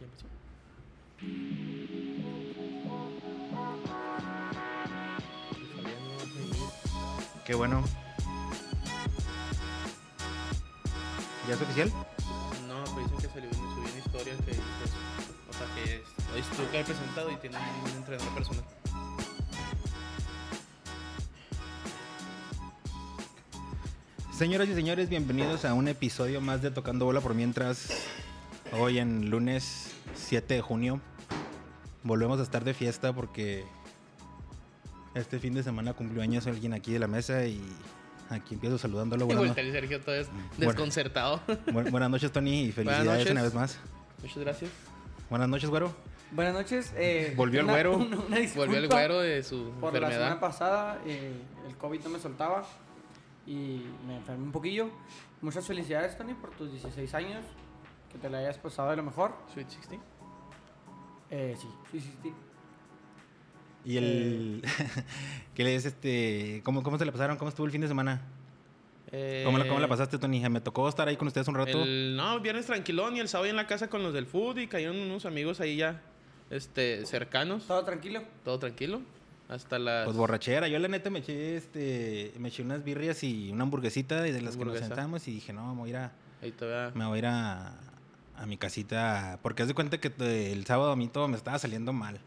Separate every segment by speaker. Speaker 1: Ya empezó.
Speaker 2: Qué bueno. ¿Ya es oficial?
Speaker 1: No, pero dicen que salió una, subió una historia que dice eso. O sea, que es, es tú que has presentado y tiene un entrenador personal.
Speaker 2: Señoras y señores, bienvenidos a un episodio más de Tocando Bola por Mientras. Hoy en lunes 7 de junio. Volvemos a estar de fiesta porque este fin de semana cumplió años alguien aquí de la mesa y aquí empiezo saludándolo.
Speaker 1: Y
Speaker 2: Buenas, no-
Speaker 1: voltea el Sergio todo es
Speaker 2: Bueno.
Speaker 1: desconcertado.
Speaker 2: bu- buenas noches, Tony, y felicidades
Speaker 1: noches.
Speaker 2: una vez más.
Speaker 1: Muchas gracias.
Speaker 2: Buenas noches, güero.
Speaker 3: Buenas noches. eh,
Speaker 2: Volvió el
Speaker 3: una-
Speaker 2: güero.
Speaker 3: una- una disculpa
Speaker 1: Volvió el güero de su
Speaker 3: Por la
Speaker 1: enfermedad.
Speaker 3: semana pasada, eh, el COVID no me soltaba y me enfermé un poquillo. Muchas felicidades, Tony, por tus 16 años. Que te la hayas pasado de lo mejor.
Speaker 1: Sweet 16.
Speaker 3: Eh, sí, sí, sí, sí.
Speaker 2: Y el.
Speaker 1: Eh.
Speaker 2: ¿Qué le es este.? ¿Cómo, ¿Cómo se la pasaron? ¿Cómo estuvo el fin de semana?
Speaker 1: Eh,
Speaker 2: ¿Cómo, la, cómo la pasaste, Tony? Me tocó estar ahí con ustedes un rato.
Speaker 1: El, no, viernes tranquilón y el sábado en la casa con los del food y cayeron unos amigos ahí ya este, cercanos.
Speaker 3: ¿Todo tranquilo?
Speaker 1: Todo tranquilo. Hasta las...
Speaker 2: Pues borrachera. Yo la neta me eché, este, me eché unas birrias y una hamburguesita y de las que nos
Speaker 1: Hamburguesa.
Speaker 2: sentamos y dije, no, me voy a ir a,
Speaker 1: Ahí todavía...
Speaker 2: me voy a, ir a, a mi casita. Porque haz de cuenta que te- el sábado a mí todo me estaba saliendo mal.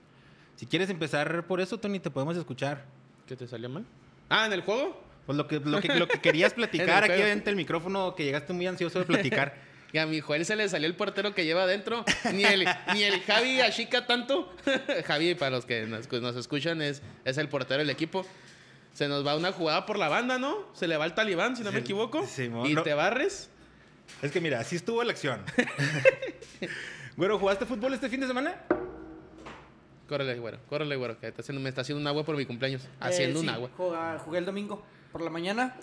Speaker 2: Si quieres empezar por eso, Tony, te podemos escuchar.
Speaker 1: ¿Qué te salió mal? Ah, ¿en el juego?
Speaker 2: Pues lo que, lo que, lo que querías platicar
Speaker 1: En el
Speaker 2: aquí
Speaker 1: pedo.
Speaker 2: ante el micrófono, que llegaste muy ansioso de platicar.
Speaker 1: Y a mi Joel se le salió el portero que lleva adentro. Ni el, ni el Javi achica tanto. Javi, para los que nos, nos escuchan, es, es el portero del equipo. Se nos va una jugada por la banda, ¿no? Se le va el talibán, si no me
Speaker 2: Sí,
Speaker 1: equivoco.
Speaker 2: Simón,
Speaker 1: y
Speaker 2: no.
Speaker 1: te barres.
Speaker 2: es que mira, así estuvo la acción. Güero, ¿jugaste fútbol este fin de semana?
Speaker 1: Córrele, güero. Córrele, güero. Que está haciendo, me está haciendo un agua por mi cumpleaños. Haciendo
Speaker 3: Eh,
Speaker 1: un
Speaker 3: sí,
Speaker 1: agua.
Speaker 3: juga- jugué el domingo por la mañana.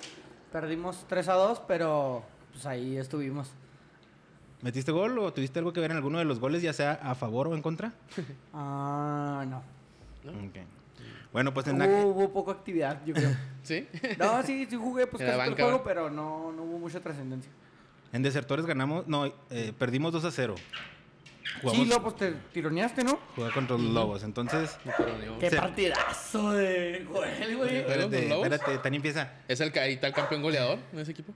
Speaker 3: Perdimos 3 a 2, pero pues ahí estuvimos.
Speaker 2: ¿Metiste gol o tuviste algo que ver en alguno de los goles, ya sea a favor o en contra?
Speaker 3: Ah, no.
Speaker 2: Ok. Bueno, pues en la...
Speaker 3: Hubo, hubo poca actividad, yo creo.
Speaker 1: ¿Sí?
Speaker 3: No, sí, sí jugué pues
Speaker 1: En la
Speaker 3: casi todo el
Speaker 1: banca,
Speaker 3: juego,
Speaker 1: ¿va?
Speaker 3: pero no, no hubo mucha trascendencia.
Speaker 2: En Desertores ganamos, no, eh, perdimos 2 a 0. Jugamos,
Speaker 3: Sí, no, pues te tironeaste, ¿no?
Speaker 2: jugué contra los Lobos, entonces...
Speaker 1: Pero digo,
Speaker 3: Qué
Speaker 2: Sí.
Speaker 3: partidazo de Joel, güey.
Speaker 1: ¿Jugaron con
Speaker 2: Espérate,
Speaker 1: Lobos?
Speaker 2: espérate, Tani empieza.
Speaker 1: Es el, ca- ahí está el campeón goleador de ese equipo.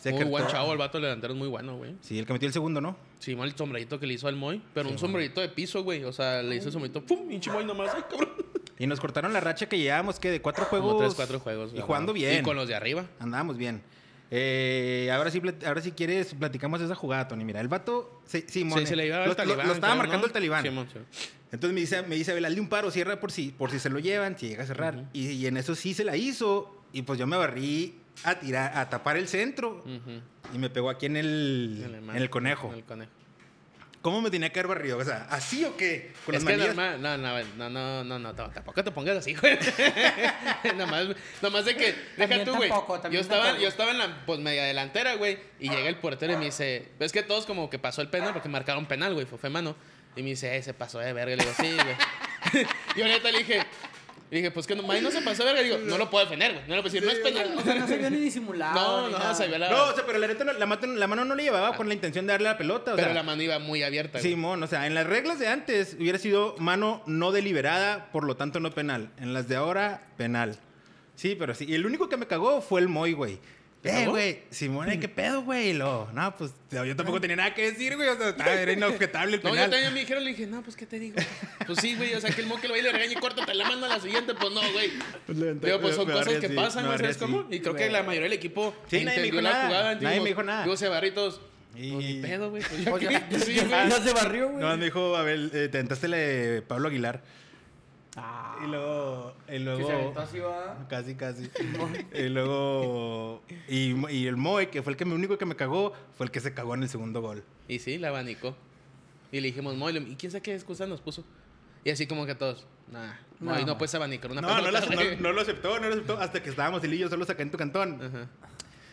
Speaker 2: Se
Speaker 1: muy
Speaker 2: acercó-
Speaker 1: buen chavo, el vato delantero es muy bueno, güey.
Speaker 2: Sí, el que metió el segundo, ¿no?
Speaker 1: Sí, mal el sombrerito que le hizo al Moy. Pero un sombrerito de piso, güey. O sea, le hizo el sombrerito. ¡Pum! Hinchi Moy nomás. ¡Ay, cabrón!
Speaker 2: Y nos cortaron la racha que llevábamos, que de cuatro juegos...
Speaker 1: Como tres, cuatro juegos.
Speaker 2: Y
Speaker 1: güey,
Speaker 2: jugando
Speaker 1: bueno.
Speaker 2: bien.
Speaker 1: Y con los de arriba.
Speaker 2: Andábamos bien. Eh, ahora, sí, plat- ahora si quieres, platicamos esa jugada, Tony. Mira, el vato... Sí, sí,
Speaker 1: Sí,
Speaker 2: Mone,
Speaker 1: se le iba
Speaker 2: lo,
Speaker 1: al
Speaker 2: lo-
Speaker 1: talibán.
Speaker 2: lo estaba
Speaker 1: creo,
Speaker 2: marcando
Speaker 1: ¿no?
Speaker 2: el talibán.
Speaker 1: Simón, sí.
Speaker 2: Entonces me dice, me dice Abel, hazle un paro, cierra por si, por si se lo llevan, si llega a cerrar. y, y en eso sí se la hizo. Y pues yo me barrí a tirar, a tapar el centro.
Speaker 1: Ujú.
Speaker 2: Y me pegó aquí en el,
Speaker 1: En el
Speaker 2: en
Speaker 1: mar.
Speaker 2: el conejo.
Speaker 1: En el conejo.
Speaker 2: ¿Cómo me tenía que haber barrido? O sea, ¿así o qué? Con
Speaker 1: es
Speaker 2: las
Speaker 1: que
Speaker 2: manillas.
Speaker 1: normal, no, no, no, no, no, no, tampoco te pongas así, güey. nada más, nada más de que, deja
Speaker 3: También
Speaker 1: tú, güey.
Speaker 3: tampoco, también
Speaker 1: Yo estaba,
Speaker 3: tampoco.
Speaker 1: yo estaba en la pues, media delantera, güey, y llega el portero y me dice, ves que todos como que pasó el penal, porque marcaron penal, güey, fue, fue mano. Y me dice, eh, se pasó de verga, y le digo, sí, güey. yo neta le dije, le dije, pues que nomás no se pasó de verga, y digo, no lo puedo defender, güey, no lo puedo decir, no es penal.
Speaker 3: O sea, no se vio ni disimulado.
Speaker 1: No,
Speaker 3: ni
Speaker 1: no,
Speaker 3: nada.
Speaker 1: se vio la...
Speaker 2: No, o sea, pero la, neta no- la, mata- la mano no le llevaba con la intención de darle la pelota. O
Speaker 1: Ah. pero
Speaker 2: sea,
Speaker 1: la mano iba muy abierta, güey.
Speaker 2: Simón, o sea, en las reglas de antes hubiera sido mano no deliberada, por lo tanto no penal. En las de ahora, penal. Sí, pero sí. Y el único que me cagó fue el Moy, güey.
Speaker 1: ¿Te
Speaker 2: Eh,
Speaker 1: cagó?
Speaker 2: güey, Simón, ¿eh? ¿qué pedo, güey? Y luego, no, pues yo tampoco tenía nada que decir, güey. O sea, estaba- era inobjetable el
Speaker 1: No,
Speaker 2: penal.
Speaker 1: yo también me dijeron, le dije, no, pues, ¿qué te digo? Pues sí, güey, o sea, que el moque lo va y le regaña y córtate la mano a la siguiente, pues no, güey.
Speaker 2: Pues le aventé-
Speaker 1: Digo, pues
Speaker 2: me-
Speaker 1: son
Speaker 2: me
Speaker 1: cosas
Speaker 2: barrí
Speaker 1: que
Speaker 2: así,
Speaker 1: pasan,
Speaker 2: me
Speaker 1: güey,
Speaker 2: barrí
Speaker 1: ¿sabes
Speaker 2: así.
Speaker 1: cómo? Y creo que la mayoría del equipo
Speaker 2: Sí, nadie me
Speaker 1: entendió
Speaker 2: dijo
Speaker 1: la
Speaker 2: nada.
Speaker 1: jugada.
Speaker 2: Nadie me dijo nada.
Speaker 1: Digo, se barritos,
Speaker 2: Y-
Speaker 1: pues ni pedo, güey. Pues,
Speaker 3: Pues
Speaker 1: yo
Speaker 3: ya,
Speaker 1: qué- sí,
Speaker 3: ya-
Speaker 1: güey.
Speaker 3: ya se barrió, güey.
Speaker 2: No, me dijo Abel, eh, te aventaste la de Pablo Aguilar.
Speaker 3: Ah,
Speaker 2: Y luego. Y
Speaker 3: que se aventó
Speaker 2: luego
Speaker 3: así, va.
Speaker 2: casi, casi. y luego. Y, y el Moe, que fue el que me, único que me cagó, fue el que se cagó en el segundo gol.
Speaker 1: Y sí, la abanicó. Y le dijimos, Moy, ¿y quién sabe qué excusa nos puso? Y así como que todos, nah, Moy,
Speaker 3: No,
Speaker 1: no, pues,
Speaker 3: man.
Speaker 1: puedes abanicar una
Speaker 2: No, no,
Speaker 1: pelota,
Speaker 2: la- no-
Speaker 1: güey".
Speaker 2: no lo aceptó, no lo aceptó. Hasta que estábamos él y yo solos acá en tu cantón.
Speaker 1: Ajá.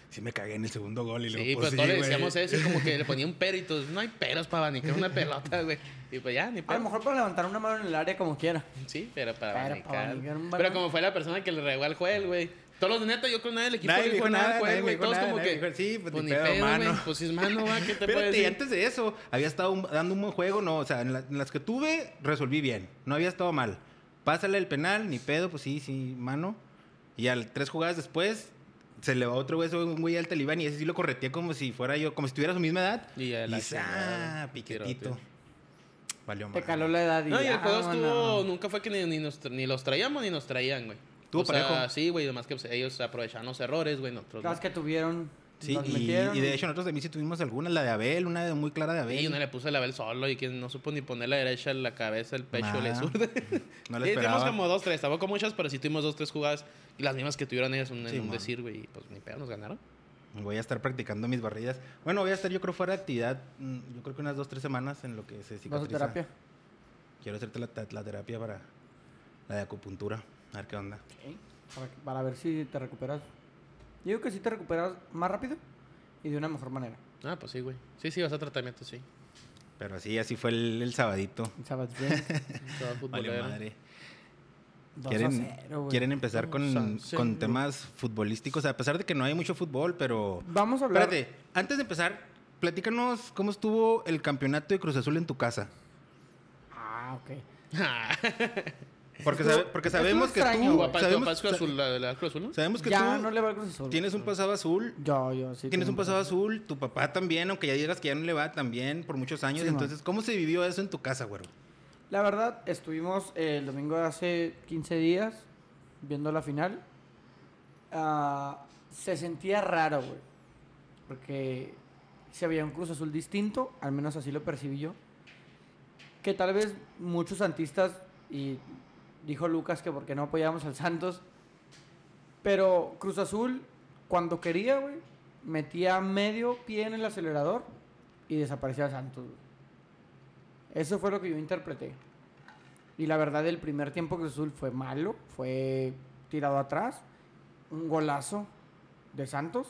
Speaker 2: Sí, me cagué en el segundo gol. Y luego,
Speaker 1: Ah. Sí,
Speaker 2: pues,
Speaker 1: pero todos le
Speaker 2: güey.
Speaker 1: decíamos eso y como que le ponía un pero y todos, no hay peros para abanicar una pelota, güey. Y pues ya,
Speaker 2: Ah,
Speaker 1: ni
Speaker 3: A lo
Speaker 1: pedo.
Speaker 3: mejor para levantar una mano en el área como quiera.
Speaker 1: Sí, pero para
Speaker 3: Pero para
Speaker 1: abanicar.
Speaker 3: abanicar un
Speaker 1: Pero
Speaker 3: balón.
Speaker 1: como fue la persona que le regó al juez, güey. Todos los de neta, yo creo que nadie del equipo
Speaker 2: Nadie
Speaker 1: dijo,
Speaker 2: dijo
Speaker 1: nada,
Speaker 2: nada,
Speaker 1: güey,
Speaker 2: nadie
Speaker 1: güey.
Speaker 2: dijo
Speaker 1: Todos
Speaker 2: nada,
Speaker 1: como
Speaker 2: nadie
Speaker 1: que.
Speaker 2: dijo, sí, pues,
Speaker 1: pues
Speaker 2: ni
Speaker 1: ni
Speaker 2: pedo,
Speaker 1: pedo, güey.
Speaker 2: mano.
Speaker 1: Pues si es mano, va, ¿qué te puedo
Speaker 2: Espérate, y
Speaker 1: decir?
Speaker 2: antes de eso, había estado un- dando un buen juego, no, o sea, en, la- en las que tuve, resolví bien, no había estado mal. Pásale el penal, ni pedo, pues sí, sí, mano. Y al tres jugadas después, se le va otro güey, un güey al talibán, y ese sí lo correteé como si fuera yo, como si tuviera su misma edad.
Speaker 1: Y ya la chingada,
Speaker 2: sa,
Speaker 1: tiro,
Speaker 2: piquetito.
Speaker 1: tiro.
Speaker 2: Valió
Speaker 3: Te
Speaker 2: madre.
Speaker 3: caló la edad. y
Speaker 1: No, y el juego
Speaker 3: vámonos.
Speaker 1: estuvo. Nunca fue que ni, ni, nos tra- ni los traíamos ni nos traían, güey.
Speaker 2: Estuvo
Speaker 1: O sea,
Speaker 2: parejo.
Speaker 1: sí, güey. Además que pues, ellos aprovecharon los errores, güey. Nosotros.
Speaker 3: Las
Speaker 1: no.
Speaker 3: que tuvieron.
Speaker 2: Sí,
Speaker 3: las
Speaker 2: y,
Speaker 3: metieron,
Speaker 2: y de hecho nosotros también sí tuvimos algunas, la de Abel, una de muy clara de
Speaker 1: Y
Speaker 2: Abel.
Speaker 1: uno le puso el Abel solo y quien no supo ni poner la derecha, la cabeza, el pecho,
Speaker 2: Nah,
Speaker 1: la zurda.
Speaker 2: no la
Speaker 1: Sí, tuvimos
Speaker 2: esperaba.
Speaker 1: como dos, tres, tampoco muchas, pero sí tuvimos dos, tres jugadas. Y las mismas que tuvieron ellos en
Speaker 2: Sí,
Speaker 1: un
Speaker 2: man.
Speaker 1: decir, güey. Y pues ni pedo, nos ganaron.
Speaker 2: Voy a estar practicando mis barridas. Bueno, voy a estar, yo creo, fuera de actividad, mm, yo creo que unas dos, tres semanas en lo que se
Speaker 3: Vas a
Speaker 2: cicatriza.
Speaker 3: terapia.
Speaker 2: Quiero hacerte la, te- la terapia para la de acupuntura. A ver qué onda.
Speaker 3: Ok, Para, para ver si te recuperas. Yo Digo que sí te recuperas más rápido y de una mejor manera.
Speaker 1: Ah, pues sí, güey. Sí, sí, vas a tratamiento, sí.
Speaker 2: Pero así, así fue el, el sabadito.
Speaker 3: El Sabbath Drink,
Speaker 1: Todo
Speaker 2: Vale
Speaker 1: futbolero.
Speaker 2: madre.
Speaker 3: dos a
Speaker 2: ¿Quieren,
Speaker 3: cero, güey.
Speaker 2: quieren empezar con,
Speaker 1: Dos a
Speaker 2: con
Speaker 1: cero.
Speaker 2: temas futbolísticos? A pesar de que no hay mucho fútbol, pero...
Speaker 3: Vamos a hablar.
Speaker 2: Espérate, antes de empezar, platícanos cómo estuvo el campeonato de Cruz Azul en tu casa.
Speaker 3: Ah, ok.
Speaker 2: Porque,
Speaker 3: Estuvo-
Speaker 2: sabe- porque
Speaker 3: estuvo
Speaker 2: sabemos que
Speaker 3: extraño,
Speaker 2: tú...
Speaker 3: güey.
Speaker 1: Guapa,
Speaker 2: sabemos-
Speaker 1: guapa, es Cruz
Speaker 2: sa-
Speaker 1: Azul, la, la Cruz Azul, ¿no?
Speaker 2: Sabemos que
Speaker 3: Ya
Speaker 2: tú
Speaker 3: no le va al Cruz Azul.
Speaker 2: tienes un pasado azul.
Speaker 3: Yo, yo, sí.
Speaker 2: Tienes
Speaker 3: tengo
Speaker 2: un pasado azul, tu papá también, aunque ya digas que ya no le va también por muchos años.
Speaker 3: Sí, man.
Speaker 2: Entonces, ¿cómo se vivió eso en tu casa, güero?
Speaker 3: La verdad, estuvimos eh, el domingo de hace 15 días viendo la final. Ah, se sentía raro, güey. Porque se veía un Cruz Azul distinto, al menos así lo percibí yo. Que tal vez muchos santistas, y dijo Lucas que porque no apoyábamos al Santos, pero Cruz Azul, cuando quería, güey, metía medio pie en el acelerador y desaparecía Santos, güey. Eso fue lo que yo interpreté. Y la verdad, el primer tiempo Cruz Azul fue malo, fue tirado atrás, un golazo de Santos.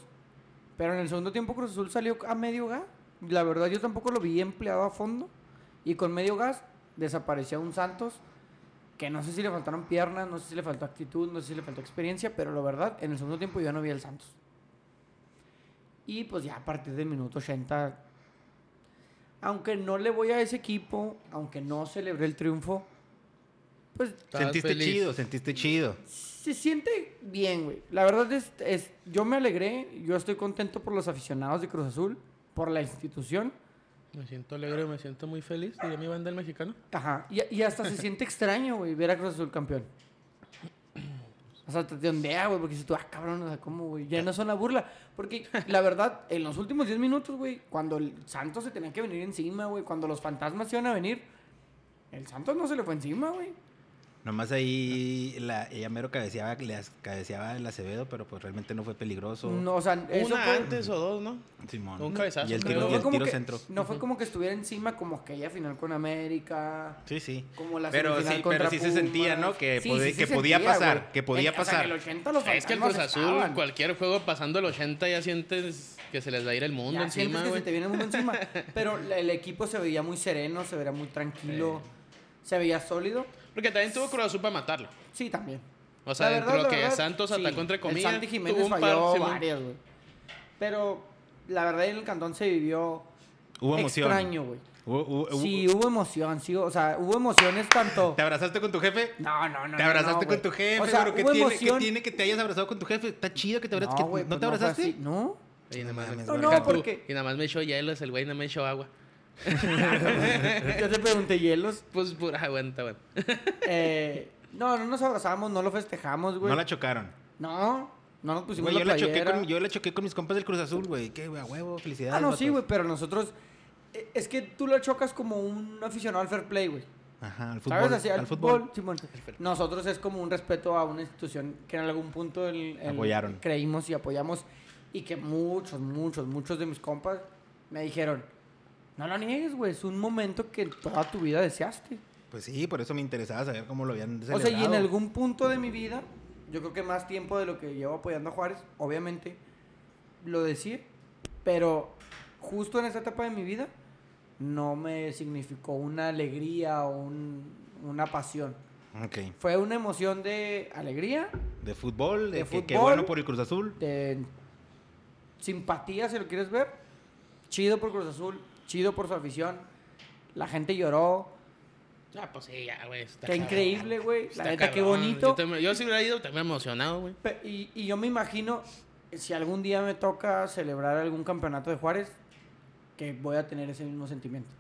Speaker 3: Pero en el segundo tiempo Cruz Azul salió a medio gas. La verdad, yo tampoco lo vi empleado a fondo. Y con medio gas desaparecía un Santos que no sé si le faltaron piernas, no sé si le faltó actitud, no sé si le faltó experiencia, pero la verdad, en el segundo tiempo yo no vi al Santos. Y pues ya a partir del minuto 80 aunque no le voy a ese equipo, aunque no celebré el triunfo, pues
Speaker 1: Estabas
Speaker 2: sentiste
Speaker 1: feliz.
Speaker 2: chido, sentiste chido.
Speaker 3: se siente bien, güey. La verdad es, es- yo me alegré, yo estoy contento por los aficionados de Cruz Azul, por la institución.
Speaker 1: Me siento alegre, me siento muy feliz. Diría mi banda el mexicano.
Speaker 3: Ajá. Y, y hasta se siente extraño, güey, ver a Cruz Azul campeón. O sea, te ondea, güey, porque si tú, ah, cabrón, o sea, ¿cómo, güey? Ya no son la burla. Porque, la verdad, en los últimos 10 minutos, güey, cuando el Santos se tenía que venir encima, güey, cuando los fantasmas se iban a venir, el Santos no se le fue encima, güey.
Speaker 2: Nomás ahí la, ella mero cabeceaba, le as- cabeceaba el Acevedo, pero pues realmente no fue peligroso.
Speaker 3: No, o sea, eso
Speaker 1: Una
Speaker 3: fue-
Speaker 1: antes o dos, ¿no?
Speaker 2: Simón.
Speaker 1: Un cabezazo,
Speaker 2: Y el
Speaker 1: creo.
Speaker 2: tiro,
Speaker 3: no,
Speaker 2: y
Speaker 3: fue
Speaker 2: el
Speaker 3: como
Speaker 2: tiro
Speaker 3: que,
Speaker 2: centro.
Speaker 3: no fue como que estuviera encima como aquella final con América,
Speaker 2: Sí, sí.
Speaker 3: como la
Speaker 2: Pero
Speaker 3: semifinal
Speaker 2: sí-
Speaker 3: contra
Speaker 2: pero sí se
Speaker 3: Pumas.
Speaker 2: sentía, ¿no? Que
Speaker 3: Sí,
Speaker 2: podía-
Speaker 3: sí se
Speaker 2: que podía
Speaker 3: sentía,
Speaker 2: pasar,
Speaker 3: güey.
Speaker 2: que podía
Speaker 3: En- o sea,
Speaker 2: pasar.
Speaker 3: en el 80 los
Speaker 1: Ah, Es que el
Speaker 3: fantasmas
Speaker 1: Cruz Azul,
Speaker 3: estaban.
Speaker 1: cualquier juego pasando el 80, ya sientes que se les va a ir el mundo
Speaker 3: Ya sientes
Speaker 1: encima,
Speaker 3: que
Speaker 1: güey.
Speaker 3: se te viene el mundo encima. Pero la- el equipo se veía muy sereno, se veía muy tranquilo, se veía sólido.
Speaker 1: Porque también tuvo Cruz Azul para matarlo.
Speaker 3: Sí, también.
Speaker 1: O sea,
Speaker 3: La
Speaker 1: dentro de
Speaker 3: verdad,
Speaker 1: lo
Speaker 3: la
Speaker 1: que
Speaker 3: verdad,
Speaker 1: Santos
Speaker 3: sí.
Speaker 1: atacó entre comillas.
Speaker 3: El Santi Jiménez
Speaker 1: tuvo un par,
Speaker 3: falló
Speaker 1: Simón.
Speaker 3: varias, güey. Pero la verdad en el Cantón se vivió
Speaker 2: Hubo emoción.
Speaker 3: extraño, güey.
Speaker 2: Hubo- hubo- hubo-
Speaker 3: Sí, hubo emoción, sí, o sea, hubo emociones tanto...
Speaker 2: ¿Te abrazaste con tu jefe?
Speaker 3: No, no, no.
Speaker 2: ¿Te
Speaker 3: no,
Speaker 2: abrazaste
Speaker 3: no,
Speaker 2: con
Speaker 3: güey.
Speaker 2: tu jefe?
Speaker 3: O sea,
Speaker 2: bro? ¿Qué
Speaker 3: hubo
Speaker 2: tiene, qué
Speaker 3: emoción.
Speaker 2: tiene que te hayas abrazado con tu jefe? Está chido que te abrazas.
Speaker 3: No,
Speaker 2: que-
Speaker 3: güey,
Speaker 2: ¿No
Speaker 3: pues
Speaker 2: te
Speaker 3: fue
Speaker 2: abrazaste?
Speaker 3: así. No.
Speaker 1: Y nada más
Speaker 2: mames,
Speaker 1: me-
Speaker 3: no,
Speaker 1: marca tú,
Speaker 3: porque-
Speaker 1: Y nada más me echó hielos, el güey nada más me echó agua.
Speaker 3: Yo te pregunté hielos.
Speaker 1: Pues, pura, aguanta, güey.
Speaker 3: Eh, no, no nos abrazamos, no lo festejamos, güey.
Speaker 2: No la chocaron.
Speaker 3: No, no nos pusimos
Speaker 2: Güey, yo,
Speaker 3: la
Speaker 2: la choqué
Speaker 3: playera.
Speaker 2: con, yo la choqué con mis compas del Cruz Azul, güey. ¿Qué, güey? A huevo, felicidades.
Speaker 3: Ah, no, sí, güey,
Speaker 2: vatos.
Speaker 3: pero nosotros... eh, Es que tú la chocas como un aficionado al fair play, güey.
Speaker 2: Ajá, al fútbol.
Speaker 3: ¿Sabes? Así,
Speaker 2: al, fútbol.
Speaker 3: Simón. Nosotros es como un respeto a una institución que en algún punto el- el-
Speaker 2: Apoyaron.
Speaker 3: creímos y apoyamos y que muchos, muchos, muchos de mis compas me dijeron, no lo niegues, güey, es un momento que toda tu vida deseaste.
Speaker 2: Pues sí, por eso me interesaba saber cómo lo habían
Speaker 3: O
Speaker 2: celebrado.
Speaker 3: sea, y en algún punto de mi vida, yo creo que más tiempo de lo que llevo apoyando a Juárez, obviamente, lo decía, pero justo en esta etapa de mi vida no me significó una alegría o un- una pasión.
Speaker 2: Ok.
Speaker 3: Fue una emoción de alegría,
Speaker 2: De fútbol, de,
Speaker 3: De
Speaker 2: que, que
Speaker 3: fútbol.
Speaker 2: bueno por el Cruz Azul.
Speaker 3: de simpatía, si lo quieres ver. Chido por Cruz Azul, chido por su afición. La gente lloró.
Speaker 1: Ah, pues sí, ya, güey. está
Speaker 3: Qué
Speaker 1: cabrón.
Speaker 3: increíble, güey. La
Speaker 1: Está
Speaker 3: neta, qué
Speaker 1: cabrón. Yo,
Speaker 3: bonito.
Speaker 1: también- yo si hubiera ido, también emocionado, güey.
Speaker 3: Pe- Y, y yo me imagino, si algún día me toca celebrar algún campeonato de Juárez, que voy a tener ese mismo sentimiento.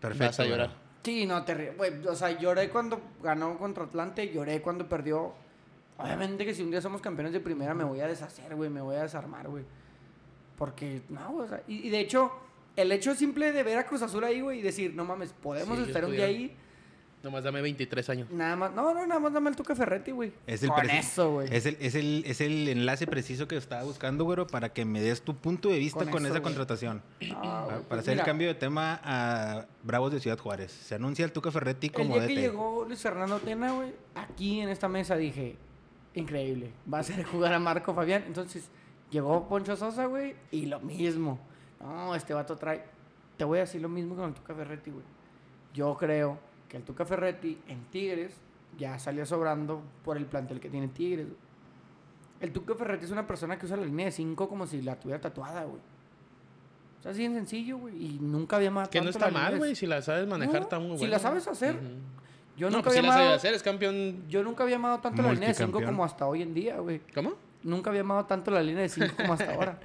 Speaker 2: Perfecto.
Speaker 1: Vas a llorar.
Speaker 2: güey.
Speaker 3: Sí, no, terrible. güey, O sea, lloré cuando ganó contra Atlante, lloré cuando perdió. Obviamente que si un día somos campeones de primera me voy a deshacer, güey, me voy a desarmar, güey. Porque, no, o sea, y, y de hecho, el hecho simple de ver a Cruz Azul ahí, güey, y decir, no mames, podemos
Speaker 1: Sí, ellos
Speaker 3: estar un día
Speaker 1: pudieron.
Speaker 3: ahí,
Speaker 1: Nomás dame 23 años.
Speaker 3: nada más, no, no, nada más dame el Tuca Ferretti, güey.
Speaker 2: Es el
Speaker 3: Con
Speaker 2: preci-
Speaker 3: eso, güey.
Speaker 2: Es el, es, el, es el enlace preciso que estaba buscando, güero, para que me des tu punto de vista
Speaker 3: Con
Speaker 2: con,
Speaker 3: eso,
Speaker 2: esa
Speaker 3: güey.
Speaker 2: contratación.
Speaker 3: No,
Speaker 2: Pa-
Speaker 3: güey,
Speaker 2: Para,
Speaker 3: pues
Speaker 2: hacer
Speaker 3: mira,
Speaker 2: el cambio de tema a Bravos de Ciudad Juárez. Se anuncia el Tuca Ferretti
Speaker 3: El
Speaker 2: como E
Speaker 3: día que
Speaker 2: DT.
Speaker 3: llegó Luis Fernando Tena, güey, aquí en esta mesa dije, increíble, va a hacer jugar a Marco Fabián. Entonces llegó Poncho Sosa, güey, y lo mismo. No, este vato trae. Te voy a decir lo mismo con el Tuca Ferretti, güey. Yo creo que el Tuca Ferretti en Tigres ya salió sobrando por el plantel que tiene Tigres. güey. El Tuca Ferretti es una persona que usa la línea de 5 como si la tuviera tatuada, güey. O sea, así en sencillo, güey. Y nunca había más.
Speaker 1: Que no está mal, güey. Si la sabes manejar,
Speaker 3: No,
Speaker 1: está muy
Speaker 3: si
Speaker 1: bueno.
Speaker 3: la sabes hacer,
Speaker 1: Ujú.
Speaker 3: Yo
Speaker 1: no,
Speaker 3: nunca
Speaker 1: pues si
Speaker 3: había
Speaker 1: la sabes
Speaker 3: amado-
Speaker 1: hacer, es campeón.
Speaker 3: yo nunca había amado tanto la línea de 5
Speaker 2: Multicampeón.
Speaker 3: como hasta hoy en día, güey.
Speaker 1: ¿Cómo?
Speaker 3: Nunca había amado tanto la línea de 5 como hasta ahora.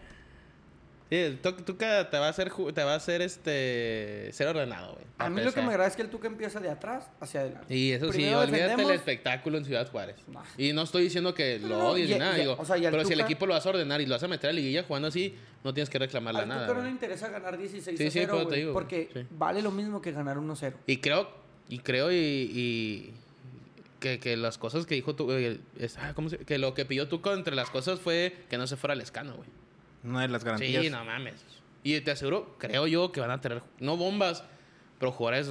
Speaker 1: Sí, el Tuca- Tuca te va a hacer, ju- te va a hacer este, ser ordenado, güey.
Speaker 3: A
Speaker 1: Va
Speaker 3: mí lo que
Speaker 1: pesar.
Speaker 3: me agrada es que el Tuca empieza de atrás hacia adelante.
Speaker 1: Y eso sí,
Speaker 3: Primero
Speaker 1: olvídate
Speaker 3: defendemos-
Speaker 1: el espectáculo en Ciudad Juárez.
Speaker 3: Nah.
Speaker 1: Y no estoy diciendo que
Speaker 3: No,
Speaker 1: lo
Speaker 3: no,
Speaker 1: odies
Speaker 3: y-
Speaker 1: ni nada,
Speaker 3: y-
Speaker 1: digo.
Speaker 3: o sea, y al
Speaker 1: pero si el
Speaker 3: Tuca-
Speaker 1: equipo lo vas a ordenar y lo vas a meter a liguilla jugando así, no tienes que reclamarle
Speaker 3: Al
Speaker 1: nada.
Speaker 3: Tuca no le
Speaker 1: güey.
Speaker 3: interesa ganar 16
Speaker 1: Sí,
Speaker 3: a
Speaker 1: sí,
Speaker 3: 0,
Speaker 1: pero te
Speaker 3: güey,
Speaker 1: digo,
Speaker 3: porque
Speaker 1: sí.
Speaker 3: vale lo mismo que ganar 1-0.
Speaker 1: Y creo, y creo, y, y que, que las cosas que dijo tú, eh, es- ah, ¿cómo se- que lo que pidió Tuca entre las cosas fue que no se fuera al escano, güey.
Speaker 2: Una de las garantías.
Speaker 1: Sí, no mames. Y te aseguro, creo yo, que van a tener, no bombas, pero jugadores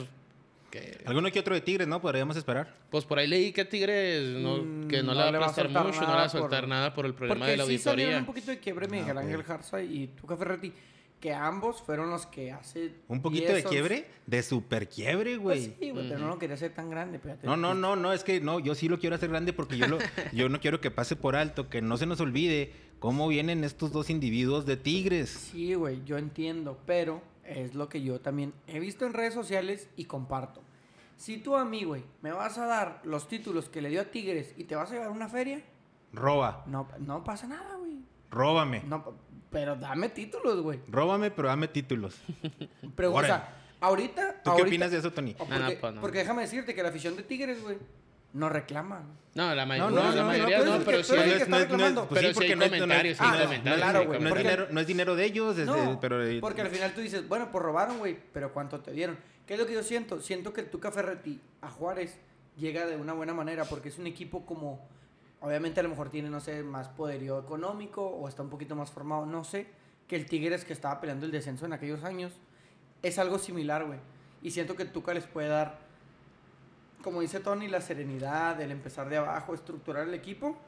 Speaker 1: que...
Speaker 2: Alguno que otro de Tigres, ¿no? Podríamos esperar.
Speaker 1: Pues por ahí leí que Tigres no,
Speaker 3: Mm,
Speaker 1: que no,
Speaker 3: no
Speaker 1: le va a
Speaker 3: le va a
Speaker 1: prestar
Speaker 3: soltar
Speaker 1: mucho, no le
Speaker 3: nada
Speaker 1: va a soltar
Speaker 3: por-
Speaker 1: nada por el problema
Speaker 3: Porque
Speaker 1: de la
Speaker 3: sí salieron
Speaker 1: auditoría.
Speaker 3: un poquito de quiebre Miguel
Speaker 2: Ah, ok.
Speaker 3: Ángel Jarza y Tuca Ferretti, que ambos fueron los que hace...
Speaker 2: Un poquito de
Speaker 3: 10, 11
Speaker 2: quiebre, de super quiebre,
Speaker 3: Pues
Speaker 2: güey.
Speaker 3: sí, güey, pero no lo quería hacer tan grande. pero ya te-
Speaker 2: No, no, no, no, es que no, yo sí lo quiero hacer grande porque yo, lo, yo no quiero que pase por alto, que no se nos olvide cómo vienen estos dos individuos de Tigres.
Speaker 3: Sí, güey, yo entiendo, pero es lo que yo también he visto en redes sociales y comparto. Si tú a mí, güey, me vas a dar los títulos que le dio a Tigres y te vas a llevar una feria,
Speaker 2: Roba,
Speaker 3: no, no pasa nada, güey.
Speaker 2: róbame,
Speaker 3: No, pa- pero dame títulos, güey.
Speaker 2: róbame, pero dame títulos.
Speaker 3: Pero, o
Speaker 2: Órale.
Speaker 3: sea, ahorita...
Speaker 2: ¿Tú qué
Speaker 3: ahorita-
Speaker 2: opinas de eso, Tony?
Speaker 3: o
Speaker 1: No, no,
Speaker 3: Porque,
Speaker 1: pues, no.
Speaker 3: porque déjame decirte que la afición de Tigres, güey, no reclama.
Speaker 1: No, la mayoría,
Speaker 2: No,
Speaker 1: no,
Speaker 2: no,
Speaker 1: la
Speaker 2: no,
Speaker 1: mayoría
Speaker 2: no,
Speaker 1: no,
Speaker 2: pues,
Speaker 1: pero
Speaker 3: es
Speaker 1: sí.
Speaker 3: que-
Speaker 1: hay-
Speaker 3: pero es que está reclamando.
Speaker 1: Pero sí hay
Speaker 2: porque no es- no es-
Speaker 1: comentarios, sí
Speaker 3: hay
Speaker 2: ah,
Speaker 1: comentarios,
Speaker 2: claro,
Speaker 1: sí
Speaker 2: güey,
Speaker 1: hay
Speaker 2: No es
Speaker 1: comentarios.
Speaker 2: dinero, no es dinero de ellos, es de-
Speaker 3: No,
Speaker 2: pero eh,
Speaker 3: porque al final tú dices, bueno, pues robaron, güey, pero ¿cuánto te dieron? ¿Qué es lo que yo siento? Siento que el Tuca Ferretti a Juárez llega de una buena manera porque es un equipo como, obviamente a lo mejor tiene, no sé, más poderío económico o está un poquito más formado, no sé, que el Tigres que estaba peleando el descenso en aquellos años. Es algo similar, güey. Y siento que el Tuca les puede dar, como dice Tony, la serenidad, el empezar de abajo, estructurar el equipo.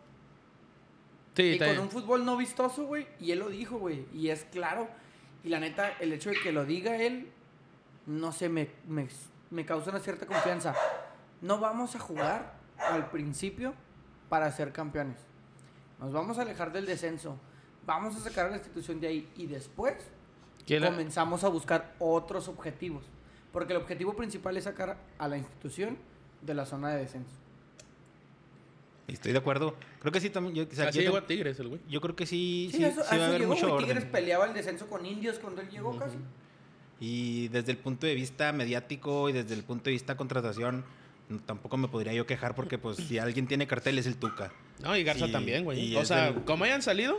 Speaker 1: Sí,
Speaker 3: Y
Speaker 1: está
Speaker 3: con
Speaker 1: bien.
Speaker 3: un fútbol no vistoso, güey. Y él lo dijo, güey. Y es claro. Y la neta, el hecho de que lo diga él, no sé, me, me, me causa una cierta confianza. No vamos a jugar al principio para ser campeones. Nos vamos a alejar del descenso. Vamos a sacar a la institución de ahí. Y después
Speaker 1: Que la-
Speaker 3: comenzamos a buscar otros objetivos. Porque el objetivo principal es sacar a la institución de la zona de descenso.
Speaker 2: Estoy de acuerdo. Creo que sí también. Yo, o sea,
Speaker 1: Así
Speaker 2: yo
Speaker 1: llegó
Speaker 2: tam-
Speaker 1: a Tigres el güey.
Speaker 2: yo creo que sí,
Speaker 3: Sí,
Speaker 2: sí,
Speaker 3: eso,
Speaker 2: sí va a
Speaker 3: eso
Speaker 2: haber
Speaker 3: llegó,
Speaker 2: mucho
Speaker 3: güey. Tigres
Speaker 2: orden.
Speaker 3: peleaba el descenso con indios cuando él llegó casi.
Speaker 2: Y desde el punto de vista mediático y desde el punto de vista contratación, no- tampoco me podría yo quejar porque pues si alguien tiene cartel es el Tuca.
Speaker 1: No, y Garza
Speaker 2: Y-
Speaker 1: también,
Speaker 2: y
Speaker 1: güey. O
Speaker 2: es
Speaker 1: sea,
Speaker 2: del-
Speaker 1: como hayan salido,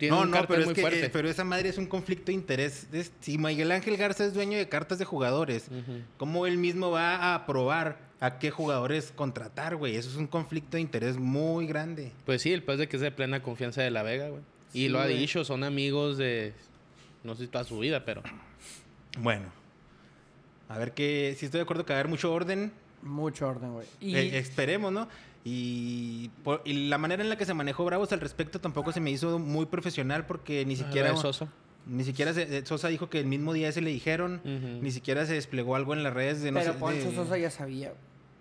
Speaker 1: tiene
Speaker 2: No,
Speaker 1: un
Speaker 2: no,
Speaker 1: cartel
Speaker 2: pero es
Speaker 1: muy
Speaker 2: que eh,
Speaker 1: fuerte.
Speaker 2: pero esa madre es un conflicto de interés. Es- si Miguel Ángel Garza es dueño de cartas de jugadores,
Speaker 1: Ujú.
Speaker 2: ¿cómo él mismo va a aprobar a qué jugadores contratar, güey? Eso es un conflicto de interés muy grande.
Speaker 1: Pues sí, el pez de que es de plena confianza de la Vega, güey. Y
Speaker 3: Sí,
Speaker 1: lo ha
Speaker 3: güey.
Speaker 1: dicho, son amigos de. No sé si toda su vida, pero.
Speaker 2: Bueno. A ver que si estoy de acuerdo que va a haber mucho orden,
Speaker 3: Mucho orden, güey. Y
Speaker 2: Eh, esperemos, ¿no? Y, por- y la manera en la que se manejó Bravos al respecto tampoco se me hizo muy profesional porque ni siquiera...
Speaker 1: Ah, es Soso.
Speaker 2: Ni siquiera se- eh, Sosa dijo que el mismo día se le dijeron,
Speaker 1: Ujú.
Speaker 2: ni siquiera se desplegó algo en las redes de no
Speaker 3: pero
Speaker 2: sé,
Speaker 3: Poncho
Speaker 2: de-
Speaker 3: Sosa ya sabía.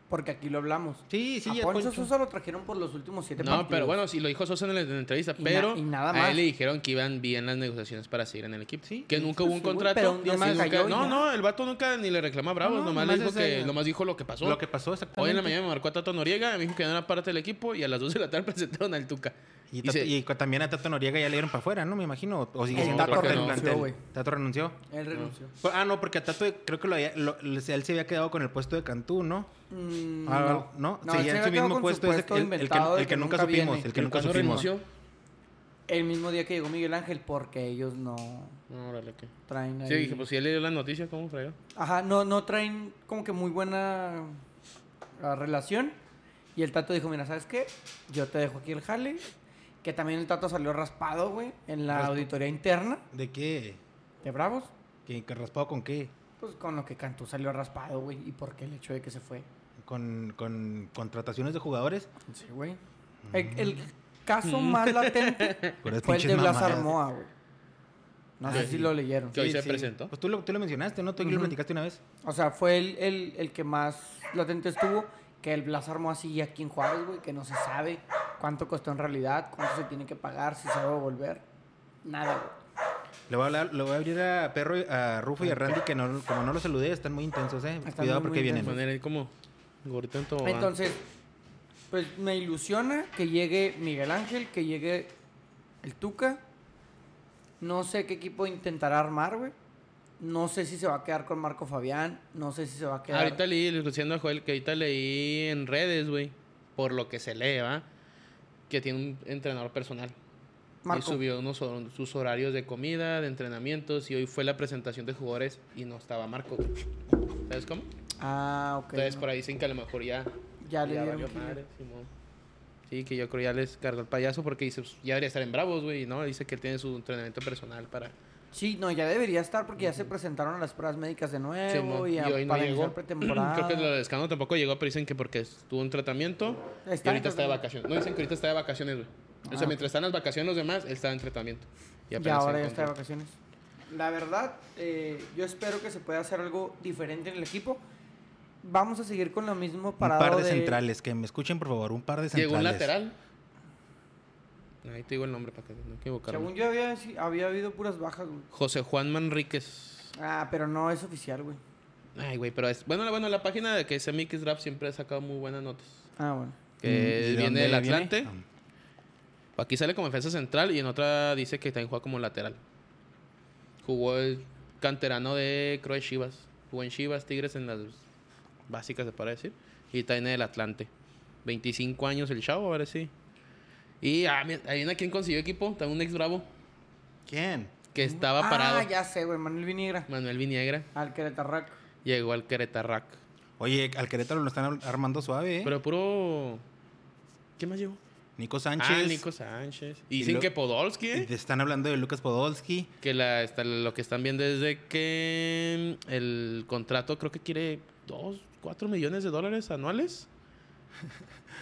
Speaker 3: Porque aquí lo hablamos.
Speaker 2: Sí, sí,
Speaker 3: a
Speaker 2: ya
Speaker 3: Poncho,
Speaker 2: Poncho.
Speaker 3: Sosa lo trajeron por los últimos siete
Speaker 1: No,
Speaker 3: partidos.
Speaker 1: pero bueno, sí lo dijo Sosa en la, en la entrevista,
Speaker 3: Y na-
Speaker 1: pero
Speaker 3: y nada
Speaker 1: a
Speaker 3: más.
Speaker 1: él le dijeron que iban bien las negociaciones para seguir en el equipo.
Speaker 2: Sí,
Speaker 1: que nunca hubo un
Speaker 3: sí, güey,
Speaker 1: contrato.
Speaker 3: pero un día
Speaker 1: y
Speaker 3: más
Speaker 1: nunca-
Speaker 3: cayó y
Speaker 1: no,
Speaker 3: ya.
Speaker 1: no, el vato nunca ni le reclama a Bravos,
Speaker 2: No, no,
Speaker 1: nomás,
Speaker 2: nomás
Speaker 1: dijo
Speaker 2: ese-
Speaker 1: que, nomás dijo lo que pasó.
Speaker 2: Lo que pasó exactamente.
Speaker 1: Hoy en la mañana me marcó a Tato Noriega, me dijo que no era parte del equipo y a las 2 de la tarde presentaron al Tuca.
Speaker 2: Y,
Speaker 1: Y
Speaker 2: Tato-
Speaker 1: se-
Speaker 2: y cu- también a Tato Noriega ya le dieron para afuera, ¿no? Me imagino. O sigue
Speaker 3: El
Speaker 2: siendo
Speaker 3: Tato
Speaker 2: parte del
Speaker 3: renunció,
Speaker 2: plantel.
Speaker 3: güey.
Speaker 2: Tato renunció.
Speaker 3: Él renunció.
Speaker 2: Pues, Ah, no, porque a Tato creo que lo había- lo- él se había quedado con el puesto de Cantú, ¿no?
Speaker 3: Mm,
Speaker 2: Ah, no,
Speaker 3: él
Speaker 2: seguía
Speaker 3: se
Speaker 2: en
Speaker 3: había
Speaker 2: su
Speaker 3: quedado
Speaker 2: mismo
Speaker 3: con
Speaker 2: puesto, ese- el- el que-
Speaker 3: inventado de
Speaker 2: el que nunca supimos,
Speaker 3: viene.
Speaker 2: el que
Speaker 1: ¿Y
Speaker 2: nunca
Speaker 1: cuándo
Speaker 2: supimos.
Speaker 1: renunció?
Speaker 3: El mismo día que llegó Miguel Ángel, porque ellos no
Speaker 1: No, órale, ¿qué?
Speaker 3: traen ahí.
Speaker 1: Sí, dije, pues si él le dio las noticias, ¿cómo fregó?
Speaker 3: Ajá, no, no traen como que muy buena ah, relación. Y el Tato dijo, mira, ¿sabes qué? Yo te dejo aquí el jale. Que también el Tato salió raspado, güey, en la
Speaker 2: Raspa-
Speaker 3: auditoría interna
Speaker 2: ¿De qué?
Speaker 3: de Bravos.
Speaker 2: ¿Que, que raspado con qué?
Speaker 3: Pues con lo que Cantú salió raspado, güey. Y porque el hecho de que se fue.
Speaker 2: ¿Con, con contrataciones de jugadores?
Speaker 3: Sí, güey. El, el caso más latente
Speaker 2: Puras
Speaker 3: fue el de
Speaker 2: pinches
Speaker 3: Blas
Speaker 2: mamadas.
Speaker 3: Armoa, güey. No sé
Speaker 1: Ay.
Speaker 3: si lo leyeron.
Speaker 1: Que hoy se presentó.
Speaker 2: Pues tú lo, tú lo mencionaste, ¿no? Tú aquí lo
Speaker 3: Ujú.
Speaker 2: platicaste una vez.
Speaker 3: O sea, fue el, el- el que más latente estuvo. Que el Blas Armoa sigue aquí en Juárez, güey. Que no se sabe cuánto costó en realidad, cuánto se tiene que pagar, si se va a volver. Nada, güey.
Speaker 2: Le voy a, hablar- le voy a abrir a Perro, y- a Rufo y a Randy, que no, como no los saludé, están muy intensos, ¿eh?
Speaker 3: Están
Speaker 2: Cuidado
Speaker 3: muy
Speaker 2: porque vienen.
Speaker 1: De manera ahí como gorrito en tobogán.
Speaker 3: Entonces, pues me ilusiona que llegue Miguel Ángel, que llegue el Tuca. No sé qué equipo intentará armar, güey. No sé si se va a quedar con Marco Fabián. No sé si se va a quedar.
Speaker 1: Ahorita leí, le- diciendo a Joel, que ahorita leí en redes, güey, por lo que se lee, ¿va? Que tiene un entrenador personal.
Speaker 3: Marco.
Speaker 1: Y subió unos, hor- sus horarios de comida, de entrenamientos, y hoy fue la presentación de jugadores y no estaba Marco. güey. ¿Sabes cómo?
Speaker 3: Ah, ok.
Speaker 1: Entonces
Speaker 3: no.
Speaker 1: por ahí dicen que a lo mejor ya...
Speaker 3: Ya le dieron
Speaker 1: valió
Speaker 3: quilla.
Speaker 1: madre, Simón. Sí, que yo creo ya les cargó el payaso porque dice, pues, ya debería estar en Bravos, güey, y ¿no? Dice que tiene su entrenamiento personal para...
Speaker 3: Sí, no, ya debería estar porque ya se presentaron a las pruebas médicas de nuevo
Speaker 1: Simón.
Speaker 3: y, a-
Speaker 1: Y hoy no
Speaker 3: para iniciar
Speaker 1: llegó.
Speaker 3: pretemporada.
Speaker 1: Creo que lo de Escano tampoco llegó, pero dicen que porque estuvo en tratamiento y
Speaker 3: Está
Speaker 1: ahorita
Speaker 3: en
Speaker 1: está de
Speaker 3: tratamiento.
Speaker 1: vacaciones. No, dicen que ahorita está de vacaciones, güey. o sea,
Speaker 3: Ah.
Speaker 1: mientras están las vacaciones los demás, él está en tratamiento.
Speaker 3: Y,
Speaker 1: apenas se
Speaker 3: ahora ya está de
Speaker 1: encontró.
Speaker 3: vacaciones. La verdad, eh, yo espero que se pueda hacer algo diferente en el equipo. Vamos a seguir con lo mismo
Speaker 2: Un
Speaker 3: parado
Speaker 2: par de centrales, que me escuchen, por favor. Un par de centrales.
Speaker 1: Llegó un lateral. Ahí te digo el nombre para que no equivocarme.
Speaker 3: Según yo había, sí, había habido puras bajas, güey.
Speaker 1: José Juan Manríquez.
Speaker 3: Ah, pero no es oficial, güey.
Speaker 1: Ay, güey, pero es... Bueno, la- bueno, la página de que es MX Draft siempre ha sacado muy buenas notas.
Speaker 3: Ah, bueno.
Speaker 2: Mm,
Speaker 1: Que viene del Atlante.
Speaker 2: Ah.
Speaker 1: Aquí sale como defensa central y en otra dice que también juega como lateral. Jugó el canterano de Cruz Chivas. Jugó en Chivas, Tigres en las básicas, se para decir. Y también en el Atlante. 25 años el chavo, ahora sí. Y ah, mira, ahí viene quien consiguió equipo, también un ex bravo,
Speaker 2: ¿Quién?
Speaker 1: que estaba parado.
Speaker 3: Ah, ya sé, güey. Manuel Viniegra.
Speaker 1: Manuel Viniegra
Speaker 3: Al Querétaro.
Speaker 1: llegó al Querétaro.
Speaker 2: Oye, al Querétaro lo están ar- armando suave, ¿eh?
Speaker 1: Pero puro... ¿Qué más llegó?
Speaker 2: Nico
Speaker 1: Ah,
Speaker 2: Sánchez.
Speaker 1: Nico Sánchez.
Speaker 2: Y
Speaker 1: Y dicen
Speaker 2: lo-
Speaker 1: que Podolski, ¿eh?
Speaker 2: Y te Están hablando de Lucas Podolski.
Speaker 1: Que la, está, lo que están viendo es de que mm, el contrato creo que quiere 2, 4 millones de dólares anuales.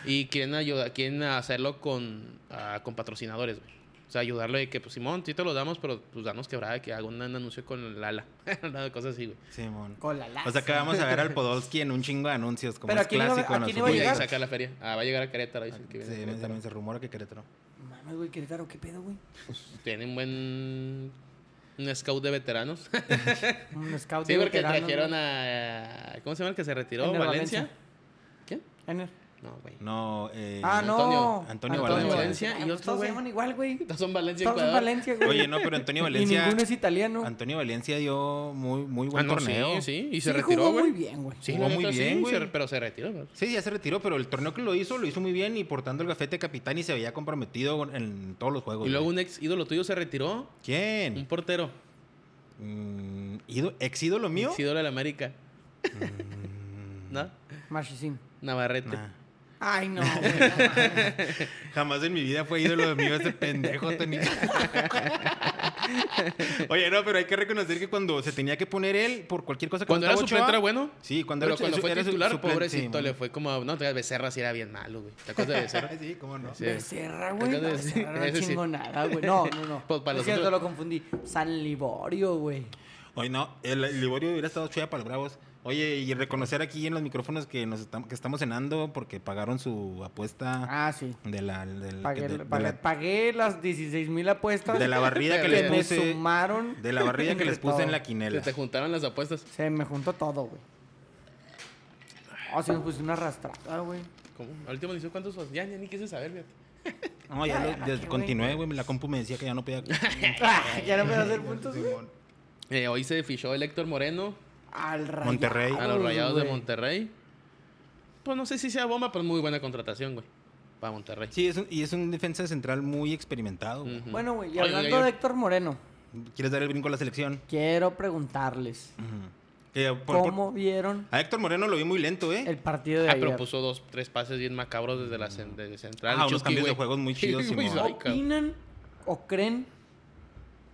Speaker 1: y quieren ayudar, quieren hacerlo con, ah, con patrocinadores, güey. O sea, ayudarlo de que, pues, Simón, sí te lo damos, pero pues danos quebrada que haga un anuncio con el ala. Una cosa así, güey.
Speaker 2: Simón.
Speaker 3: Con la laza.
Speaker 2: O sea, que vamos a ver al Podolski en un chingo de anuncios, como
Speaker 3: Pero
Speaker 2: es
Speaker 3: ¿a quién iba a-
Speaker 2: clásico
Speaker 3: a
Speaker 2: en
Speaker 3: quién
Speaker 2: nuestro
Speaker 3: iba a
Speaker 1: Y ahí
Speaker 3: llegar?
Speaker 1: saca la feria. Ah, va a llegar a Querétaro. Dicen que
Speaker 2: Sí,
Speaker 1: viene a
Speaker 2: también
Speaker 1: Querétaro.
Speaker 2: se rumora que Querétaro.
Speaker 3: Mames, güey, Querétaro, ¿qué pedo, güey?
Speaker 1: Tienen un buen... Un scout de veteranos.
Speaker 3: Un scout
Speaker 1: sí,
Speaker 3: de
Speaker 1: porque
Speaker 3: veteranos,
Speaker 1: trajeron
Speaker 3: güey.
Speaker 1: a... ¿Cómo se llama el que se retiró?
Speaker 3: Ener
Speaker 1: ¿Valencia?
Speaker 3: Valencia.
Speaker 1: ¿Quién?
Speaker 3: Ener.
Speaker 1: No, güey.
Speaker 2: No, eh,
Speaker 3: Ah, no.
Speaker 1: Antonio-
Speaker 2: Antonio
Speaker 1: Valencia.
Speaker 3: Ah,
Speaker 1: Y
Speaker 3: pues
Speaker 1: otro,
Speaker 3: todos
Speaker 1: güey.
Speaker 3: se llaman igual, güey.
Speaker 1: Estos son Valencia y
Speaker 3: Todos son
Speaker 1: Ecuador.
Speaker 3: Valencia, güey.
Speaker 2: Oye, no, pero Antonio
Speaker 3: Y
Speaker 2: Valencia.
Speaker 3: ninguno es italiano.
Speaker 2: Antonio Valencia dio muy, muy
Speaker 1: Ah,
Speaker 2: buen
Speaker 1: no,
Speaker 2: torneo.
Speaker 1: sí, sí. Y se
Speaker 3: Sí,
Speaker 1: retiró,
Speaker 3: jugó
Speaker 1: güey.
Speaker 3: muy bien, güey.
Speaker 1: Sí,
Speaker 2: Jugó
Speaker 1: la
Speaker 2: muy
Speaker 1: neta, sí,
Speaker 2: bien, güey.
Speaker 1: se- pero se retiró. güey.
Speaker 2: Sí, ya se retiró, pero el torneo que lo hizo, lo hizo muy bien y portando el gafete de capitán y se veía comprometido en todos los juegos.
Speaker 1: Y luego
Speaker 2: güey.
Speaker 1: un ex ídolo tuyo se retiró. Un
Speaker 2: ¿Quién?
Speaker 1: portero.
Speaker 2: Mm, ídolo- ¿Ex ídolo mío?
Speaker 1: Ex ídolo de la América. ¿No?
Speaker 3: Marchesín.
Speaker 1: Navarrete.
Speaker 2: Mm. Nah.
Speaker 3: Ay, no, güey, no mames.
Speaker 2: Ah. Jamás en mi vida fue ídolo mío ese pendejo, Tony. Oye, no, pero hay que reconocer que cuando se tenía que poner él por cualquier cosa que
Speaker 1: Cuando era
Speaker 2: estaba
Speaker 1: suplente
Speaker 2: Ochoa-
Speaker 1: era bueno.
Speaker 2: Sí, cuando
Speaker 1: Pero
Speaker 2: era,
Speaker 1: cuando
Speaker 2: su-
Speaker 1: fue
Speaker 2: era su-
Speaker 1: titular,
Speaker 2: suplente,
Speaker 1: pobrecito,
Speaker 2: sí,
Speaker 1: le fue como... No, te- Becerra sí era bien malo, güey. ¿Te acuerdas de Becerra?
Speaker 2: mon. Sí, cómo no.
Speaker 1: Sí.
Speaker 3: Becerra, güey. No,
Speaker 1: Entonces, sí,
Speaker 3: Becerra era
Speaker 1: ese sí.
Speaker 3: chingonada, güey. No, no, no.
Speaker 1: Pues, para
Speaker 3: es
Speaker 1: los
Speaker 3: cierto,
Speaker 1: otros-
Speaker 3: lo confundí. San Liborio, güey.
Speaker 2: Oye, no, el el Liborio hubiera estado chida para los Bravos. Oye, y reconocer aquí en los micrófonos que nos estamos, que estamos cenando porque pagaron su apuesta
Speaker 3: Ah, sí.
Speaker 2: de la del-
Speaker 3: Pagué,
Speaker 2: de- de
Speaker 3: pagué-
Speaker 2: la-
Speaker 3: pagué las 16 mil apuestas
Speaker 2: de la barrida que
Speaker 3: que
Speaker 2: les
Speaker 1: le
Speaker 3: me
Speaker 2: puse.
Speaker 3: sumaron.
Speaker 2: De la barrida que les
Speaker 3: entre
Speaker 2: puse en
Speaker 3: todo.
Speaker 2: la
Speaker 1: Se
Speaker 2: quinela.
Speaker 1: te juntaron las apuestas.
Speaker 3: Se me juntó todo, güey. Ah, sí, me puse una arrastrada, güey.
Speaker 1: ¿Cómo? Al último dice cuántos son. Ya, ya ni quise saber, fíjate.
Speaker 2: No, ya lo- ya continué, güey. La compu me decía que ya no podía.
Speaker 3: Ah, ya no puedo hacer puntos, güey.
Speaker 1: Eh, hoy se fichó el Héctor Moreno
Speaker 3: Al rayados,
Speaker 2: Monterrey.
Speaker 1: a los Rayados de
Speaker 3: güey.
Speaker 1: Monterrey. Pues no sé si sea bomba, pero muy buena contratación, güey. Para Monterrey.
Speaker 2: Sí, es un- y es un defensa central muy
Speaker 3: Mm.
Speaker 2: experimentado. güey.
Speaker 1: Ujú.
Speaker 3: Bueno, güey, y
Speaker 1: Oye,
Speaker 3: hablando
Speaker 1: yo-
Speaker 3: de Héctor Moreno,
Speaker 2: ¿Quieres dar el brinco a la selección?
Speaker 3: quiero preguntarles,
Speaker 2: Ujú. Que por- por-
Speaker 3: ¿cómo vieron
Speaker 2: a Héctor Moreno lo vi muy lento, ¿eh?
Speaker 3: el partido de
Speaker 1: Ah,
Speaker 3: ayer?
Speaker 1: pero puso dos, tres pases bien macabros desde la cen- desde central.
Speaker 2: Ah, unos
Speaker 1: Chucky,
Speaker 2: cambios de
Speaker 1: güey.
Speaker 2: juegos muy
Speaker 1: Sí,
Speaker 2: chidos,
Speaker 1: güey,
Speaker 2: Simón.
Speaker 1: ay, cabrón.
Speaker 3: ¿Opinan o creen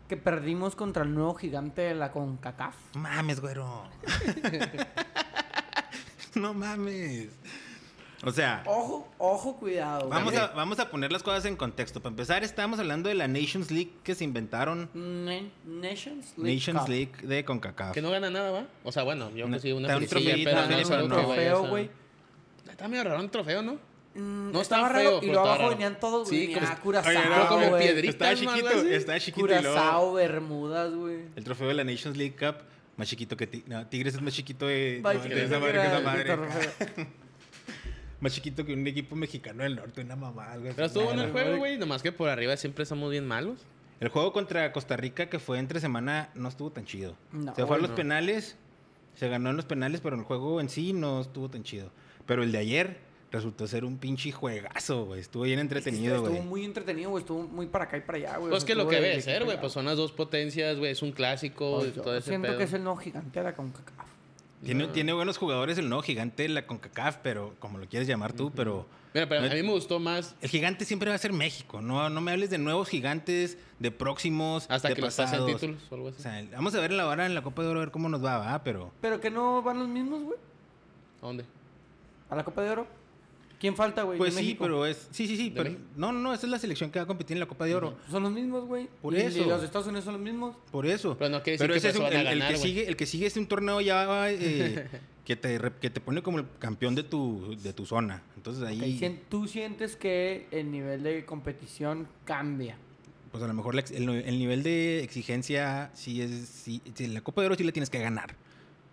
Speaker 3: que perdimos contra el nuevo gigante de la CONCACAF?
Speaker 2: No mames, güero. no mames. O sea,
Speaker 3: Ojo, ojo, cuidado. güey.
Speaker 2: vamos a, vamos a poner las cosas en contexto. Para empezar, estábamos hablando de la Nations League que se inventaron.
Speaker 3: Ne- Nations League.
Speaker 2: Nations
Speaker 3: Cup.
Speaker 2: League de CONCACAF.
Speaker 1: Que no gana nada, ¿va? O sea, bueno, yo
Speaker 2: No,
Speaker 1: que sí, una
Speaker 2: está un
Speaker 1: felicilla,
Speaker 2: trofeito,
Speaker 1: pero
Speaker 2: no,
Speaker 1: no es
Speaker 2: no,
Speaker 1: algo
Speaker 2: no.
Speaker 1: que vaya a
Speaker 3: Trofeo,
Speaker 1: ser-
Speaker 3: güey.
Speaker 1: Está medio raro un trofeo, ¿no?
Speaker 3: Mm,
Speaker 1: No
Speaker 3: estaba
Speaker 1: está
Speaker 3: raro.
Speaker 1: feo,
Speaker 3: y
Speaker 1: pero
Speaker 3: luego
Speaker 1: está
Speaker 3: abajo
Speaker 1: raro.
Speaker 3: venían todos,
Speaker 1: Sí,
Speaker 3: güey.
Speaker 1: como-
Speaker 3: ah, Curazao,
Speaker 2: Oye,
Speaker 1: no, como
Speaker 3: güey.
Speaker 1: piedrita.
Speaker 2: Estaba
Speaker 1: ¿no? Algo
Speaker 2: chiquito,
Speaker 1: así.
Speaker 2: estaba chiquito y luego-
Speaker 3: Curazao, Bermudas, güey.
Speaker 2: El trofeo de la Nations League Cup, más chiquito que Ti- no, Tigres es más chiquito de,
Speaker 3: Vaya,
Speaker 2: no, de
Speaker 3: que
Speaker 2: esa madre,
Speaker 3: era
Speaker 2: que esa
Speaker 3: el
Speaker 2: madre.
Speaker 3: torneo.
Speaker 2: Más chiquito que un equipo mexicano del norte, una mamada. algo así.
Speaker 1: Pero estuvo bueno el
Speaker 2: Nah,
Speaker 1: juego, güey. Nomás que por arriba siempre estamos bien malos.
Speaker 2: El juego contra Costa Rica que fue entre semana no estuvo tan chido.
Speaker 3: No.
Speaker 2: se fue a los
Speaker 1: No.
Speaker 2: penales, se ganó en los penales, pero el juego en sí no estuvo tan chido. Pero el de ayer resultó ser un pinche juegazo, güey. Estuvo bien entretenido,
Speaker 3: Estuvo
Speaker 2: güey.
Speaker 3: muy entretenido, güey. Estuvo muy para acá y para allá, güey.
Speaker 1: Pues
Speaker 3: O sea,
Speaker 1: que lo
Speaker 3: estuvo
Speaker 1: que
Speaker 3: de-
Speaker 1: debe
Speaker 3: de
Speaker 1: ser,
Speaker 3: aquí
Speaker 1: güey.
Speaker 3: para
Speaker 1: Pues
Speaker 3: allá.
Speaker 1: son las dos potencias, güey. Es un clásico.
Speaker 3: Pues
Speaker 1: y
Speaker 3: yo
Speaker 1: todo ese
Speaker 3: siento
Speaker 1: pedo.
Speaker 3: que es el nuevo gigante de la CONCACAF.
Speaker 2: Tiene, tiene buenos jugadores el nuevo gigante, la CONCACAF, pero como lo quieres llamar tú, pero
Speaker 1: Mira, pero a
Speaker 2: No-
Speaker 1: mí me gustó más
Speaker 2: el gigante siempre va a ser México. No, no me hables de nuevos gigantes, de próximos,
Speaker 1: hasta
Speaker 2: de
Speaker 1: que los pasen
Speaker 2: pasados.
Speaker 1: títulos o algo
Speaker 2: O
Speaker 1: así.
Speaker 2: sea, vamos a ver en la hora en la Copa de Oro a ver cómo nos va, ¿va? Pero
Speaker 3: Pero que no van los mismos, güey.
Speaker 1: ¿A dónde?
Speaker 3: A la Copa de Oro. ¿Quién falta, güey? de
Speaker 2: Pues sí,
Speaker 3: México?
Speaker 2: pero es. Sí, sí, sí.
Speaker 1: ¿De
Speaker 2: Pero,
Speaker 1: México?
Speaker 2: no, no, no, esa es la selección que va a competir en la Copa de Oro.
Speaker 3: Son los mismos, güey.
Speaker 2: Por
Speaker 3: Y-
Speaker 2: eso.
Speaker 3: Y los de Estados Unidos son los mismos.
Speaker 2: Por eso.
Speaker 1: Pero no quiere decir que
Speaker 2: ese
Speaker 1: por eso
Speaker 2: un-
Speaker 1: van a
Speaker 2: el, el
Speaker 1: ganar,
Speaker 2: que
Speaker 1: güey.
Speaker 2: sigue, el que sigue es un torneo ya eh, que, te, re- que te pone como el campeón de tu, de tu zona. Entonces ahí,
Speaker 3: Ok, sien- Tú sientes que el nivel de competición cambia.
Speaker 2: pues a lo mejor la ex- el, el nivel de exigencia sí es. Sí, sí, la Copa de Oro sí la tienes que ganar.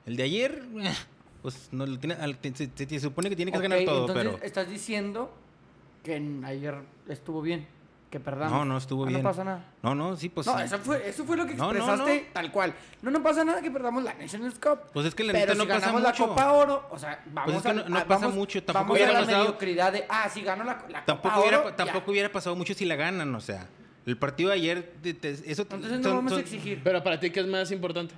Speaker 2: El de ayer, eh, pues no lo tiene, al- te- se, se- se supone que tiene que
Speaker 3: Ok,
Speaker 2: ganar todo,
Speaker 3: entonces
Speaker 2: pero.
Speaker 3: estás diciendo que en- ayer estuvo bien, que perdamos.
Speaker 2: No, no, estuvo
Speaker 3: Ah,
Speaker 2: bien.
Speaker 3: No pasa nada.
Speaker 2: No, no, sí, pues.
Speaker 3: no,
Speaker 2: sí.
Speaker 3: eso fue, eso fue lo que
Speaker 2: No, no,
Speaker 3: expresaste tal cual. No, no pasa nada que perdamos la Nations Cup.
Speaker 2: Pues es que la neta
Speaker 3: pero si
Speaker 2: no pasa
Speaker 3: ganamos
Speaker 2: mucho. Pues
Speaker 3: la Copa Oro, o sea, vamos
Speaker 2: es que
Speaker 3: a,
Speaker 2: no- no
Speaker 3: a-
Speaker 2: pasa
Speaker 3: vamos-
Speaker 2: mucho, tampoco
Speaker 3: vamos a
Speaker 2: hubiera
Speaker 3: la
Speaker 2: pasado-
Speaker 3: mediocridad de, ah, si ganó la, la
Speaker 2: Tampoco,
Speaker 3: Copa
Speaker 2: hubiera,
Speaker 3: Oro,
Speaker 2: pa- tampoco
Speaker 3: ya.
Speaker 2: hubiera pasado mucho si la ganan, o sea. El partido de ayer, te- te- eso...
Speaker 3: Entonces no vamos a exigir.
Speaker 1: Pero para ti, ¿qué es más importante?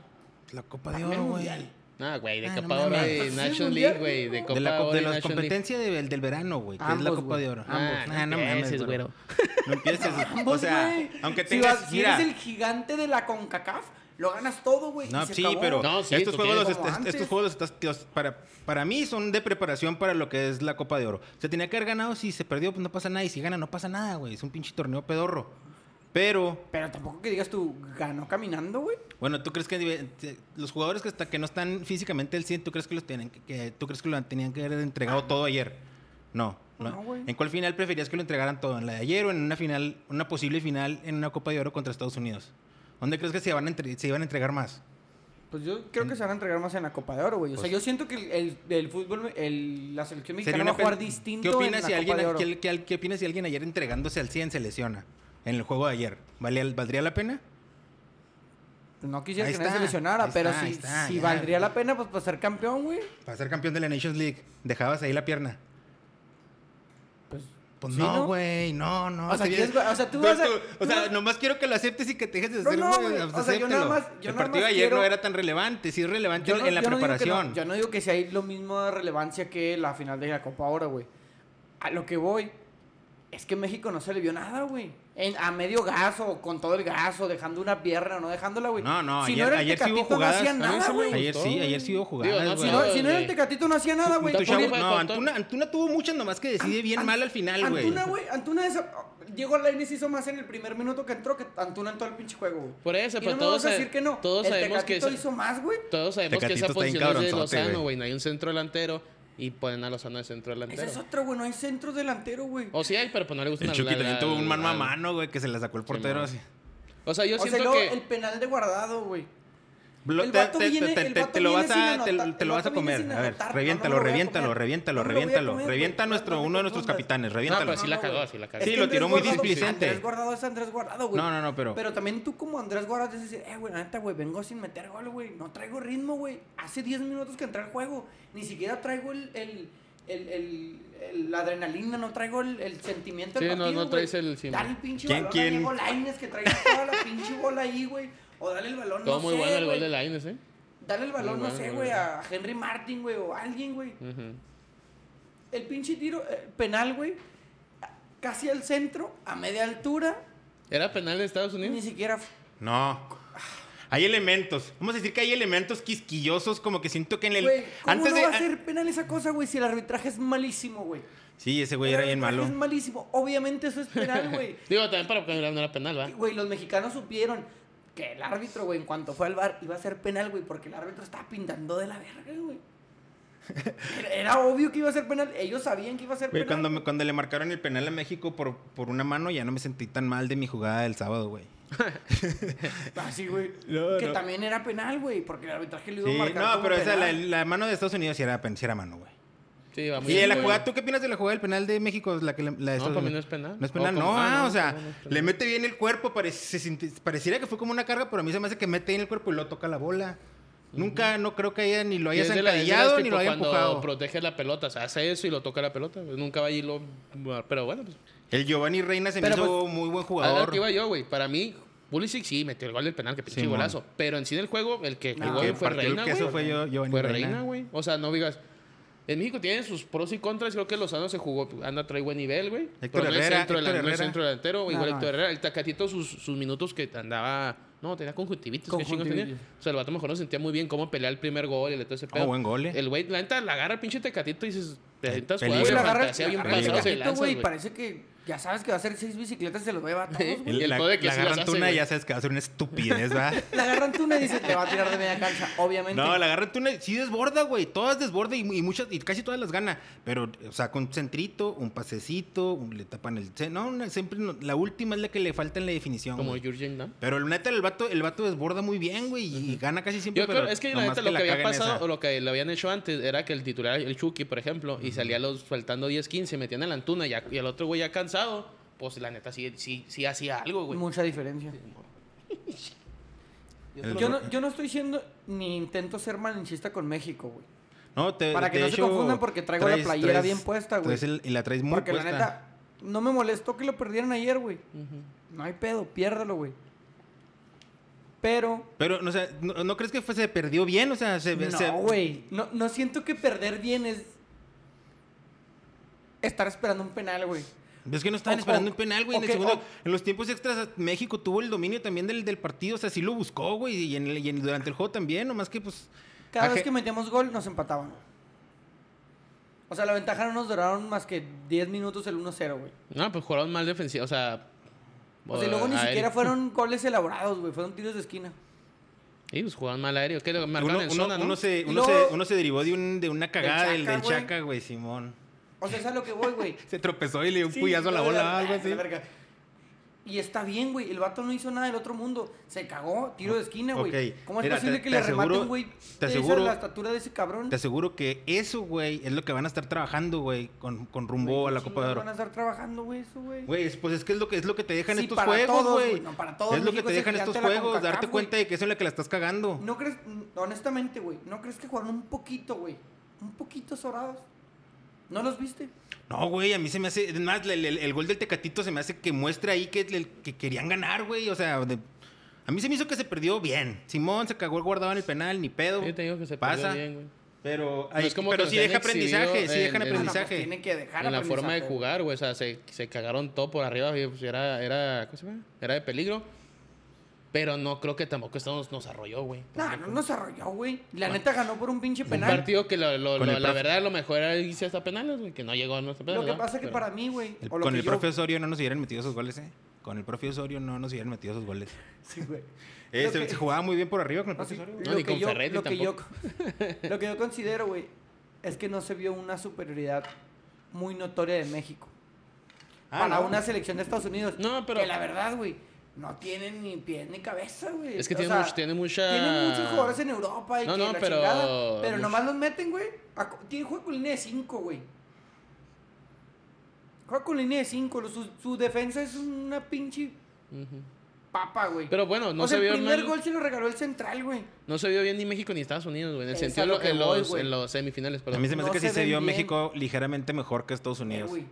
Speaker 2: La Copa de Oro, güey.
Speaker 1: Nada, güey, de
Speaker 2: Ah, no
Speaker 1: Copa Oro
Speaker 2: mames.
Speaker 1: y
Speaker 3: Pues sí,
Speaker 1: National
Speaker 3: mundial,
Speaker 1: League, güey. De
Speaker 3: ¿no?
Speaker 1: Copa
Speaker 2: de, la co-
Speaker 1: Oro
Speaker 2: de
Speaker 1: y
Speaker 2: las
Speaker 1: National League.
Speaker 2: competencias de- del verano, güey, que es la
Speaker 3: Ambos,
Speaker 2: Copa
Speaker 3: güey.
Speaker 2: de Oro.
Speaker 1: Ah,
Speaker 2: Ah,
Speaker 1: no empieces, güero.
Speaker 2: No empieces,
Speaker 3: Ambos,
Speaker 2: o sea,
Speaker 3: güey.
Speaker 2: aunque
Speaker 3: Si
Speaker 2: tengas,
Speaker 3: vas- si
Speaker 2: mira,
Speaker 3: eres el gigante de la CONCACAF, lo ganas todo, güey. y
Speaker 2: no,
Speaker 3: se
Speaker 2: sí,
Speaker 3: acabó.
Speaker 2: pero
Speaker 1: No, sí,
Speaker 2: estos,
Speaker 1: tú
Speaker 2: juegos los
Speaker 1: tienes
Speaker 3: como
Speaker 2: est-
Speaker 3: antes.
Speaker 2: estos juegos los estás- los- para, para mí son de preparación para lo que es la Copa de Oro. Se tenía que haber ganado, si se perdió, pues no pasa nada, y si gana, no pasa nada, güey. Es un pinche torneo pedorro. Pero,
Speaker 3: Pero tampoco que digas tú, ganó caminando, güey.
Speaker 2: bueno, ¿tú crees que debe- te- los jugadores que hasta que no están físicamente al 100, ¿tú crees que los tienen que, que- tú crees que lo tenían que haber entregado todo ayer? No. no.
Speaker 3: No, güey.
Speaker 2: ¿En cuál final preferías que lo entregaran todo? ¿En la de ayer o en una final, una posible final en una Copa de Oro contra Estados Unidos? ¿Dónde crees que se, van a entre- se iban a entregar más?
Speaker 3: Pues yo creo que se van a entregar más en la Copa de Oro, güey. O sea,
Speaker 2: Pues-
Speaker 3: yo siento que el, el- el fútbol, el- la selección
Speaker 2: Sería
Speaker 3: mexicana va a
Speaker 2: una pe-
Speaker 3: jugar distinto
Speaker 2: ¿Qué opinas
Speaker 3: en la
Speaker 2: si
Speaker 3: Copa
Speaker 2: alguien,
Speaker 3: de Oro.
Speaker 2: qué- qué- qué opinas si alguien ayer entregándose al 100 se lesiona en el juego de ayer? ¿Valía- ¿Valdría la pena?
Speaker 3: No quisiera
Speaker 2: Ahí
Speaker 3: que nadie se
Speaker 2: está,
Speaker 3: lesionara,
Speaker 2: ahí
Speaker 3: pero
Speaker 2: está,
Speaker 3: si,
Speaker 2: ahí está,
Speaker 3: si
Speaker 2: ya.
Speaker 3: valdría la pena, pues, para ser campeón, güey.
Speaker 2: Para ser campeón de la Nations League, ¿dejabas ahí la pierna?
Speaker 3: Pues,
Speaker 2: Pues
Speaker 3: ¿sí,
Speaker 2: no, güey, no, no.
Speaker 3: O sea,
Speaker 2: sería-
Speaker 3: ¿quieres- o sea, tú
Speaker 2: Pero
Speaker 3: vas a-
Speaker 2: O
Speaker 3: tú
Speaker 2: sea,
Speaker 3: vas-
Speaker 2: nomás quiero que lo aceptes y que te dejes de
Speaker 3: No,
Speaker 2: hacer,
Speaker 3: no,
Speaker 2: güey,
Speaker 3: güey,
Speaker 2: pues,
Speaker 3: o sea, yo nada
Speaker 2: acéptalo.
Speaker 3: más- yo
Speaker 2: El
Speaker 3: nada
Speaker 2: partido de
Speaker 3: más
Speaker 2: ayer no
Speaker 3: quiero-
Speaker 2: era tan relevante, sí es relevante
Speaker 3: yo
Speaker 2: en-
Speaker 3: no-
Speaker 2: en la
Speaker 3: yo no digo que no,
Speaker 2: preparación.
Speaker 3: yo no digo que sea ahí lo mismo de relevancia que la final de la Copa Oro, güey. A lo que voy Es que en México no se le vio nada, güey. En- a medio gas o con todo el gas o dejando una pierna o no dejándola, güey.
Speaker 2: No, no,
Speaker 3: si
Speaker 2: ayer,
Speaker 3: no era el
Speaker 2: ayer sí hubo
Speaker 3: Tecatito,
Speaker 2: jugadas.
Speaker 3: No hacían nada, güey.
Speaker 2: ayer
Speaker 1: gustó,
Speaker 2: sí, ayer
Speaker 1: güey.
Speaker 2: sí hubo jugadas.
Speaker 1: Digo, no,
Speaker 3: Si
Speaker 2: güey.
Speaker 3: no,
Speaker 1: Güey.
Speaker 3: si no era el Tecatito, no hacía nada, güey.
Speaker 2: Tu
Speaker 1: Tuchel
Speaker 2: chavo-
Speaker 1: Oye,
Speaker 3: Ponía-
Speaker 1: fue
Speaker 2: no,
Speaker 1: con todo.
Speaker 2: Antuna, Antuna tuvo muchas nomás que decide bien
Speaker 3: An-
Speaker 2: mal al final, güey.
Speaker 3: Antuna, güey. Antuna, esa- Diego Lainez hizo más en el primer minuto que entró que Antuna en todo el pinche juego, güey.
Speaker 1: Por eso,
Speaker 3: Y
Speaker 1: pero
Speaker 3: no
Speaker 1: todos
Speaker 3: me vas a
Speaker 1: sa-
Speaker 3: decir que no.
Speaker 1: todos
Speaker 3: el
Speaker 1: sabemos que
Speaker 3: Tecatito
Speaker 1: esa-
Speaker 3: hizo más, güey.
Speaker 1: Todos sabemos que
Speaker 2: Tecatito
Speaker 1: esa
Speaker 2: está bien
Speaker 1: posición es de
Speaker 2: cabronzote,
Speaker 1: Lozano,
Speaker 2: güey.
Speaker 1: güey. No hay un centro delantero y ponen a Lozano de centro delantero.
Speaker 3: Ese es otro, güey. No hay centro delantero, güey.
Speaker 1: O sí hay, pero pues no le gusta
Speaker 2: El Chucky también tuvo un mano a mano, güey, que se la sacó el portero así.
Speaker 1: O sea, yo
Speaker 3: O sea,
Speaker 1: siento
Speaker 3: luego
Speaker 1: que.
Speaker 3: el penal de guardado, güey.
Speaker 2: Blo-
Speaker 3: El
Speaker 2: te-
Speaker 3: vato
Speaker 2: te-
Speaker 3: viene-
Speaker 2: te-
Speaker 3: el
Speaker 2: te-
Speaker 3: vato
Speaker 2: te lo
Speaker 3: viene
Speaker 2: vas a-
Speaker 3: sin
Speaker 2: te-
Speaker 3: anotar,
Speaker 2: te lo
Speaker 3: el
Speaker 2: vas a
Speaker 3: vato viene
Speaker 2: comer.
Speaker 3: sin
Speaker 2: A ver,
Speaker 3: anotar, no,
Speaker 2: reviéntalo,
Speaker 3: no lo voy a
Speaker 2: reviéntalo,
Speaker 3: comer.
Speaker 2: reviéntalo,
Speaker 3: No lo voy a
Speaker 2: reviéntalo.
Speaker 3: comer,
Speaker 2: Revienta
Speaker 3: güey,
Speaker 2: a
Speaker 3: no,
Speaker 2: nuestro,
Speaker 3: no me
Speaker 2: uno de nuestros
Speaker 3: confundas.
Speaker 2: capitanes,
Speaker 1: No,
Speaker 2: reviéntalo.
Speaker 1: pero sí la cagó, sí la cagó.
Speaker 2: Sí,
Speaker 3: Es que
Speaker 2: lo
Speaker 3: Andrés
Speaker 2: tiró muy
Speaker 3: Guardado-
Speaker 2: displicente.
Speaker 3: Andrés Guardado es Andrés Guardado, güey.
Speaker 2: No, no, no, pero-
Speaker 3: Pero también tú como Andrés Guardado es decir, eh, güey, la neta, güey, vengo sin meter gol, güey. No traigo ritmo, güey. Hace 10 minutos que entré al juego. Ni siquiera traigo el... el el, el, el- la adrenalina, no traigo el, el sentimiento del
Speaker 1: Sí, no,
Speaker 3: partido,
Speaker 1: no traes
Speaker 3: güey.
Speaker 1: el- sí,
Speaker 3: Dale
Speaker 1: man.
Speaker 3: el pinche
Speaker 2: ¿Quién-
Speaker 3: balón
Speaker 2: quién?
Speaker 3: a Diego Lainez que traiga toda la pinche bola ahí, güey. O dale el balón,
Speaker 1: Todo
Speaker 3: no
Speaker 1: muy
Speaker 3: sé,
Speaker 1: bueno el
Speaker 3: güey.
Speaker 1: gol de Lainez, ¿eh?
Speaker 3: Dale el balón,
Speaker 1: Muy
Speaker 3: no
Speaker 1: bueno,
Speaker 3: sé,
Speaker 1: muy
Speaker 3: güey,
Speaker 1: bueno.
Speaker 3: a Henry Martin, güey, o a alguien, güey.
Speaker 1: Ujú.
Speaker 3: El pinche tiro, eh, penal, güey, a- casi al centro, a media altura,
Speaker 1: ¿Era penal de Estados
Speaker 3: ni
Speaker 1: Unidos?
Speaker 3: siquiera... f-
Speaker 2: No. Hay elementos. Vamos a decir que hay elementos quisquillosos, como que siento que en el.
Speaker 3: Güey, ¿cómo
Speaker 2: antes
Speaker 3: no
Speaker 2: de.
Speaker 3: va a ser penal esa cosa, güey, si el arbitraje es malísimo, güey?
Speaker 2: Sí, ese güey era bien malo.
Speaker 3: Es malísimo. Obviamente eso es penal, güey.
Speaker 1: Digo, también para porque no era penal, ¿va?
Speaker 3: Güey, los mexicanos supieron que el árbitro, güey, en cuanto fue al bar, iba a ser penal, güey, porque el árbitro estaba pintando de la verga, güey. Era, era obvio que iba a ser penal. Ellos sabían que iba a ser
Speaker 2: Güey,
Speaker 3: penal.
Speaker 2: cuando, me- cuando le marcaron el penal a México por, por una mano, ya no me sentí tan mal de mi jugada del sábado, güey.
Speaker 3: Ah, sí, güey.
Speaker 2: No,
Speaker 3: que
Speaker 2: no.
Speaker 3: también era penal, güey, porque el arbitraje lo iba
Speaker 2: Sí,
Speaker 3: a marcar.
Speaker 2: no,
Speaker 3: como
Speaker 2: pero esa, la,
Speaker 3: penal.
Speaker 2: la mano de Estados Unidos sí era, pen- sí era mano, güey.
Speaker 1: Sí, va muy
Speaker 2: Y de
Speaker 1: bien,
Speaker 2: la
Speaker 1: güey.
Speaker 2: jugada, ¿tú qué opinas de la jugada del penal de México? La que le- la de
Speaker 1: No,
Speaker 2: Estados
Speaker 1: para mí
Speaker 2: Unidos?
Speaker 1: no es penal.
Speaker 2: No es penal,
Speaker 1: Oh,
Speaker 2: no,
Speaker 1: como- ah,
Speaker 2: ah,
Speaker 1: no,
Speaker 2: o sea,
Speaker 1: no, no es penal.
Speaker 2: le mete bien el cuerpo, parec- se sinti- pareciera que fue como una carga, pero a mí se me hace que mete bien el cuerpo y lo toca la bola. Nunca, no creo que haya ni lo
Speaker 1: Y
Speaker 2: haya
Speaker 1: es de la- es de las
Speaker 2: zancadillado ni
Speaker 1: tipo
Speaker 2: lo haya
Speaker 1: cuando
Speaker 2: empujado.
Speaker 1: protege la pelota, o sea, hace eso y lo toca la pelota. güey. Nunca va y lo. Pero bueno, pues.
Speaker 2: El Giovanni Reina se me
Speaker 3: Pero
Speaker 2: hizo muy buen
Speaker 1: A ver,
Speaker 2: jugador.
Speaker 1: ¿qué iba yo, güey? Para mí, Pulisic sí metió el gol del penal, que pinche
Speaker 2: Simón.
Speaker 1: golazo. Pero en sí del juego, el que
Speaker 3: No.
Speaker 1: jugó
Speaker 3: Que
Speaker 1: fue
Speaker 2: partió el
Speaker 1: Reina,
Speaker 2: queso
Speaker 1: güey.
Speaker 2: fue yo- Giovanni
Speaker 1: Fue
Speaker 2: Reina.
Speaker 1: Reina, güey. O sea, no digas... En México tienen sus pros y contras. Creo que Lozano se jugó, anda, trae buen nivel, güey.
Speaker 2: Héctor
Speaker 1: no es
Speaker 2: Herrera,
Speaker 1: centro,
Speaker 2: Héctor
Speaker 1: delan- no es
Speaker 2: Herrera.
Speaker 1: centro delantero, güey.
Speaker 3: No,
Speaker 1: igual
Speaker 3: no.
Speaker 1: Héctor Herrera. El Tacatito, sus, sus minutos que andaba... No, tenía conjuntivitis. ¿qué chingos tenía?
Speaker 3: Conjuntivitis.
Speaker 1: O sea, el vato mejor no sentía muy bien cómo pelear el primer gol y todo ese pedo.
Speaker 2: buen gol, eh.
Speaker 1: El güey, la neta, la agarra el pinche Tecatito y dices... Te
Speaker 2: El
Speaker 1: sientas
Speaker 2: peligro.
Speaker 1: jugando
Speaker 3: Güey,
Speaker 1: de
Speaker 3: la agarra
Speaker 1: fantasía bien
Speaker 3: agarra el
Speaker 1: pasado se
Speaker 3: gatito,
Speaker 1: lanzas,
Speaker 3: güey,
Speaker 1: güey.
Speaker 3: parece que ya sabes que va a hacer seis bicicletas y se los va a llevar a todos, güey.
Speaker 1: y el
Speaker 2: la,
Speaker 1: poder que
Speaker 2: la
Speaker 1: sí las
Speaker 2: agarran
Speaker 1: hace,
Speaker 2: tuna,
Speaker 1: güey.
Speaker 2: ya sabes que va a ser una estupidez, ¿verdad?
Speaker 3: La agarran tú y dice, te va a tirar de media cancha, obviamente.
Speaker 2: No, la agarra Tuna sí desborda, güey. Todas desborda y, y muchas, y casi todas las gana. Pero, o sea, con un centrito, un pasecito, un- le tapan el. ce- No, una- siempre no- la última es la que le falta en la definición.
Speaker 1: Como
Speaker 2: güey.
Speaker 1: Jurgen Damm.
Speaker 2: Pero el neta, el vato, el vato desborda muy bien, güey. Y gana casi siempre.
Speaker 1: Yo
Speaker 2: pero
Speaker 1: creo, es que la
Speaker 2: nomás
Speaker 1: neta lo
Speaker 2: la
Speaker 1: que había
Speaker 2: caga en
Speaker 1: pasado
Speaker 2: esa.
Speaker 1: o lo que le habían hecho antes era que el titular, el Chucky, por ejemplo, y salía los faltando 10, 15, metían a la Antuna y, a- y al otro güey ya cansado, pues la neta sí, sí, sí hacía algo, güey.
Speaker 3: Mucha diferencia.
Speaker 2: El-
Speaker 3: Yo no, yo no estoy siendo ni intento ser malinchista con México, güey.
Speaker 2: No, te-
Speaker 3: para que
Speaker 2: de
Speaker 3: no se
Speaker 2: hecho,
Speaker 3: confundan porque traigo la playera bien puesta, güey.
Speaker 2: traes el- Y la traes muy
Speaker 3: Porque
Speaker 2: puesta.
Speaker 3: la neta, no me molestó que lo perdieran ayer, güey. No hay pedo, piérdalo, güey. Pero,
Speaker 2: Pero, no, o sea, ¿no, no crees que fue, se perdió bien? O sea, se. se-
Speaker 3: no, güey. No, no siento que perder bien es estar esperando un penal, güey.
Speaker 2: Es que no estaban
Speaker 3: O-
Speaker 2: esperando
Speaker 3: o-
Speaker 2: un penal, güey. En, el
Speaker 3: ok,
Speaker 2: segundo-
Speaker 3: o-
Speaker 2: en los tiempos extras, México tuvo el dominio también del, del partido. O sea, sí lo buscó, güey. Y, en el- y en- durante el juego también, nomás que pues.
Speaker 3: Cada
Speaker 2: aje-
Speaker 3: vez que metíamos gol, nos empataban. O sea, la ventaja no nos duraron más que 10 minutos el 1-0, güey.
Speaker 1: No, pues jugaron mal defensivo, o sea...
Speaker 3: O sea, y luego ni
Speaker 1: aéreo.
Speaker 3: siquiera fueron goles elaborados, güey. Fueron tiros de esquina.
Speaker 1: Sí, pues jugaron mal aéreo. ¿Qué? Lo marcaron
Speaker 2: Uno,
Speaker 1: en
Speaker 2: uno-
Speaker 1: zona, ¿no?
Speaker 2: uno se,
Speaker 3: Y
Speaker 2: uno,
Speaker 3: luego-
Speaker 2: se, uno se derivó de, un, de una cagada del,
Speaker 3: Chaca,
Speaker 2: del
Speaker 3: güey.
Speaker 2: Chaca, güey, Simón.
Speaker 3: O sea, es a lo que voy, güey.
Speaker 2: Se tropezó y le dio un
Speaker 3: Sí,
Speaker 2: puyazo a la
Speaker 3: la
Speaker 2: bola,
Speaker 3: verdad,
Speaker 2: algo
Speaker 3: la
Speaker 2: así.
Speaker 3: verga. Y está bien, güey. El vato no hizo nada del otro mundo. Se cagó, tiro de esquina, güey.
Speaker 2: Ok,
Speaker 3: ¿Cómo es
Speaker 2: mira,
Speaker 3: posible
Speaker 2: te-
Speaker 3: que
Speaker 2: te
Speaker 3: le remate
Speaker 2: aseguro-
Speaker 3: un güey
Speaker 2: te
Speaker 3: de esa-
Speaker 2: aseguro-
Speaker 3: la estatura de ese cabrón?
Speaker 2: Te aseguro que eso, güey, es lo que van a estar trabajando, güey, con, con rumbo
Speaker 3: Güey,
Speaker 2: a la
Speaker 3: ¿qué
Speaker 2: Copa de
Speaker 3: chingados
Speaker 2: Oro.
Speaker 3: van a estar trabajando, güey, eso, güey?
Speaker 2: Güey, es- pues es que es lo que es lo que te dejan
Speaker 3: Sí,
Speaker 2: estos
Speaker 3: para
Speaker 2: juegos,
Speaker 3: todos,
Speaker 2: güey.
Speaker 3: güey, no, para todos.
Speaker 2: Es lo que
Speaker 3: México
Speaker 2: te
Speaker 3: es el
Speaker 2: dejan
Speaker 3: gigante
Speaker 2: estos
Speaker 3: de la
Speaker 2: juegos,
Speaker 3: CONCACAF,
Speaker 2: darte
Speaker 3: güey.
Speaker 2: cuenta de que eso es la que la estás cagando.
Speaker 3: No crees, honestamente, güey, ¿no crees que jugaron un poquito, güey? Un poquito sobrados. ¿No los viste?
Speaker 2: No, güey, a mí se me hace. es más, el, el- el gol del Tecatito se me hace que muestra ahí que, le- que querían ganar, güey. O sea, de- a mí se me hizo que se perdió bien. Simón se cagó el guardado en el penal, ni pedo.
Speaker 1: Yo te digo que se
Speaker 2: pasa.
Speaker 1: perdió bien, güey.
Speaker 2: Pero,
Speaker 1: No es como
Speaker 2: pero
Speaker 1: que
Speaker 2: sí
Speaker 1: los
Speaker 2: deja
Speaker 1: hayan exhibido
Speaker 2: aprendizaje, sí
Speaker 1: en-
Speaker 2: dejan
Speaker 1: en-
Speaker 3: Ah, no, pues
Speaker 2: aprendizaje.
Speaker 3: tienen que dejar
Speaker 1: en la
Speaker 3: aprendizaje,
Speaker 1: forma de
Speaker 3: güey.
Speaker 1: jugar, güey. O sea, se, se cagaron todo por arriba. y, pues, era, era, ¿cómo se llama? Era de peligro. Pero no creo que tampoco esto nos, nos arrolló, güey.
Speaker 3: No, no nos arrolló, güey. La neta ganó por un pinche
Speaker 1: Un
Speaker 3: penal.
Speaker 1: partido que lo- lo-
Speaker 2: Con
Speaker 1: lo-
Speaker 2: el
Speaker 1: la
Speaker 2: profe.
Speaker 1: verdad lo mejor era irse hasta penales, güey. Que no llegó a nuestra penales.
Speaker 3: Lo que
Speaker 1: ¿verdad?
Speaker 3: pasa es que
Speaker 1: Pero-
Speaker 3: para mí, güey.
Speaker 2: El-
Speaker 3: o lo
Speaker 2: con
Speaker 3: que
Speaker 2: el
Speaker 3: yo-
Speaker 2: profe Osorio no nos hubieran metido esos goles, ¿eh? Con el profe Osorio no nos hubieran metido esos goles.
Speaker 3: Sí, güey.
Speaker 2: Eh,
Speaker 3: Lo
Speaker 2: se,
Speaker 3: que-
Speaker 2: se jugaba muy bien por arriba con el
Speaker 3: No,
Speaker 2: profe
Speaker 3: sí,
Speaker 2: Osorio.
Speaker 1: No,
Speaker 3: lo
Speaker 1: ni
Speaker 3: que
Speaker 1: con
Speaker 3: yo-
Speaker 1: Ferretti
Speaker 3: lo que yo- Lo que yo considero, güey, es que no se vio una superioridad muy notoria de México.
Speaker 2: Ah,
Speaker 3: para
Speaker 2: no.
Speaker 3: una selección de Estados Unidos.
Speaker 1: No, pero-
Speaker 3: Que la verdad, güey, no tienen ni pies ni cabeza, güey.
Speaker 1: Es que
Speaker 3: O
Speaker 1: tiene,
Speaker 3: sea,
Speaker 1: much- tiene mucha.
Speaker 3: Tienen muchos jugadores en Europa y
Speaker 1: No,
Speaker 3: que
Speaker 1: no,
Speaker 3: la
Speaker 1: pero-
Speaker 3: chingada, pero
Speaker 1: mucho-
Speaker 3: nomás los meten, güey. a co- Tiene juega con línea de 5, güey. Juega con línea de 5, su, su defensa es una pinche
Speaker 1: Ujú.
Speaker 3: papa, güey.
Speaker 1: Pero bueno, no
Speaker 3: o sea,
Speaker 1: se
Speaker 3: el
Speaker 1: vio
Speaker 3: primer
Speaker 1: mal-
Speaker 3: gol se lo regaló el central, güey.
Speaker 1: No se vio bien ni México ni Estados Unidos, güey. En el
Speaker 3: Es
Speaker 1: sentido
Speaker 3: a lo
Speaker 1: lo-
Speaker 3: que
Speaker 1: en,
Speaker 3: voy,
Speaker 1: los,
Speaker 3: güey.
Speaker 1: en los semifinales,
Speaker 2: A
Speaker 1: perdón.
Speaker 2: mí se me hace
Speaker 3: No
Speaker 2: que
Speaker 3: se
Speaker 2: sí se
Speaker 3: ven
Speaker 2: vio
Speaker 3: bien.
Speaker 2: México ligeramente mejor que Estados
Speaker 3: Eh,
Speaker 2: Unidos.
Speaker 3: güey.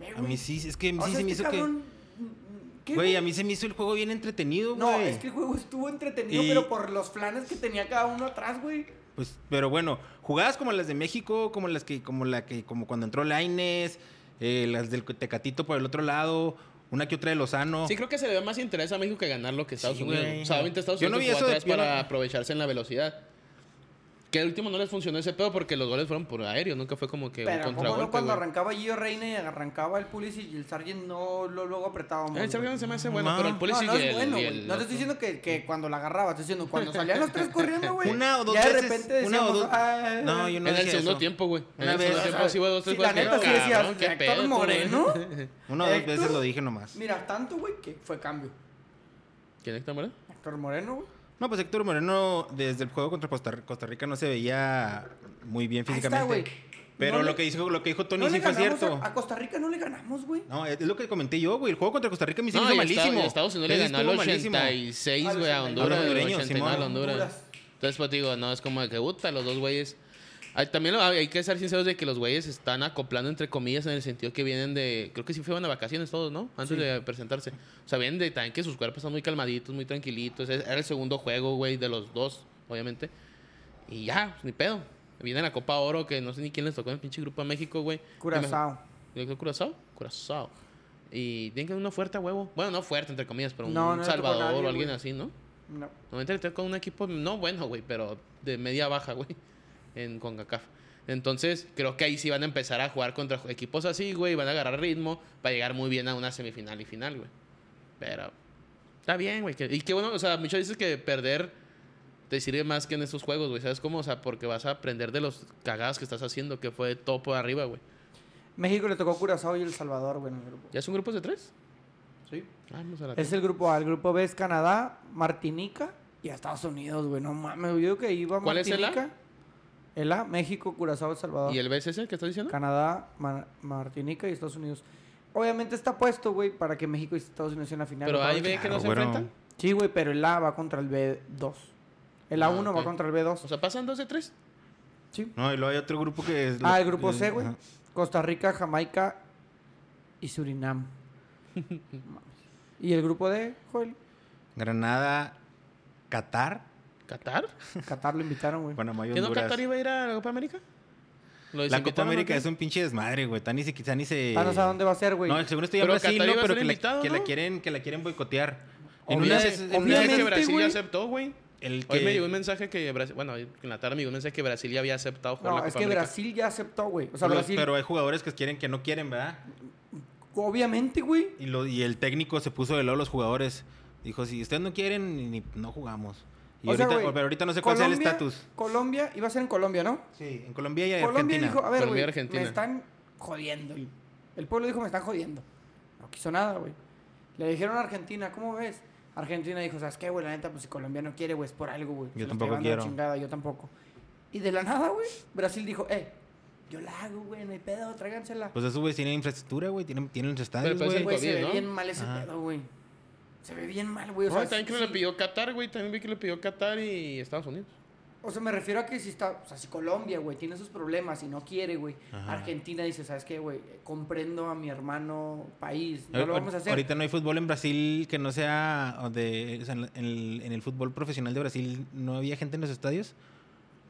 Speaker 3: Eh,
Speaker 2: A
Speaker 3: güey.
Speaker 2: mí sí, es que a mí
Speaker 3: O
Speaker 2: sí
Speaker 3: sea,
Speaker 2: se me
Speaker 3: este
Speaker 2: hizo que...
Speaker 3: cabrón, mm, ¿qué,
Speaker 2: Güey, a mí se me hizo el juego bien entretenido,
Speaker 3: No,
Speaker 2: güey.
Speaker 3: es que el juego estuvo entretenido,
Speaker 2: Y-
Speaker 3: pero por los planes que tenía cada uno atrás, güey.
Speaker 2: Pues, pero bueno, jugadas como las de México, como las que, como la que, como cuando entró Laines, eh, las del Tecatito por el otro lado, una que otra de Lozano.
Speaker 1: Sí, creo que se le da más interés a México que ganar lo que Estados
Speaker 2: Sí,
Speaker 1: Unidos.
Speaker 2: güey.
Speaker 1: O sea, obviamente Estados
Speaker 2: Yo no
Speaker 1: Unidos jugó
Speaker 2: vi eso de-
Speaker 1: atrás
Speaker 2: yo
Speaker 1: para
Speaker 2: no-
Speaker 1: aprovecharse en la velocidad. Que el último no les funcionó ese pedo porque los goles fueron por aéreo. Nunca fue como que
Speaker 3: Pero
Speaker 1: un
Speaker 3: como no,
Speaker 1: contragolpe,
Speaker 3: cuando
Speaker 1: güey.
Speaker 3: arrancaba Gio Reina y arrancaba el Pulisic y el Sargent no lo luego apretábamos.
Speaker 2: Eh,
Speaker 1: El Sergio
Speaker 3: güey.
Speaker 1: no se me hace bueno,
Speaker 2: No.
Speaker 1: pero el
Speaker 3: no,
Speaker 1: Pulisic
Speaker 3: no
Speaker 1: y el-
Speaker 3: es bueno,
Speaker 1: y
Speaker 3: güey.
Speaker 1: el
Speaker 3: No te
Speaker 1: otro.
Speaker 3: estoy diciendo que, que cuando la agarraba, estoy diciendo cuando salían los tres corriendo, güey.
Speaker 2: Una o dos
Speaker 3: ya de
Speaker 2: veces,
Speaker 3: repente decíamos,
Speaker 2: una o dos-
Speaker 3: "Ah,
Speaker 2: No, yo
Speaker 1: En
Speaker 2: no
Speaker 1: el
Speaker 2: dije
Speaker 1: segundo
Speaker 2: eso.
Speaker 1: tiempo, güey. En
Speaker 2: Una
Speaker 1: el
Speaker 2: vez,
Speaker 1: segundo
Speaker 2: o
Speaker 1: tiempo
Speaker 2: sea,
Speaker 1: sí hubo dos, tres
Speaker 3: Sí, la
Speaker 1: goles.
Speaker 3: neta sí
Speaker 1: Cabrón,
Speaker 3: decías,
Speaker 1: qué
Speaker 3: "Héctor
Speaker 1: pedo,
Speaker 3: Moreno.
Speaker 2: Una o dos
Speaker 3: Héctor-
Speaker 2: veces lo dije nomás.
Speaker 3: Mira, tanto, güey, que fue cambio.
Speaker 1: ¿Quién es Héctor Moreno?
Speaker 3: Héctor Moreno, güey.
Speaker 2: No, pues Héctor Moreno desde el juego contra Costa Ri- Costa Rica no se veía muy bien
Speaker 3: Ahí está,
Speaker 2: físicamente.
Speaker 3: güey.
Speaker 2: pero
Speaker 3: No
Speaker 2: lo
Speaker 3: le-
Speaker 2: que dijo, lo que dijo Tony
Speaker 3: No
Speaker 2: sí
Speaker 3: le
Speaker 2: fue
Speaker 3: ganamos
Speaker 2: cierto.
Speaker 3: A, a Costa Rica no le ganamos, güey.
Speaker 2: No, es lo que comenté yo, güey. El juego contra Costa Rica me hizo
Speaker 1: y Estados-
Speaker 2: malísimo.
Speaker 1: y Estados Unidos le
Speaker 2: Ese
Speaker 1: ganó al
Speaker 2: estuvo malísimo.
Speaker 1: 86, güey, a
Speaker 3: A los
Speaker 1: Honduras. güey,
Speaker 2: hondureños,
Speaker 1: 89 a
Speaker 2: Simón.
Speaker 1: Honduras.
Speaker 3: Honduras.
Speaker 1: Entonces, pues digo, no, es como de que puta, los dos güeyes. Ay, También lo- hay que ser sinceros de que los güeyes están acoplando, entre comillas, en el sentido que vienen de. Creo que sí fueron a vacaciones todos, ¿no? Antes de presentarse. O sea, vienen de también que sus cuerpos están muy calmaditos, muy tranquilitos. Es- Era el segundo juego, güey, de los dos, obviamente. Y ya, pues, ni pedo. Viene la Copa Oro, que no sé ni quién les tocó en el pinche grupo a México, güey.
Speaker 3: Curazao.
Speaker 1: ¿Yo creo Curazao? Curazao. Y tienen que tener una fuerte a huevo. Bueno, no fuerte, entre comillas, pero un
Speaker 3: No, no le tocó a
Speaker 1: Salvador
Speaker 3: nadie,
Speaker 1: o alguien
Speaker 3: güey.
Speaker 1: así, ¿no?
Speaker 3: No.
Speaker 1: Normalmente le toca con un equipo, no bueno, güey, pero de media baja, güey, en CONCACAF. Entonces, creo que ahí sí van a empezar a jugar contra equipos así, güey, van a agarrar ritmo para llegar muy bien a una semifinal y final, güey. Pero está bien, güey. que- Y qué bueno, o sea, muchas veces que perder te sirve más que en estos juegos, güey. ¿Sabes cómo? O sea, porque vas a aprender de los cagadas que estás haciendo, que fue todo por arriba, güey.
Speaker 3: México le tocó Curazao y El Salvador, güey, en el grupo.
Speaker 1: ¿Ya son grupos de tres? Ah,
Speaker 3: Sí.
Speaker 1: Vamos a la
Speaker 3: Es el grupo A. El grupo B es Canadá, Martinica y a Estados Unidos, güey. No mames, yo digo que iba
Speaker 1: ¿Cuál es el A?
Speaker 3: Martinica. El A, México, Curazao, El Salvador.
Speaker 1: ¿Y el BCC que estás diciendo?
Speaker 3: Canadá, Ma- Martinica y Estados Unidos. Obviamente está puesto, güey, para que México y Estados Unidos en la final.
Speaker 1: Pero
Speaker 3: ¿no?
Speaker 1: ahí ve que no
Speaker 2: Claro,
Speaker 1: se
Speaker 2: bueno.
Speaker 1: enfrentan.
Speaker 3: Sí, güey, pero el A va contra el B2. El
Speaker 1: Ah,
Speaker 3: A1
Speaker 1: ok.
Speaker 3: va contra el
Speaker 1: O
Speaker 3: B2.
Speaker 1: sea, pasan dos de tres.
Speaker 3: Sí.
Speaker 2: No, y luego hay otro grupo que es...
Speaker 3: Ah, el grupo
Speaker 2: es-
Speaker 3: C, güey.
Speaker 2: ajá.
Speaker 3: Costa Rica, Jamaica y Surinam. y el grupo D, Joel.
Speaker 2: Granada, Qatar,
Speaker 1: ¿Qatar?
Speaker 3: Qatar lo invitaron, güey.
Speaker 2: Panamá y
Speaker 1: ¿Que no
Speaker 2: Honduras.
Speaker 1: Qatar iba a ir a la Copa América? Lo
Speaker 2: La Copa
Speaker 1: desinvitaron,
Speaker 2: América
Speaker 1: ¿no?
Speaker 2: es un pinche desmadre, güey. Tan ni se... Tan ni se...
Speaker 3: Ah, no sé a dónde va a ser, güey.
Speaker 2: eh, No, según esto ya
Speaker 1: Pero
Speaker 2: Brasil,
Speaker 1: Qatar iba
Speaker 2: no,
Speaker 1: a
Speaker 2: pero
Speaker 1: ser
Speaker 2: que la,
Speaker 1: invitado,
Speaker 2: que la
Speaker 1: ¿no?
Speaker 2: quieren, que la quieren boicotear. En una de
Speaker 1: Obviamente,
Speaker 2: esas- en una de
Speaker 1: obviamente
Speaker 2: esas-
Speaker 1: que
Speaker 3: obviamente,
Speaker 1: Brasil ya
Speaker 3: güey.
Speaker 1: aceptó, güey.
Speaker 2: el
Speaker 1: Hoy me llegó un
Speaker 2: que...
Speaker 1: mensaje que Brasil... Bueno, en la tarde me llegó un mensaje que Brasil ya había aceptado jugar
Speaker 3: No,
Speaker 1: la Copa
Speaker 3: es que
Speaker 1: América.
Speaker 3: Brasil ya aceptó, güey. O sea,
Speaker 2: los-
Speaker 3: Brasil.
Speaker 2: Pues, Pero hay jugadores que quieren que no quieren, ¿verdad?
Speaker 3: Obviamente, güey.
Speaker 2: Y, lo, y el técnico se puso de lado a los jugadores. Dijo, si ustedes no quieren, ni, ni- no jugamos. Y
Speaker 3: O sea,
Speaker 2: ahorita,
Speaker 3: güey,
Speaker 2: pero ahorita no sé cuál sea el
Speaker 3: Colombia-
Speaker 2: estatus.
Speaker 3: Colombia, iba a ser en Colombia, ¿no?
Speaker 2: Sí, en Colombia y
Speaker 3: Colombia
Speaker 2: Argentina.
Speaker 3: dijo, a ver,
Speaker 1: Colombia y
Speaker 3: güey,
Speaker 1: Argentina.
Speaker 3: me están jodiendo. El- El pueblo dijo, me están jodiendo. No quiso nada, güey. Le dijeron a Argentina, ¿cómo ves? Argentina dijo, ¿sabes qué, güey? La neta, pues si Colombia no quiere, güey, es por algo, güey.
Speaker 2: Yo
Speaker 3: Se lo
Speaker 2: tampoco
Speaker 3: está llevando la
Speaker 2: quiero.
Speaker 3: chingada, yo tampoco. Y de la nada, güey, Brasil dijo, eh, yo la hago, güey, no hay pedo, tráigansela.
Speaker 2: Pues eso, güey, tienen infraestructura, güey. Tienen, tienen estadios,
Speaker 1: pues,
Speaker 2: güey.
Speaker 1: el-
Speaker 3: Güey, se
Speaker 1: COVID,
Speaker 3: ve
Speaker 1: ¿no?
Speaker 3: bien mal ese
Speaker 2: Ajá.
Speaker 3: pedo, güey. Se ve bien mal, güey. O
Speaker 1: No,
Speaker 3: sea,
Speaker 1: también creo que
Speaker 3: sí-
Speaker 1: lo pidió Qatar, güey. También vi que lo pidió Qatar y Estados Unidos.
Speaker 3: O sea, me refiero a que si está, o sea, si Colombia, güey, tiene sus problemas y no quiere, güey.
Speaker 2: Ajá.
Speaker 3: Argentina dice, ¿sabes qué, güey? Comprendo a mi hermano país, no
Speaker 2: Ahor-
Speaker 3: lo vamos a hacer.
Speaker 2: Eh, Ahorita no hay fútbol en Brasil que no sea... o De, o sea, en, el, en el fútbol profesional de Brasil no había gente en los estadios.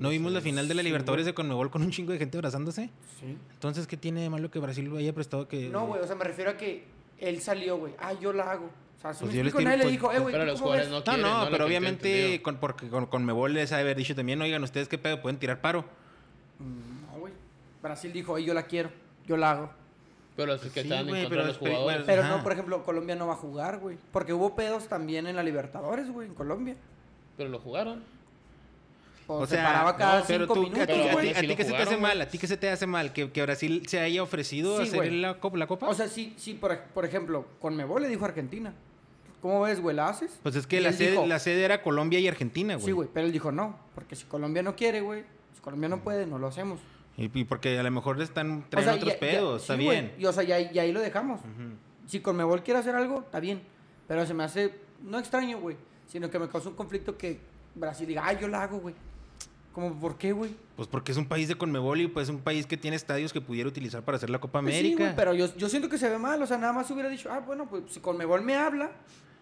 Speaker 2: No vimos la final de la Libertadores de Conmebol con un chingo de gente abrazándose.
Speaker 3: Sí.
Speaker 2: Entonces, ¿qué tiene de malo que Brasil lo haya prestado que
Speaker 3: No, güey, o sea, me refiero a que él salió, güey. Ah, yo la hago. O sea, si
Speaker 2: Pues
Speaker 3: me
Speaker 2: yo les
Speaker 3: explico,
Speaker 2: tiro
Speaker 3: nadie le
Speaker 2: un
Speaker 3: dijo, eh, güey,
Speaker 1: Pero
Speaker 3: ¿tú
Speaker 1: los
Speaker 3: cómo
Speaker 1: jugadores
Speaker 3: ves?
Speaker 1: no
Speaker 2: No,
Speaker 1: quieren.
Speaker 2: no,
Speaker 1: Lo
Speaker 2: pero
Speaker 1: que tengo
Speaker 2: obviamente
Speaker 1: entendido.
Speaker 2: con, porque con, con Mebol les ha de haber dicho también, oigan, ustedes qué pedo, pueden tirar paro.
Speaker 3: Mm, No, güey. Brasil dijo, eh, yo la quiero, yo la hago.
Speaker 1: Pero los que
Speaker 2: sí,
Speaker 1: estaban
Speaker 2: güey,
Speaker 1: en contra
Speaker 2: pero
Speaker 1: de los
Speaker 2: es- pero-
Speaker 1: jugadores.
Speaker 3: Pero
Speaker 2: Ajá.
Speaker 3: no, por ejemplo, Colombia no va a jugar, güey. Porque hubo pedos también en la Libertadores, güey, en Colombia.
Speaker 1: Pero lo jugaron.
Speaker 3: O, se paraba cada
Speaker 2: no,
Speaker 3: cinco
Speaker 2: tú, ¿a ti-
Speaker 3: minutos,
Speaker 1: Pero
Speaker 2: a ti,
Speaker 1: aún
Speaker 2: a
Speaker 3: güey.
Speaker 1: así
Speaker 2: ti
Speaker 1: lo
Speaker 2: qué se te hace
Speaker 1: jugaron, güey.
Speaker 2: mal? ¿A ti qué se te hace mal? ¿Que, que Brasil se haya ofrecido a
Speaker 3: Sí,
Speaker 2: hacer
Speaker 3: güey.
Speaker 2: la, cop- la copa?
Speaker 3: O sea, sí, sí, por, ej- por ejemplo, con Mebol le dijo a Argentina. ¿Cómo ves, güey? ¿La haces?
Speaker 2: pues es
Speaker 3: Y
Speaker 2: que la
Speaker 3: él
Speaker 2: sede,
Speaker 3: dijo,
Speaker 2: la sede era Colombia y Argentina, güey.
Speaker 3: Sí, güey, pero él dijo no. Porque si Colombia no quiere, güey, si Colombia no puede, no lo hacemos.
Speaker 2: Y, y porque a lo mejor están
Speaker 3: O
Speaker 2: traen
Speaker 3: sea,
Speaker 2: otros
Speaker 3: ya- ya-
Speaker 2: pedos,
Speaker 3: sí,
Speaker 2: está
Speaker 3: güey.
Speaker 2: bien.
Speaker 3: Y, o sea, ya, ahí- ya ahí lo dejamos. Si Conmebol quiere hacer algo, está bien. Pero se me hace, no extraño, güey, sino que me causa un conflicto que Brasil diga, ay, yo la hago, güey. Como, ¿por qué, güey?
Speaker 2: Pues porque es un país de Conmebol y pues es un país que tiene estadios que pudiera utilizar para hacer la Copa
Speaker 3: Pues sí,
Speaker 2: América.
Speaker 3: güey, pero yo, yo siento que se ve mal. O sea, nada más hubiera dicho, ah, bueno, pues si Conmebol me habla,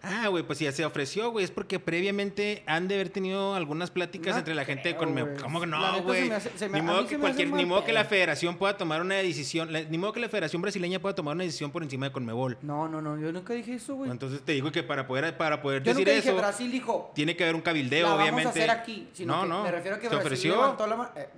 Speaker 2: Ah, güey, pues si ya se ofreció, güey, es porque previamente han de haber tenido algunas pláticas
Speaker 3: No
Speaker 2: entre la gente de
Speaker 3: creo,
Speaker 2: Conmebol.
Speaker 3: güey.
Speaker 2: ¿Cómo que
Speaker 3: La neta
Speaker 2: no,
Speaker 3: se
Speaker 2: güey?
Speaker 3: me hace- se me-
Speaker 2: Ni
Speaker 3: a mí
Speaker 2: modo
Speaker 3: se
Speaker 2: que
Speaker 3: me
Speaker 2: cualquier,
Speaker 3: hace
Speaker 2: ni
Speaker 3: mal
Speaker 2: modo que la
Speaker 3: pedo.
Speaker 2: federación pueda tomar una decisión, la- ni modo que la federación brasileña pueda tomar una decisión por encima de Conmebol.
Speaker 3: no, no, no, yo nunca dije eso, güey.
Speaker 2: Entonces te digo que para poder, para poder
Speaker 3: Yo
Speaker 2: decir
Speaker 3: nunca dije,
Speaker 2: eso,
Speaker 3: Brasil dijo,
Speaker 2: tiene que haber un cabildeo,
Speaker 3: la vamos
Speaker 2: obviamente.
Speaker 3: a hacer aquí. Sino
Speaker 2: no,
Speaker 3: que
Speaker 2: no.
Speaker 3: Me refiero a que
Speaker 2: se
Speaker 3: Brasil
Speaker 2: ofreció.
Speaker 3: levantó la mano. Eh,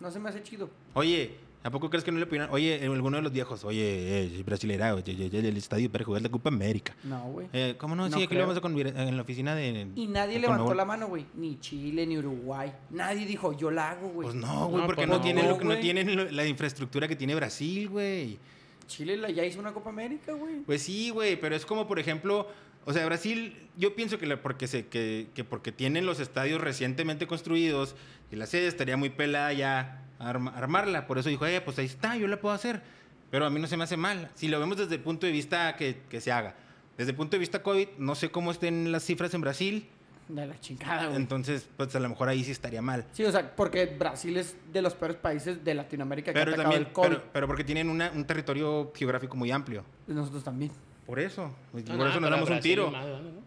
Speaker 3: no se me hace chido.
Speaker 2: Oye, ¿a poco crees que no le opinan? Oye, alguno de los viejos, oye, eh, brasileirao, oye, oye, oye, el estadio para jugar la Copa América.
Speaker 3: No, güey.
Speaker 2: Eh, ¿Cómo no?
Speaker 3: No
Speaker 2: sí, aquí
Speaker 3: creo.
Speaker 2: lo vamos a convivir en la oficina de.
Speaker 3: Y nadie
Speaker 2: de
Speaker 3: levantó
Speaker 2: Conmebol.
Speaker 3: la mano, güey. Ni Chile, ni Uruguay. Nadie dijo, yo la hago, güey.
Speaker 2: Pues no, güey,
Speaker 1: No,
Speaker 2: porque
Speaker 1: pues
Speaker 2: no,
Speaker 1: no,
Speaker 2: tienen lo que no
Speaker 3: güey.
Speaker 2: tienen lo- la infraestructura que tiene Brasil, güey.
Speaker 3: Chile la, ya hizo una Copa América, güey.
Speaker 2: Pues sí, güey, pero es como por ejemplo, o sea, Brasil, yo pienso que la- porque se que, que porque tienen los estadios recientemente construidos y la sede estaría muy pelada ya arm- armarla, por eso dijo, "Eh, pues ahí está, yo la puedo hacer." Pero a mí no se me hace mal. Si lo vemos desde el punto de vista que, que se haga. Desde el punto de vista COVID, no sé cómo estén las cifras en Brasil.
Speaker 3: De la chingada, Ah, güey.
Speaker 2: Entonces, pues a lo mejor ahí sí estaría mal.
Speaker 3: Sí, o sea, porque Brasil es de los peores países de Latinoamérica que ha
Speaker 2: Pero
Speaker 3: atacado
Speaker 2: también,
Speaker 3: el COVID.
Speaker 2: pero, pero porque tienen una- un territorio geográfico muy amplio.
Speaker 3: Nosotros también.
Speaker 2: Por eso. Por
Speaker 1: Ah,
Speaker 2: eso
Speaker 1: no,
Speaker 2: nos
Speaker 1: pero
Speaker 2: damos un
Speaker 1: Brasil es
Speaker 2: tiro.
Speaker 1: más grande, ¿no?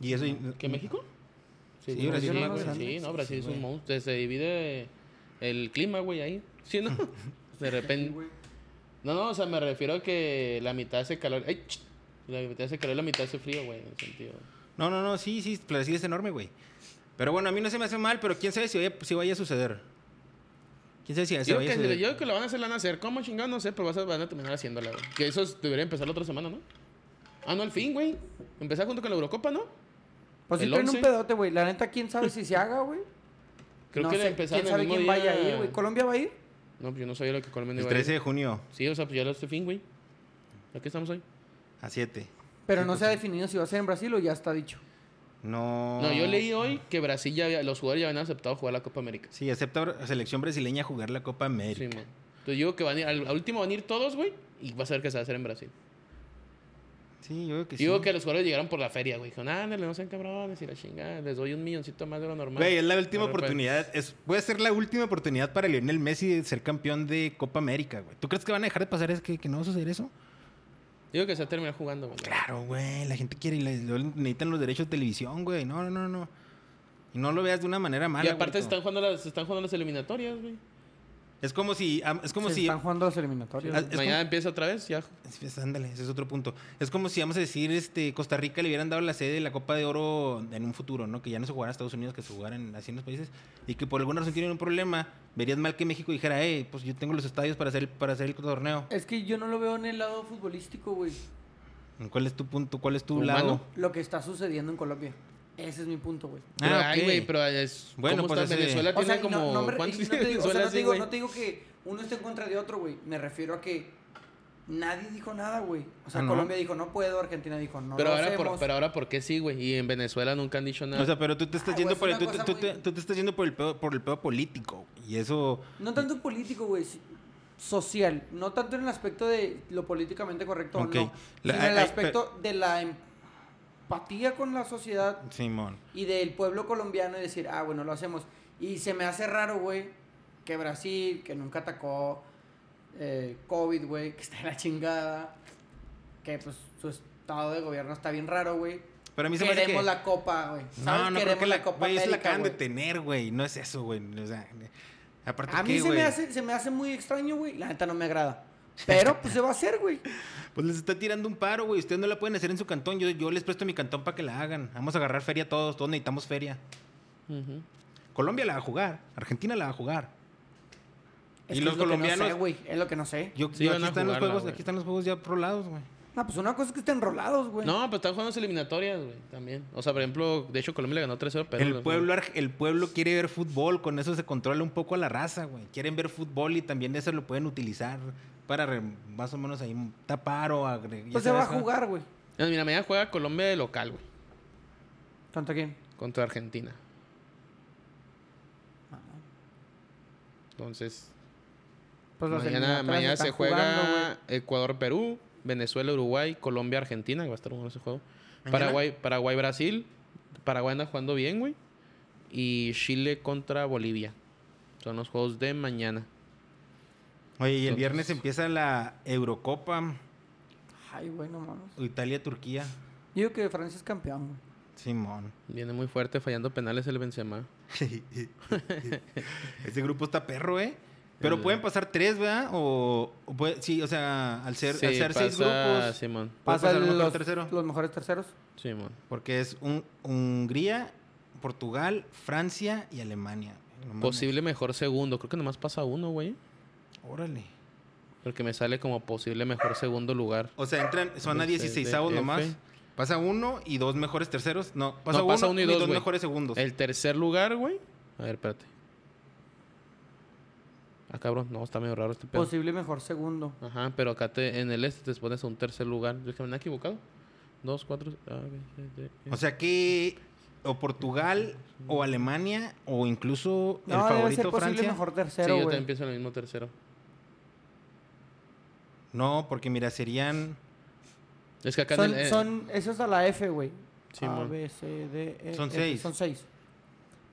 Speaker 2: Y eso.
Speaker 1: ¿Que México?
Speaker 2: Mm. Sí,
Speaker 1: no,
Speaker 2: Brasil
Speaker 1: sí,
Speaker 2: es más
Speaker 1: güey,
Speaker 2: grande.
Speaker 1: Sí, no, Brasil
Speaker 2: Sí,
Speaker 1: es un
Speaker 2: güey.
Speaker 1: monstruo. Se divide el clima, güey, ahí. ¿Sí, no? De repente. No, no, o sea, me refiero a que la mitad hace calor. Ay, ch- la mitad hace calor y la mitad hace frío, güey, en el sentido.
Speaker 2: No, no, no, sí, sí, Brasil es enorme, güey. Pero bueno, a mí no se me hace mal, pero quién sabe si vaya, si vaya a suceder. Quién sabe si se
Speaker 1: Yo
Speaker 2: vaya a
Speaker 1: que,
Speaker 2: suceder.
Speaker 1: yo que lo van a hacer, la van a hacer. ¿Cómo chingado? No sé, pero vas a- van a terminar haciéndola, güey. Que eso es- debería empezar la otra semana, ¿no? Ah, no, al fin, güey. Empezar junto con la Eurocopa, ¿no?
Speaker 3: Pues sí
Speaker 1: El
Speaker 3: traen un
Speaker 1: 11.
Speaker 3: pedote, güey. La neta, quién sabe si se haga, güey.
Speaker 1: Creo
Speaker 3: No
Speaker 1: que
Speaker 3: sé,
Speaker 1: la empezaron
Speaker 3: ¿Quién
Speaker 1: el
Speaker 3: sabe
Speaker 1: mismo
Speaker 3: quién
Speaker 1: día.
Speaker 3: vaya a ir, güey? ¿Colombia va a ir?
Speaker 1: No, pues yo no sabía lo que Colombia
Speaker 2: El
Speaker 1: iba a ir.
Speaker 2: 13 de junio,
Speaker 1: Sí, o sea, pues ya lo este fin, güey. Aquí estamos hoy.
Speaker 2: a 7.
Speaker 3: Pero no se ha definido si va a ser en Brasil o ya está dicho.
Speaker 2: No.
Speaker 1: No, yo
Speaker 2: Ah.
Speaker 1: leí hoy que Brasil ya había, los jugadores ya habían aceptado jugar la Copa América.
Speaker 2: Sí, acepta la selección brasileña jugar la Copa América.
Speaker 1: Sí, man. Entonces yo digo que van a ir, al, al último van a ir todos, güey, y vas a ver qué se va a hacer en Brasil.
Speaker 2: Sí, yo creo que sí.
Speaker 1: Digo que los jugadores llegaron por la feria, güey. Dijeron, ándale, no sean cabrones y la chingada, les doy un milloncito más de lo normal. pues,
Speaker 2: Güey, es la última
Speaker 1: De repente.
Speaker 2: oportunidad. Es, puede ser la última oportunidad para Lionel Messi de ser campeón de Copa América, güey. ¿Tú crees que van a dejar de pasar es que, que no va a suceder eso?
Speaker 1: Digo que se va a terminar jugando, güey.
Speaker 2: Claro, güey. La gente quiere y le- lo- necesitan los derechos de televisión, güey. No, no, no, no. Y no lo veas de una manera mala.
Speaker 1: y aparte
Speaker 2: güey, Ah,
Speaker 1: están jugando, las, se están jugando las eliminatorias, güey.
Speaker 2: Es como si. am- Es como
Speaker 3: se
Speaker 2: si.
Speaker 3: están jugando los eliminatorios.
Speaker 2: Ah,
Speaker 3: güey.
Speaker 2: es
Speaker 1: Mañana
Speaker 2: como- Ah,
Speaker 1: empieza otra vez, ya.
Speaker 2: es- Ándale, ese es otro punto. Es como si, vamos a decir, este, Costa Rica le hubieran dado la sede de la Copa de Oro en un futuro, ¿no? Que ya no se jugara en Estados Unidos, que se jugara en, así en los países. Y que por alguna razón tienen un problema. Verías mal que México dijera, eh, pues yo tengo los estadios para hacer, para hacer el torneo.
Speaker 3: Es que yo no lo veo en el lado futbolístico, güey.
Speaker 2: ¿Cuál es tu punto? ¿Cuál es tu
Speaker 1: Humano.
Speaker 2: lado?
Speaker 3: Lo que está sucediendo en Colombia. Ese es mi punto, güey.
Speaker 1: Pero,
Speaker 2: Ah,
Speaker 1: ay,
Speaker 2: ok.
Speaker 1: güey, pero es.
Speaker 2: Bueno,
Speaker 1: ¿cómo
Speaker 2: pues,
Speaker 1: está?
Speaker 2: ese-
Speaker 1: Venezuela
Speaker 3: O
Speaker 1: tiene
Speaker 3: sea, y
Speaker 1: como.
Speaker 3: no, no, me- y
Speaker 1: ¿Cuántos
Speaker 3: no te digo, o sea,
Speaker 1: Venezuela
Speaker 3: no te
Speaker 1: así,
Speaker 3: digo-
Speaker 1: güey?
Speaker 3: no te digo que uno esté en contra de otro, güey. Me refiero a que nadie dijo nada, güey. O sea,
Speaker 2: Ah, ¿no?
Speaker 3: Colombia dijo no puedo, Argentina dijo no
Speaker 1: Pero
Speaker 3: lo
Speaker 1: ahora,
Speaker 3: hacemos.
Speaker 1: por, pero ahora, ¿por qué sí, güey? Y en Venezuela nunca han dicho nada.
Speaker 2: O sea, pero tú te
Speaker 3: Ay,
Speaker 2: estás
Speaker 3: güey,
Speaker 2: yendo
Speaker 3: es
Speaker 2: por el,
Speaker 3: una
Speaker 2: tú, te-
Speaker 3: cosa
Speaker 2: tú
Speaker 3: muy-
Speaker 2: te, tú te estás yendo por el pedo, por el pedo político. güey. Y eso
Speaker 3: No tanto político, güey. si- Social. No tanto en el aspecto de lo políticamente correcto
Speaker 2: Ok.
Speaker 3: o no.
Speaker 2: La-
Speaker 3: sino en
Speaker 1: eh,
Speaker 3: el
Speaker 2: ay,
Speaker 3: aspecto de la empatía con la sociedad
Speaker 2: Simón.
Speaker 3: y del pueblo colombiano y decir, ah, bueno, lo hacemos. Y se me hace raro, güey, que Brasil, que nunca atacó eh, COVID, güey, que está en la chingada, que pues su estado de gobierno está bien raro, güey.
Speaker 2: Pero a mí se me hace
Speaker 3: Queremos
Speaker 2: que-
Speaker 3: la copa, güey.
Speaker 2: No,
Speaker 3: ¿Sabes?
Speaker 2: no creo
Speaker 3: Queremos
Speaker 2: que
Speaker 3: la,
Speaker 2: la,
Speaker 3: copa
Speaker 2: güey, es la
Speaker 3: América,
Speaker 2: acaban de
Speaker 3: güey.
Speaker 2: tener, güey. No es eso, güey. O sea, aparte
Speaker 3: A mí
Speaker 2: ¿qué,
Speaker 3: se me,
Speaker 2: güey?
Speaker 3: hace, se me hace muy extraño, güey. La neta no me agrada. Pero, pues se va a hacer, güey.
Speaker 2: Pues les está tirando un paro, güey. Ustedes no la pueden hacer en su cantón. Yo, yo les presto mi cantón para que la hagan. Vamos a agarrar feria todos. Todos necesitamos feria.
Speaker 1: Ujú.
Speaker 2: Colombia la va a jugar. Argentina la va a jugar.
Speaker 3: Es
Speaker 2: Y
Speaker 3: que
Speaker 2: los
Speaker 3: es lo que no
Speaker 2: colombianos-
Speaker 3: sé, güey. Es lo que no sé.
Speaker 2: Yo,
Speaker 1: Sí,
Speaker 2: yo
Speaker 1: van
Speaker 2: aquí,
Speaker 1: a
Speaker 2: están los
Speaker 1: jugarla,
Speaker 2: juegos,
Speaker 1: güey.
Speaker 2: aquí están los juegos ya prolados, güey.
Speaker 3: No, pues una cosa es que estén enrolados, güey.
Speaker 1: No, pues están jugando las eliminatorias, güey, también. O sea, por ejemplo, de hecho Colombia le ganó 3-0 pero
Speaker 2: El pueblo, arg- el pueblo quiere ver fútbol. Con eso se controla un poco a la raza, güey. Quieren ver fútbol y también eso lo pueden utilizar para re- más o menos ahí tapar o agregar.
Speaker 3: Pues se va a jugar, güey.
Speaker 1: Mira, mañana juega Colombia de local, güey,
Speaker 3: ¿Contra quién?
Speaker 1: contra Argentina. Entonces,
Speaker 3: Pues los
Speaker 1: mañana,
Speaker 3: eliminatorias
Speaker 1: mañana
Speaker 3: están
Speaker 1: se
Speaker 3: jugando, güey.
Speaker 1: juega Ecuador-Perú, Venezuela-Uruguay, Colombia-Argentina, que va a estar bueno ese juego.
Speaker 2: ¿Mañana?
Speaker 1: Paraguay- Paraguay-Brasil. Paraguay anda jugando bien, güey. Y Chile contra Bolivia. Son los juegos de mañana.
Speaker 2: Oye, y el
Speaker 1: Entonces-
Speaker 2: viernes empieza la Eurocopa.
Speaker 3: Ay, güey, no mames.
Speaker 2: Italia-Turquía.
Speaker 3: Yo digo que Francia es campeón, güey.
Speaker 2: Simón.
Speaker 1: Viene muy fuerte, fallando penales el Benzema.
Speaker 2: Ese grupo está perro, ¿eh? Pero
Speaker 1: El-
Speaker 2: pueden pasar tres, ¿verdad? O, o puede- sí, o sea, al ser,
Speaker 1: Sí,
Speaker 2: al ser seis
Speaker 1: pasa
Speaker 2: grupos,
Speaker 1: Simón,
Speaker 2: puede
Speaker 3: Pasan
Speaker 2: pasar uno
Speaker 3: los,
Speaker 2: por tercero.
Speaker 3: los mejores terceros.
Speaker 1: Simón.
Speaker 2: Porque es un, Hungría, Portugal, Francia y Alemania. No mames.
Speaker 1: Posible mejor segundo. Creo que nomás pasa uno, güey.
Speaker 2: Órale.
Speaker 1: Porque me sale como posible mejor segundo lugar.
Speaker 2: O sea, entran, son a
Speaker 1: Este,
Speaker 2: 16 avos
Speaker 1: F.
Speaker 2: nomás. Pasa uno y dos mejores terceros. No, pasa,
Speaker 1: No,
Speaker 2: uno,
Speaker 1: pasa uno
Speaker 2: y
Speaker 1: y
Speaker 2: dos,
Speaker 1: dos, güey.
Speaker 2: mejores segundos.
Speaker 1: El tercer lugar, güey. A ver, espérate. Ah, cabrón. No, está medio raro este pedo.
Speaker 3: Posible mejor segundo.
Speaker 1: Ajá, pero acá te, en el este te pones a un tercer lugar. Yo es que me he equivocado. Dos, cuatro. ah, ok, ok, ok.
Speaker 2: O sea que o Portugal o Alemania o incluso el
Speaker 3: No, debe ser
Speaker 2: favorito
Speaker 3: posible
Speaker 2: Francia.
Speaker 3: mejor
Speaker 1: sí,
Speaker 3: tercero,
Speaker 1: yo
Speaker 3: güey.
Speaker 1: también pienso en el mismo tercero.
Speaker 2: No, porque mira, serían
Speaker 1: Es que acá
Speaker 3: son,
Speaker 1: en el. eh,
Speaker 3: son, eso es a la F, güey. A,
Speaker 1: Simón.
Speaker 3: B, C, D, E.
Speaker 2: Son
Speaker 3: F.
Speaker 2: seis.
Speaker 3: Son seis.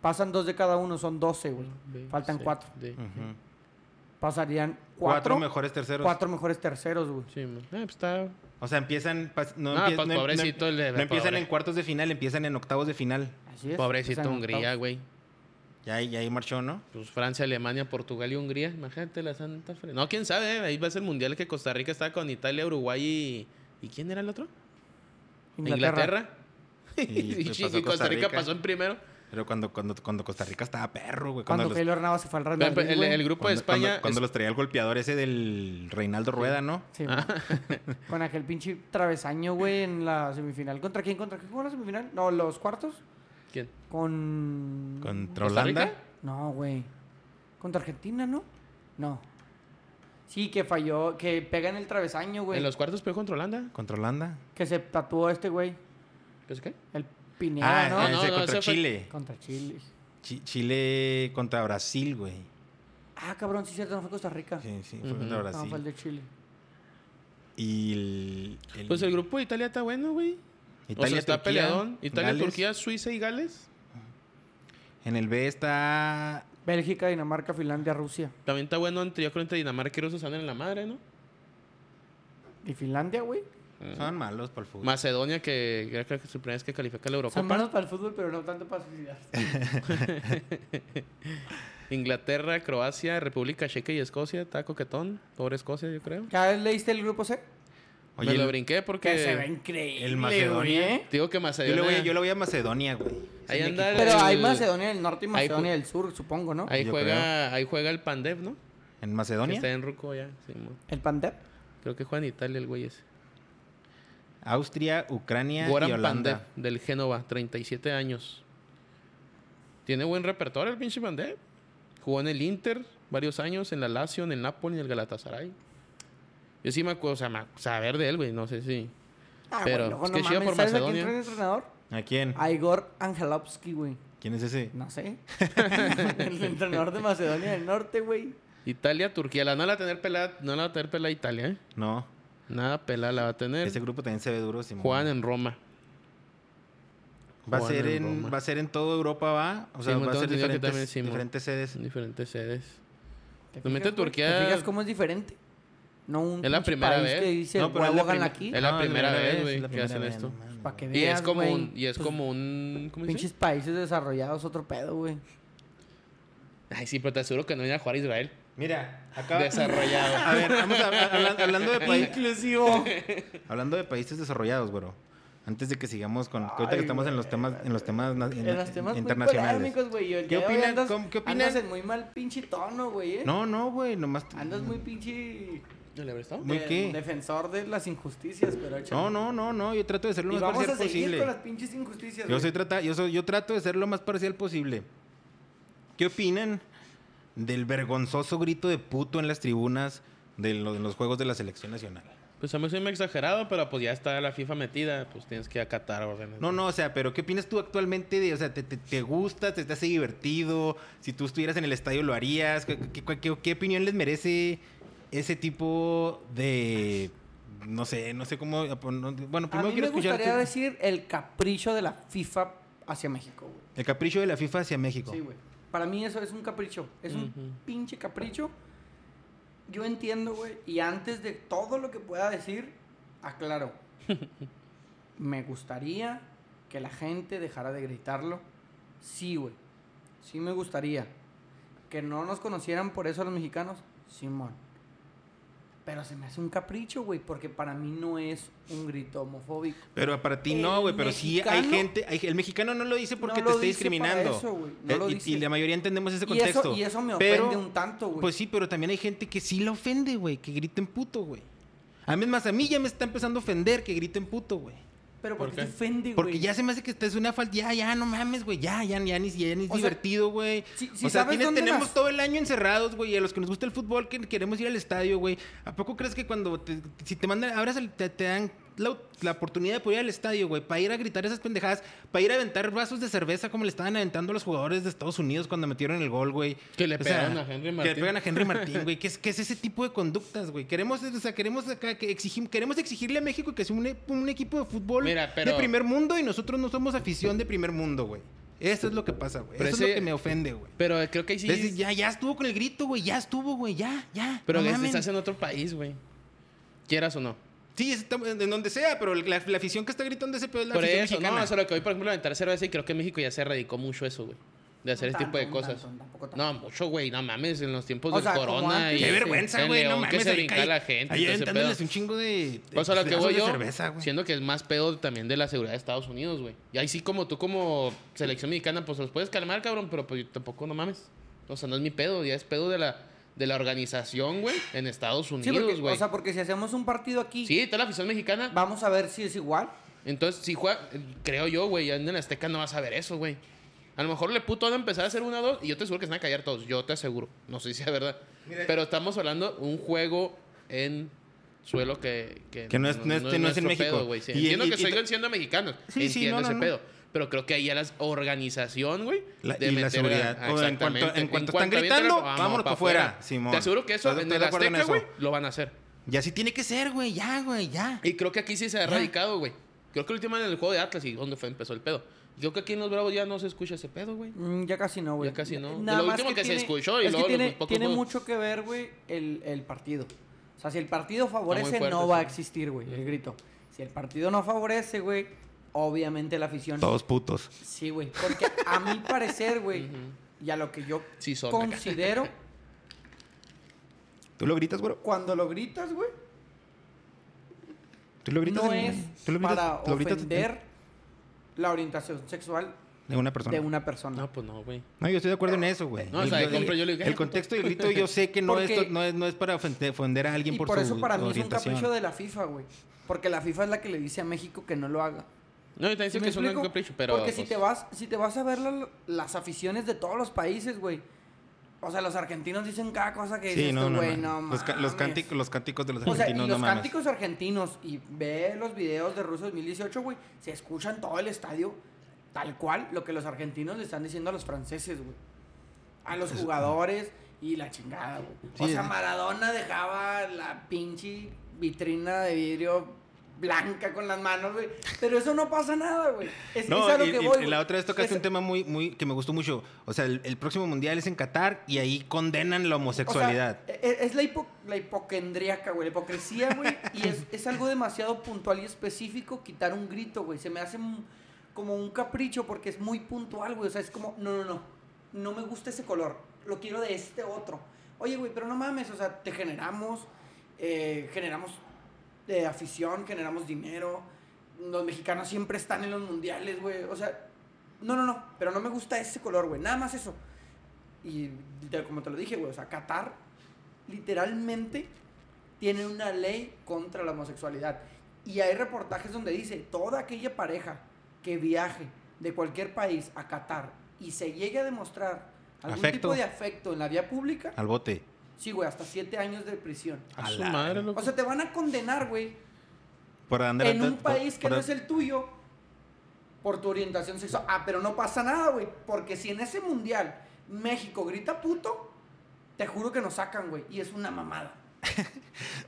Speaker 3: Pasan dos de cada uno, son doce, güey.
Speaker 1: B,
Speaker 3: Faltan
Speaker 1: C,
Speaker 3: cuatro.
Speaker 1: D.
Speaker 2: ujú,
Speaker 3: Pasarían
Speaker 2: cuatro
Speaker 3: cuatro.
Speaker 2: mejores terceros.
Speaker 3: cuatro mejores terceros, güey.
Speaker 1: Sí, man. Eh, pues está.
Speaker 2: O sea, empiezan pas- no,
Speaker 1: No, pues,
Speaker 2: empie- no em- no em-
Speaker 1: pobrecito el de-
Speaker 2: no empiezan
Speaker 1: pobre.
Speaker 2: en cuartos de final, empiezan en octavos de final.
Speaker 3: Así es.
Speaker 1: Pobrecita
Speaker 3: Pasan
Speaker 1: Hungría,
Speaker 3: octavos.
Speaker 1: güey.
Speaker 2: Ya ahí, ya ahí marchó, ¿no?
Speaker 1: Pues Francia, Alemania, Portugal y Hungría. Imagínate la santa fre- No, quién sabe. eh, Ahí va a ser el mundial que Costa Rica estaba con Italia, Uruguay y. ¿Y quién era el otro? Inglaterra.
Speaker 2: Y,
Speaker 1: Y,
Speaker 2: pues,
Speaker 1: chi-
Speaker 2: pasó
Speaker 1: y Costa Rica
Speaker 2: Rica.
Speaker 1: pasó en primero.
Speaker 2: Pero cuando, cuando, cuando Costa Rica estaba perro, güey.
Speaker 3: Cuando
Speaker 2: los-
Speaker 3: Keylor Navas se fue al Real
Speaker 1: Pero,
Speaker 3: Madrid,
Speaker 1: pero, el,
Speaker 3: güey.
Speaker 1: el grupo de
Speaker 2: cuando- cuando-
Speaker 1: España.
Speaker 2: cuando los traía el golpeador ese del Reinaldo Rueda, ¿no?
Speaker 3: Sí, güey. Ah. Con aquel pinche travesaño, güey, en la semifinal. ¿Contra quién? ¿Contra quién jugó la semifinal? No, los cuartos.
Speaker 1: es- ¿Quién?
Speaker 3: Con.
Speaker 2: Contra
Speaker 1: ¿Costa Rica?
Speaker 2: Holanda.
Speaker 3: No, güey. Contra Argentina, ¿no? No. Sí, que falló, que pega en el travesaño, güey.
Speaker 1: En los cuartos pegó contra Holanda.
Speaker 2: Contra Holanda.
Speaker 3: Que se tatuó este güey.
Speaker 1: ¿Qué es qué?
Speaker 3: El Pineda,
Speaker 2: Ah,
Speaker 3: ¿no?
Speaker 2: ese
Speaker 1: no, no,
Speaker 2: contra
Speaker 1: ese fue-
Speaker 2: Chile.
Speaker 3: Contra Chile.
Speaker 2: Chi- Chile contra Brasil, güey.
Speaker 3: Ah, cabrón, sí, cierto, no fue Costa Rica.
Speaker 2: Sí, sí, fue
Speaker 1: Ujú.
Speaker 2: contra
Speaker 3: no,
Speaker 2: Brasil.
Speaker 3: fue el de Chile.
Speaker 2: Y el, el-
Speaker 1: Pues el grupo de Italia está bueno, güey. o sea, está
Speaker 2: Turquía,
Speaker 1: peleadón. Italia,
Speaker 2: Gales.
Speaker 1: Turquía, Suiza y Gales.
Speaker 2: En el B está.
Speaker 3: Bélgica, Dinamarca, Finlandia, Rusia.
Speaker 1: También está bueno entre, yo creo, entre Dinamarca y Rusia se andan en la madre, ¿no?
Speaker 3: ¿Y Finlandia, güey?
Speaker 1: Mm.
Speaker 2: Son malos para el fútbol.
Speaker 1: Macedonia, que creo que es su primera vez que califica a la
Speaker 3: Son
Speaker 1: Eurocopa.
Speaker 3: malos para el fútbol, pero no tanto para suicidarse.
Speaker 1: Inglaterra, Croacia, República Checa y Escocia. Está coquetón. Pobre Escocia, yo creo.
Speaker 3: ¿Cada vez leíste el grupo C?
Speaker 1: Me
Speaker 2: Oye,
Speaker 1: lo
Speaker 2: el-
Speaker 1: brinqué
Speaker 3: Que se ve
Speaker 1: porque...
Speaker 3: increíble.
Speaker 2: el Macedonia.
Speaker 3: güey, ¿eh?
Speaker 1: Digo que
Speaker 2: yo,
Speaker 1: Macedonia...
Speaker 2: le voy, yo le voy a Macedonia, güey.
Speaker 1: Ahí
Speaker 2: Es mi
Speaker 1: anda
Speaker 2: equipo.
Speaker 3: Pero hay
Speaker 1: El-
Speaker 3: Macedonia del Norte y
Speaker 1: Ahí ju-
Speaker 3: Macedonia del Sur, supongo, ¿no?
Speaker 1: Ahí
Speaker 2: Yo
Speaker 1: juega, ahí juega el Pandev, ¿no?
Speaker 2: ¿En
Speaker 1: Que
Speaker 2: Macedonia?
Speaker 1: está en Ruco ya. sí, mo.
Speaker 3: El Pandep.
Speaker 1: creo que juega en Italia el güey ese.
Speaker 2: Austria, Ucrania y
Speaker 1: Goran Pandev,
Speaker 2: Holanda.
Speaker 1: del Génova, 37 años. Tiene buen repertorio el pinche Pandev. Jugó en el Inter varios años, en la Lazio, en el Napoli, en el Galatasaray. Yo sí me acuerdo, o sea, me ac- saber de él, güey, no sé si.
Speaker 3: Ah,
Speaker 1: Pero,
Speaker 3: güey, luego
Speaker 1: es
Speaker 3: no
Speaker 1: que chido
Speaker 3: mames,
Speaker 1: por
Speaker 3: ¿sabes a quién
Speaker 1: Macedonia.
Speaker 3: trae el entrenador?
Speaker 2: ¿A quién?
Speaker 3: A Igor Angelovsky, güey.
Speaker 2: ¿Quién es ese?
Speaker 3: No sé. el entrenador de Macedonia del Norte, güey.
Speaker 1: Italia, Turquía, la no la va a tener pelada, no la va a tener pelada Italia, ¿eh?
Speaker 2: No.
Speaker 1: Nada pelada la va a tener.
Speaker 2: Ese grupo también se ve duro. Simón.
Speaker 1: Juegan Em. en Roma.
Speaker 2: va, a
Speaker 1: Juegan
Speaker 2: ser
Speaker 1: en
Speaker 2: en,
Speaker 1: Roma.
Speaker 2: va a ser en toda Europa, va. O sea,
Speaker 1: Simón,
Speaker 2: va
Speaker 1: tengo
Speaker 2: a ser
Speaker 1: entendido que
Speaker 2: diferentes,
Speaker 1: también, Simón.
Speaker 2: diferentes sedes.
Speaker 1: En diferentes sedes.
Speaker 3: ¿Te
Speaker 1: Lo mete
Speaker 3: fijas, güey?
Speaker 1: Turquía-
Speaker 3: ¿Te fijas cómo es diferente? No un
Speaker 1: Es la
Speaker 3: pinche
Speaker 1: primera
Speaker 3: país
Speaker 1: vez.
Speaker 3: que dice,
Speaker 2: No, pero es
Speaker 3: huevo
Speaker 2: la
Speaker 3: gana
Speaker 2: prima-
Speaker 3: aquí.
Speaker 1: Es la
Speaker 2: No,
Speaker 1: primera vez,
Speaker 2: Ah, es
Speaker 1: güey,
Speaker 2: la
Speaker 1: que hacen
Speaker 2: primera vez,
Speaker 1: esto.
Speaker 2: no mames.
Speaker 3: Para que
Speaker 1: Y
Speaker 3: veas.
Speaker 1: es como
Speaker 3: güey,
Speaker 1: un. Y es
Speaker 3: pues,
Speaker 1: como un. ¿Cómo se dice?
Speaker 3: Pinches países desarrollados, otro pedo, güey.
Speaker 1: Ay, sí, pero te aseguro que no viene a jugar a Israel.
Speaker 2: Mira,
Speaker 3: Ah.
Speaker 2: acá.
Speaker 1: Desarrollado.
Speaker 2: A ver, vamos a, a- hablan- hablando, de países
Speaker 3: Inclusivo.
Speaker 2: hablando de países desarrollados, güero. Antes de que sigamos con. que ahorita
Speaker 3: Ay,
Speaker 2: que estamos en los temas, en los temas, na- en-
Speaker 3: En los temas muy
Speaker 2: internacionales.
Speaker 3: polémicos, güey. y el
Speaker 2: ¿Qué
Speaker 3: día de hoy
Speaker 2: opinan?
Speaker 3: andas-
Speaker 2: ¿Cómo- qué
Speaker 3: Andas
Speaker 2: opinan?
Speaker 3: en muy mal pinche tono, güey, ¿eh?
Speaker 2: No, no, güey, nomás.
Speaker 3: Andas muy pinche...
Speaker 1: ¿No le habré estado?
Speaker 2: ¿Muy
Speaker 3: de-
Speaker 2: qué?
Speaker 3: Defensor de las injusticias, pero échale.
Speaker 2: No, no, no, no. Yo trato de ser lo
Speaker 3: Y
Speaker 2: más
Speaker 3: vamos
Speaker 2: parcial
Speaker 3: a seguir
Speaker 2: posible.
Speaker 3: con las pinches injusticias,
Speaker 2: Yo,
Speaker 3: güey.
Speaker 2: soy trata, yo, soy, yo trato de ser lo más parcial posible. ¿Qué opinan del vergonzoso grito de puto en las tribunas de, lo- de los juegos de la selección nacional?
Speaker 1: Pues a mí soy muy exagerado, pero pues ya está la FIFA metida. Pues tienes que acatar órdenes.
Speaker 2: No, no, o sea, pero ¿qué opinas tú actualmente? De, o sea, ¿te, te, te gusta? ¿Te te hace divertido? Si tú estuvieras en el estadio, ¿lo harías? ¿Qué, qué- qué- qué- qué opinión les merece ese tipo de... No sé, no sé cómo... no- Bueno,
Speaker 3: A
Speaker 2: primero quiero
Speaker 3: mí me
Speaker 2: escuchar...
Speaker 3: gustaría decir el capricho de la FIFA hacia México, güey.
Speaker 2: El capricho de la FIFA hacia México.
Speaker 3: Sí, güey. Para mí eso es un capricho. Es
Speaker 1: Ujú.
Speaker 3: un pinche capricho. Yo entiendo, güey. Y antes de todo lo que pueda decir, aclaro. Me gustaría que la gente dejara de gritarlo. Sí, güey. Sí me gustaría. Que no nos conocieran por eso los mexicanos. Simón. Pero se me hace un capricho, güey. Porque para mí no es un grito homofóbico.
Speaker 2: Pero para ti
Speaker 3: El
Speaker 2: no, güey, pero sí hay
Speaker 3: mexicano-
Speaker 2: gente, hay- el mexicano no lo dice porque
Speaker 3: No
Speaker 2: te
Speaker 3: lo
Speaker 2: está
Speaker 3: dice
Speaker 2: discriminando.
Speaker 3: para eso, güey, no
Speaker 2: Eh,
Speaker 3: lo
Speaker 2: y,
Speaker 3: dice.
Speaker 2: y la mayoría entendemos ese
Speaker 3: Y eso,
Speaker 2: contexto.
Speaker 3: y eso me ofende
Speaker 2: Pero,
Speaker 3: un tanto, güey.
Speaker 2: Pues sí, pero también hay gente que sí la ofende, güey, que griten puto, güey. A mí es más, a mí ya me está empezando a ofender que griten puto, güey.
Speaker 3: Pero
Speaker 1: ¿por
Speaker 3: porque te
Speaker 1: qué?
Speaker 3: ofende, güey.
Speaker 2: Porque ya se me hace que esta es una falta. Ya, ya, no mames, güey. Ya, ya, ya, ni, ya ni es
Speaker 3: O sea,
Speaker 2: divertido, güey.
Speaker 3: si- si
Speaker 2: o sea,
Speaker 3: sabes
Speaker 2: tienes-
Speaker 3: dónde
Speaker 2: tenemos
Speaker 3: las-
Speaker 2: todo el año encerrados, güey. y A los que nos gusta el fútbol, que queremos ir al estadio, güey. ¿A poco crees que cuando te- si te mandan, abres el- te, te dan la, la oportunidad de poder ir al estadio, güey, para ir a gritar esas pendejadas, para ir a aventar vasos de cerveza como le estaban aventando a los jugadores de Estados Unidos cuando metieron el gol, güey?
Speaker 1: Que le
Speaker 2: O sea,
Speaker 1: pegaron a Henry
Speaker 2: Que
Speaker 1: Martín.
Speaker 2: le pegan a Henry Martín, güey. ¿Qué es, qué es ese tipo de conductas, güey? Queremos, o sea, queremos acá que exigim- queremos exigirle a México que sea un, e- un equipo de fútbol
Speaker 1: Mira, pero-
Speaker 2: de primer mundo y nosotros no somos afición de primer mundo, güey. Eso es lo que pasa, güey. Eso
Speaker 1: Pero
Speaker 2: es
Speaker 1: ese-
Speaker 2: lo que me ofende, güey.
Speaker 1: Pero eh, creo que ahí sí.
Speaker 2: Es decir, ya, ya estuvo con el grito, güey. Ya estuvo, güey. Ya, ya.
Speaker 1: Pero
Speaker 2: No
Speaker 1: que
Speaker 2: mamen.
Speaker 1: estás en otro país, güey. Quieras o no.
Speaker 2: Sí, estamos en en donde sea, pero la, la afición que está gritando ese pedo es la
Speaker 1: Por
Speaker 2: afición
Speaker 1: eso,
Speaker 2: mexicana.
Speaker 1: no, eso es lo que hoy, por ejemplo, en tercera vez y creo que en México ya se radicó mucho eso, güey. De hacer
Speaker 3: Un
Speaker 1: ese tipo de
Speaker 3: tanto, un
Speaker 1: cosas.
Speaker 3: tanto, tampoco tanto.
Speaker 1: No, mucho, güey, no mames, en los tiempos
Speaker 3: O
Speaker 1: del
Speaker 3: sea, como
Speaker 1: corona
Speaker 3: antes,
Speaker 1: y
Speaker 3: sí.
Speaker 2: Qué vergüenza,
Speaker 1: en
Speaker 2: güey. No
Speaker 1: León
Speaker 2: mames.
Speaker 1: que se
Speaker 2: ahorita
Speaker 1: brinca
Speaker 2: ahí-
Speaker 1: la gente.
Speaker 2: Ahí
Speaker 1: y todo ese pedo.
Speaker 2: aventándoles un chingo de.
Speaker 1: O sea, lo
Speaker 2: de
Speaker 1: que voy
Speaker 2: pedazos
Speaker 1: yo,
Speaker 2: de cerveza, güey.
Speaker 1: siendo que es más pedo también de la seguridad de Estados Unidos, güey. Y ahí sí, como tú, como selección mexicana, pues los puedes calmar, cabrón, pero pues yo tampoco, no mames. O sea, no es mi pedo, ya es pedo de la, de la organización, güey, en Estados
Speaker 3: Sí, porque,
Speaker 1: Unidos, güey.
Speaker 3: o sea, porque si hacemos un partido aquí,
Speaker 1: sí, está la afición mexicana.
Speaker 3: vamos a ver si es igual.
Speaker 1: Entonces, si juega, creo yo, güey, ya en el Azteca no vas a ver eso, güey. A lo mejor le puto van a empezar a hacer una dos y yo te aseguro que se van a callar todos. Yo te aseguro. No sé si es verdad. Pero estamos hablando de un juego en suelo que... Que,
Speaker 2: Que no es- no es- no es en
Speaker 1: nuestro
Speaker 2: México.
Speaker 1: pedo, güey. Sí,
Speaker 2: Y-
Speaker 1: entiendo
Speaker 2: y-
Speaker 1: que
Speaker 2: y-
Speaker 1: siguen siendo mexicanos.
Speaker 2: Sí, sí,
Speaker 1: entiendo
Speaker 2: no, no,
Speaker 1: ese
Speaker 2: no.
Speaker 1: pedo. Pero creo que ahí ya la organización, güey...
Speaker 2: La-
Speaker 1: de
Speaker 2: y la
Speaker 1: meter a-
Speaker 2: seguridad.
Speaker 1: Ah,
Speaker 2: O en cuanto- en
Speaker 1: exactamente.
Speaker 2: cuanto están
Speaker 1: avientan la-
Speaker 2: gritando,
Speaker 1: vamos
Speaker 2: vámonos
Speaker 1: pa'
Speaker 2: pa' fuera, Simón.
Speaker 1: Te aseguro que eso
Speaker 2: Estoy-
Speaker 1: en
Speaker 2: estoy
Speaker 1: el
Speaker 2: de acuerdo en
Speaker 1: Azteca,
Speaker 2: eso.
Speaker 1: güey, lo van a hacer.
Speaker 2: Y así tiene que ser, güey. Ya, güey. Ya.
Speaker 1: Y creo que aquí sí se ha erradicado, güey. Creo que el último en el juego de Atlas y donde fue empezó el pedo. Yo creo que aquí en los Bravos ya no se escucha ese pedo, güey.
Speaker 3: Mm, ya casi no, güey.
Speaker 1: Ya casi no.
Speaker 3: Nada
Speaker 1: Lo
Speaker 3: más
Speaker 1: último que se escuchó y
Speaker 3: es que
Speaker 1: luego los
Speaker 3: tiene,
Speaker 1: muy pocos
Speaker 3: tiene
Speaker 1: juegos.
Speaker 3: mucho que ver, güey, el, el partido. O sea, si el partido favorece,
Speaker 1: fuerte,
Speaker 3: no va a
Speaker 1: sí.
Speaker 3: existir, güey, el grito. Si el partido no favorece, güey, obviamente la afición.
Speaker 2: Todos putos.
Speaker 3: Sí, güey. Porque a mi parecer, güey, y a lo que yo
Speaker 1: Sí son acá.
Speaker 3: considero,
Speaker 2: ¿Tú lo gritas, güero?
Speaker 3: cuando lo gritas, güey,
Speaker 2: ¿Tú lo gritas?
Speaker 3: no
Speaker 2: en-
Speaker 3: es
Speaker 2: ¿tú lo gritas-
Speaker 3: para
Speaker 2: lo gritas en-
Speaker 3: ofender la orientación sexual
Speaker 2: De una persona.
Speaker 3: de una persona.
Speaker 1: No, pues no, güey.
Speaker 2: No, yo estoy de acuerdo en eso, güey.
Speaker 1: No, o sea,
Speaker 2: El-
Speaker 1: de compra yo le digo,
Speaker 2: el,
Speaker 1: "Eh,
Speaker 2: contexto del grito yo sé que no,
Speaker 3: Porque-
Speaker 2: es, no, es, no es para ofende- ofender a alguien
Speaker 3: Y
Speaker 2: por,
Speaker 3: por,
Speaker 2: su
Speaker 3: eso para mí es un
Speaker 2: orientación.
Speaker 3: capricho de la FIFA, güey. Porque la FIFA es la que le dice a México que no lo haga.
Speaker 1: No, yo te
Speaker 3: ¿Sí
Speaker 1: diciendo
Speaker 3: me
Speaker 1: que es un
Speaker 3: explico?
Speaker 1: capricho, pero.
Speaker 3: Porque si
Speaker 1: pues,
Speaker 3: te vas, si te vas a ver la- las aficiones de todos los países, güey. O sea, los argentinos dicen cada cosa
Speaker 2: Sí,
Speaker 3: que dices
Speaker 2: no,
Speaker 3: tú,
Speaker 2: no,
Speaker 3: este güey,
Speaker 2: no.
Speaker 3: no
Speaker 2: los, ca- los
Speaker 3: mames.
Speaker 2: cánticos, los cánticos de los
Speaker 3: O sea, y
Speaker 2: argentinos,
Speaker 3: los
Speaker 2: no mames.
Speaker 3: cánticos argentinos y ve los videos de Rusia 2018, güey, se escuchan todo el estadio tal cual lo que los argentinos le están diciendo a los franceses, güey. A los jugadores y la chingada, güey. o
Speaker 2: Sí,
Speaker 3: sea,
Speaker 2: es-
Speaker 3: Maradona dejaba la pinche vitrina de vidrio blanca con las manos, güey. Pero eso no pasa nada, güey. Es,
Speaker 2: No,
Speaker 3: es a lo
Speaker 2: y,
Speaker 3: que
Speaker 2: y-
Speaker 3: voy.
Speaker 2: y
Speaker 3: güey.
Speaker 2: la otra vez tocaste
Speaker 3: Es-
Speaker 2: un tema muy, muy que me gustó mucho. O sea, el, el próximo mundial es en Qatar y ahí condenan la
Speaker 3: o sea,
Speaker 2: homosexualidad.
Speaker 3: e- es la, hipo, la hipocondriaca, güey. La hipocresía, güey. y es, es algo demasiado puntual y específico quitar un grito, güey. Se me hace un- como un capricho porque es muy puntual, güey. O sea, es como, no, no, no. No me gusta ese color. Lo quiero de este otro. Oye, güey, pero no mames. O sea, te generamos. eh, generamos eh, afición, generamos dinero. Los mexicanos siempre están en los mundiales, güey. O sea, no, no, no. Pero no me gusta ese color, güey. Nada más eso. Y te- como te lo dije, güey, o sea, Qatar literalmente tiene una ley contra la homosexualidad. Y hay reportajes donde dice, toda aquella pareja que viaje de cualquier país a Qatar y se llegue a demostrar algún
Speaker 2: Afecto. Ah.
Speaker 3: tipo de afecto en la vía pública,
Speaker 2: Al bote.
Speaker 3: sí, güey, hasta siete años de prisión.
Speaker 1: A
Speaker 2: A
Speaker 1: su
Speaker 2: la-
Speaker 1: madre, loco.
Speaker 3: O sea, te van a condenar, güey,
Speaker 2: Por andar
Speaker 3: en un
Speaker 2: por-
Speaker 3: país que
Speaker 2: por-
Speaker 3: no es el tuyo por tu orientación sexual. Ah, pero no pasa nada, güey. Porque si en ese mundial México grita puto, te juro que nos sacan, güey. Y es una mamada.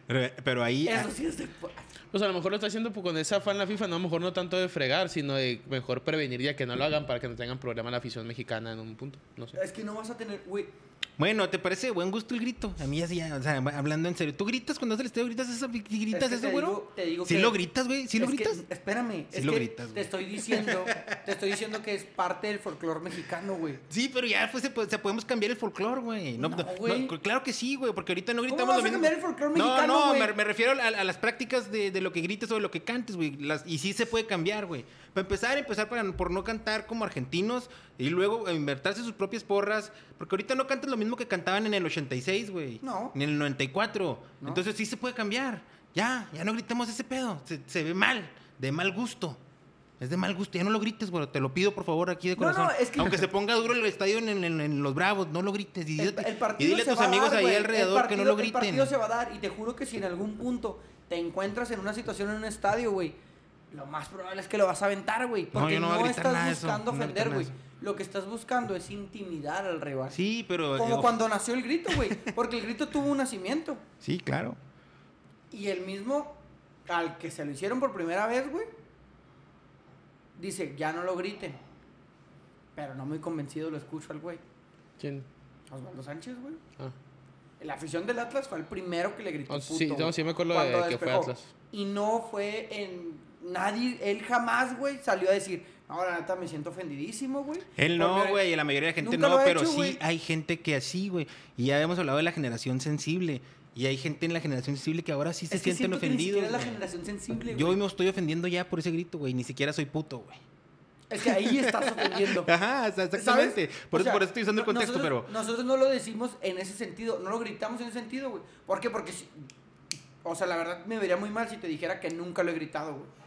Speaker 2: Pero, pero ahí. ah,
Speaker 3: Eso sí es de... pu-
Speaker 1: Pues a lo mejor lo está haciendo con ese afán la FIFA, no a lo mejor no tanto de fregar, sino de mejor prevenir ya que no lo hagan para que no tengan problema la afición mexicana en un punto. No sé.
Speaker 3: Es que no vas a tener, güey.
Speaker 2: Bueno, ¿te parece de buen gusto el grito? A mí ya, sí, ya, o sea, hablando en serio. ¿Tú gritas cuando haces el estadio? ¿Gritas eso? ¿Gritas
Speaker 3: Es que
Speaker 2: eso,
Speaker 3: te
Speaker 2: güero?
Speaker 3: digo- te digo
Speaker 2: ¿Sí
Speaker 3: que-
Speaker 2: lo gritas, güey? ¿Sí lo
Speaker 3: es que-
Speaker 2: gritas?
Speaker 3: espérame.
Speaker 2: Sí
Speaker 3: es
Speaker 2: lo
Speaker 3: que
Speaker 2: gritas,
Speaker 3: te
Speaker 2: güey.
Speaker 3: estoy diciendo, te estoy diciendo que es parte del folclore mexicano, güey.
Speaker 2: Sí, pero ya pues, se po- se podemos cambiar el folclore, güey. No,
Speaker 3: No,
Speaker 2: no,
Speaker 3: güey.
Speaker 2: no, claro que sí, güey, porque ahorita no
Speaker 3: ¿Cómo
Speaker 2: gritamos
Speaker 3: vas
Speaker 2: lo
Speaker 3: a
Speaker 2: mismo.
Speaker 3: cambiar el folclore
Speaker 2: no,
Speaker 3: mexicano,
Speaker 2: no,
Speaker 3: güey?
Speaker 2: me, me refiero a, a las prácticas de, de lo que grites o de lo que cantes, güey. Las- Y sí se puede cambiar, güey. Para empezar, empezar para, por no cantar como argentinos y luego inventarse sus propias porras. Porque ahorita no cantas lo mismo que cantaban en el 86, güey.
Speaker 3: No.
Speaker 2: Ni en el 94.
Speaker 3: No.
Speaker 2: Entonces sí se puede cambiar. Ya, ya no gritemos ese pedo. Se, se ve mal, de mal gusto. Es de mal gusto, ya no lo grites, güey. Te lo pido, por favor, aquí de
Speaker 3: No, no,
Speaker 2: corazón.
Speaker 3: es que-
Speaker 2: Aunque se ponga duro el estadio en, en- en- en los Bravos, no lo grites. Y,
Speaker 3: El,
Speaker 2: dile-
Speaker 3: el
Speaker 2: y
Speaker 3: partido
Speaker 2: dile a
Speaker 3: se
Speaker 2: tus
Speaker 3: va a
Speaker 2: amigos
Speaker 3: dar,
Speaker 2: ahí
Speaker 3: güey. El
Speaker 2: alrededor que no
Speaker 3: partido-
Speaker 2: lo
Speaker 3: El
Speaker 2: griten.
Speaker 3: partido se va a dar y te juro que si en algún punto te encuentras en una situación en un estadio, güey, lo más probable es que lo vas a aventar, güey.
Speaker 2: No,
Speaker 3: Porque
Speaker 2: yo no
Speaker 3: no,
Speaker 2: voy a gritar
Speaker 3: estás
Speaker 2: nada de eso, no
Speaker 3: buscando
Speaker 2: voy a gritar
Speaker 3: ofender,
Speaker 2: nada de
Speaker 3: güey. Lo que estás buscando es intimidar al rival.
Speaker 2: Sí, pero.
Speaker 3: Como
Speaker 2: eh,
Speaker 3: cuando nació el grito, güey. Porque el grito tuvo un nacimiento.
Speaker 2: Sí, claro.
Speaker 3: Y el mismo al que se lo hicieron por primera vez, güey, dice, ya no lo griten. Pero no muy convencido lo escucho al güey.
Speaker 1: ¿Quién?
Speaker 3: Osvaldo Sánchez, güey.
Speaker 1: Ah.
Speaker 3: La afición del Atlas fue el primero que le gritó.
Speaker 1: Oh,
Speaker 3: puto,
Speaker 1: sí, no,
Speaker 3: güey,
Speaker 1: sí me acuerdo
Speaker 3: cuando
Speaker 1: de que fue Atlas.
Speaker 3: Y no fue en. Nadie, él jamás, güey, salió a decir, ahora la neta me siento ofendidísimo, güey.
Speaker 2: Él no,
Speaker 3: Porque-
Speaker 2: güey, y la mayoría de la gente
Speaker 3: Nunca
Speaker 2: no,
Speaker 3: lo ha
Speaker 2: pero
Speaker 3: hecho,
Speaker 2: sí
Speaker 3: güey.
Speaker 2: hay gente que así, güey. Y ya habíamos hablado de la generación sensible. Y hay gente en la generación sensible que ahora sí se
Speaker 3: Es que
Speaker 2: sienten
Speaker 3: siento que ni
Speaker 2: ofendidos.
Speaker 3: siquiera es la
Speaker 2: güey.
Speaker 3: generación sensible,
Speaker 2: Yo hoy
Speaker 3: güey.
Speaker 2: me estoy ofendiendo ya por ese grito, güey. Ni siquiera soy puto, güey.
Speaker 3: Es que ahí estás ofendiendo.
Speaker 2: Ajá, o sea, exactamente.
Speaker 3: ¿Sabes?
Speaker 2: Por,
Speaker 3: O
Speaker 2: eso,
Speaker 3: sea,
Speaker 2: por eso estoy usando el
Speaker 3: no-
Speaker 2: contexto,
Speaker 3: nosotros-
Speaker 2: pero.
Speaker 3: Nosotros no lo decimos en ese sentido, no lo gritamos en ese sentido, güey. ¿Por qué? Porque. si- o sea, la verdad me vería muy mal si te dijera que nunca lo he gritado, güey.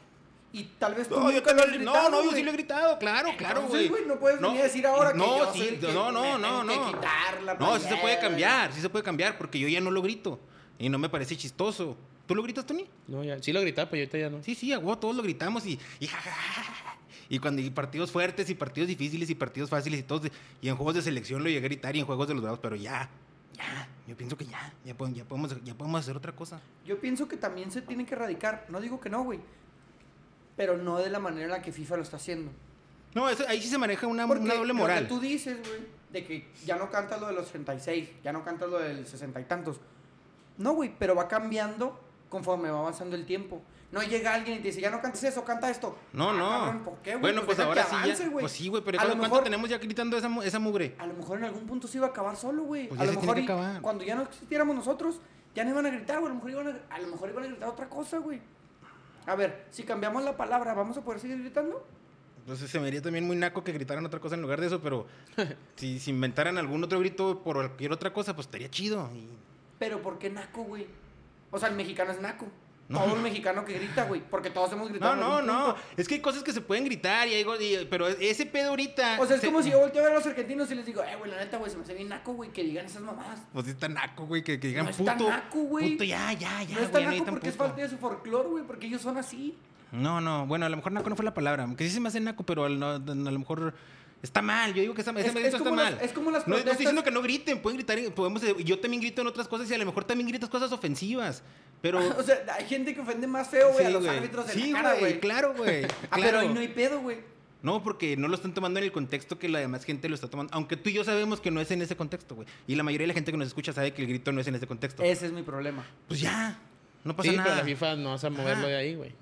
Speaker 3: Y tal vez tú
Speaker 2: No, yo te
Speaker 3: nunca lo
Speaker 2: lo
Speaker 3: has
Speaker 2: he-
Speaker 3: gritado,
Speaker 2: No, no, yo
Speaker 3: güey.
Speaker 2: sí lo he gritado, claro, claro,
Speaker 3: Entonces,
Speaker 2: güey.
Speaker 3: güey, no puedes venir a decir ahora que
Speaker 2: no,
Speaker 3: yo
Speaker 2: sí,
Speaker 3: soy el que
Speaker 2: no, no, no,
Speaker 3: me tengo
Speaker 2: no.
Speaker 3: que quitar la
Speaker 2: no, sí se
Speaker 3: playera,
Speaker 2: puede
Speaker 3: güey.
Speaker 2: cambiar, sí se puede cambiar, porque yo ya no lo grito. Y no me parece chistoso. ¿Tú lo gritas, Tony?
Speaker 1: No, ya. Sí lo gritaba, pero ahorita ya no.
Speaker 2: Sí, sí, a huevo, todos lo gritamos y. Y, ja, ja, ja, ja. y cuando y partidos fuertes y partidos difíciles y partidos fáciles y todos. Y en juegos de selección lo llegué a gritar y en juegos de los bravos, pero ya, ya. Yo pienso que ya, ya, po- ya podemos, ya podemos hacer otra cosa.
Speaker 3: Yo pienso que también se tiene que erradicar. No digo que no, güey. Pero no de la manera en la que FIFA lo está haciendo.
Speaker 2: No, eso, ahí sí se maneja una,
Speaker 3: Porque
Speaker 2: una doble moral.
Speaker 3: Lo que tú dices, güey, de que ya no cantas lo de los 36, ya no cantas lo del 60 y tantos. No, güey, pero va cambiando conforme va avanzando el tiempo. No llega alguien y te dice, ya no cantes eso, canta esto.
Speaker 2: No,
Speaker 3: Ah,
Speaker 2: no.
Speaker 3: cabrón, ¿por qué, güey?
Speaker 2: Bueno, pues,
Speaker 3: deja que
Speaker 2: ahora sí
Speaker 3: avance,
Speaker 2: ya.
Speaker 3: güey.
Speaker 2: Pues sí, güey, pero
Speaker 3: A lo
Speaker 2: ¿cuánto
Speaker 3: mejor-
Speaker 2: tenemos ya gritando esa, mu- esa mugre?
Speaker 3: A lo mejor en algún punto se iba a acabar solo, güey.
Speaker 2: Pues
Speaker 3: a
Speaker 2: ya
Speaker 3: lo
Speaker 2: se tiene
Speaker 3: mejor
Speaker 2: que
Speaker 3: y
Speaker 2: acabar.
Speaker 3: cuando ya no existiéramos nosotros, ya no iban a gritar, güey. A lo mejor iban a, a lo mejor iban a gritar otra cosa, güey. A ver, si cambiamos la palabra, ¿vamos a poder seguir gritando?
Speaker 2: Entonces se me haría también muy naco que gritaran otra cosa en lugar de eso, pero si, si inventaran algún otro grito por cualquier otra cosa, pues estaría chido. Y...
Speaker 3: Pero ¿por qué naco, güey? O sea, el mexicano es naco.
Speaker 2: No.
Speaker 3: Todo el mexicano que grita, güey. Porque todos hemos gritado.
Speaker 2: No,
Speaker 3: en
Speaker 2: no,
Speaker 3: algún
Speaker 2: no.
Speaker 3: punto.
Speaker 2: Es que hay cosas que se pueden gritar, y hay, go- y- pero ese pedo ahorita.
Speaker 3: O sea, es
Speaker 2: se-
Speaker 3: como si yo volteo a ver a los argentinos y les digo, eh, güey, la neta, güey, se me hace bien naco, güey, que digan esas mamadas.
Speaker 2: Pues sí está naco, güey, que, que digan
Speaker 3: No
Speaker 2: puto.
Speaker 3: está naco, güey.
Speaker 2: Puto, ya, ya, ya.
Speaker 3: no está
Speaker 2: güey,
Speaker 3: naco
Speaker 2: necesitan
Speaker 3: porque es
Speaker 2: puto.
Speaker 3: falta de su folclore, güey, porque ellos son así.
Speaker 2: No, no. Bueno, a lo mejor naco no fue la palabra. Que sí se me hace naco, pero al- no- a lo mejor Está mal, yo digo que está mal.
Speaker 3: Es-
Speaker 2: ese
Speaker 3: es
Speaker 2: movimiento
Speaker 3: como
Speaker 2: está
Speaker 3: las-
Speaker 2: mal.
Speaker 3: es como las
Speaker 2: no, no estoy
Speaker 3: protestas-
Speaker 2: diciendo que no griten, pueden gritar, podemos, eh, yo también grito en otras cosas y a lo mejor también gritas cosas ofensivas. Pero.
Speaker 3: Ah, O sea, hay gente que ofende más feo, güey, a
Speaker 2: Sí,
Speaker 3: los
Speaker 2: güey.
Speaker 3: árbitros de
Speaker 2: Sí,
Speaker 3: la cara, güey.
Speaker 2: Claro, güey.
Speaker 3: Ah,
Speaker 2: claro.
Speaker 3: pero ahí no hay pedo, güey.
Speaker 2: No, porque no lo están tomando en el contexto que la demás gente lo está tomando. Aunque tú y yo sabemos que no es en ese contexto, güey. Y la mayoría de la gente que nos escucha sabe que el grito no es en ese contexto.
Speaker 3: Ese es mi problema.
Speaker 2: Pues ya, no pasa
Speaker 1: Sí,
Speaker 2: nada.
Speaker 1: pero la FIFA no vas a moverlo
Speaker 2: Ajá.
Speaker 1: de ahí, güey.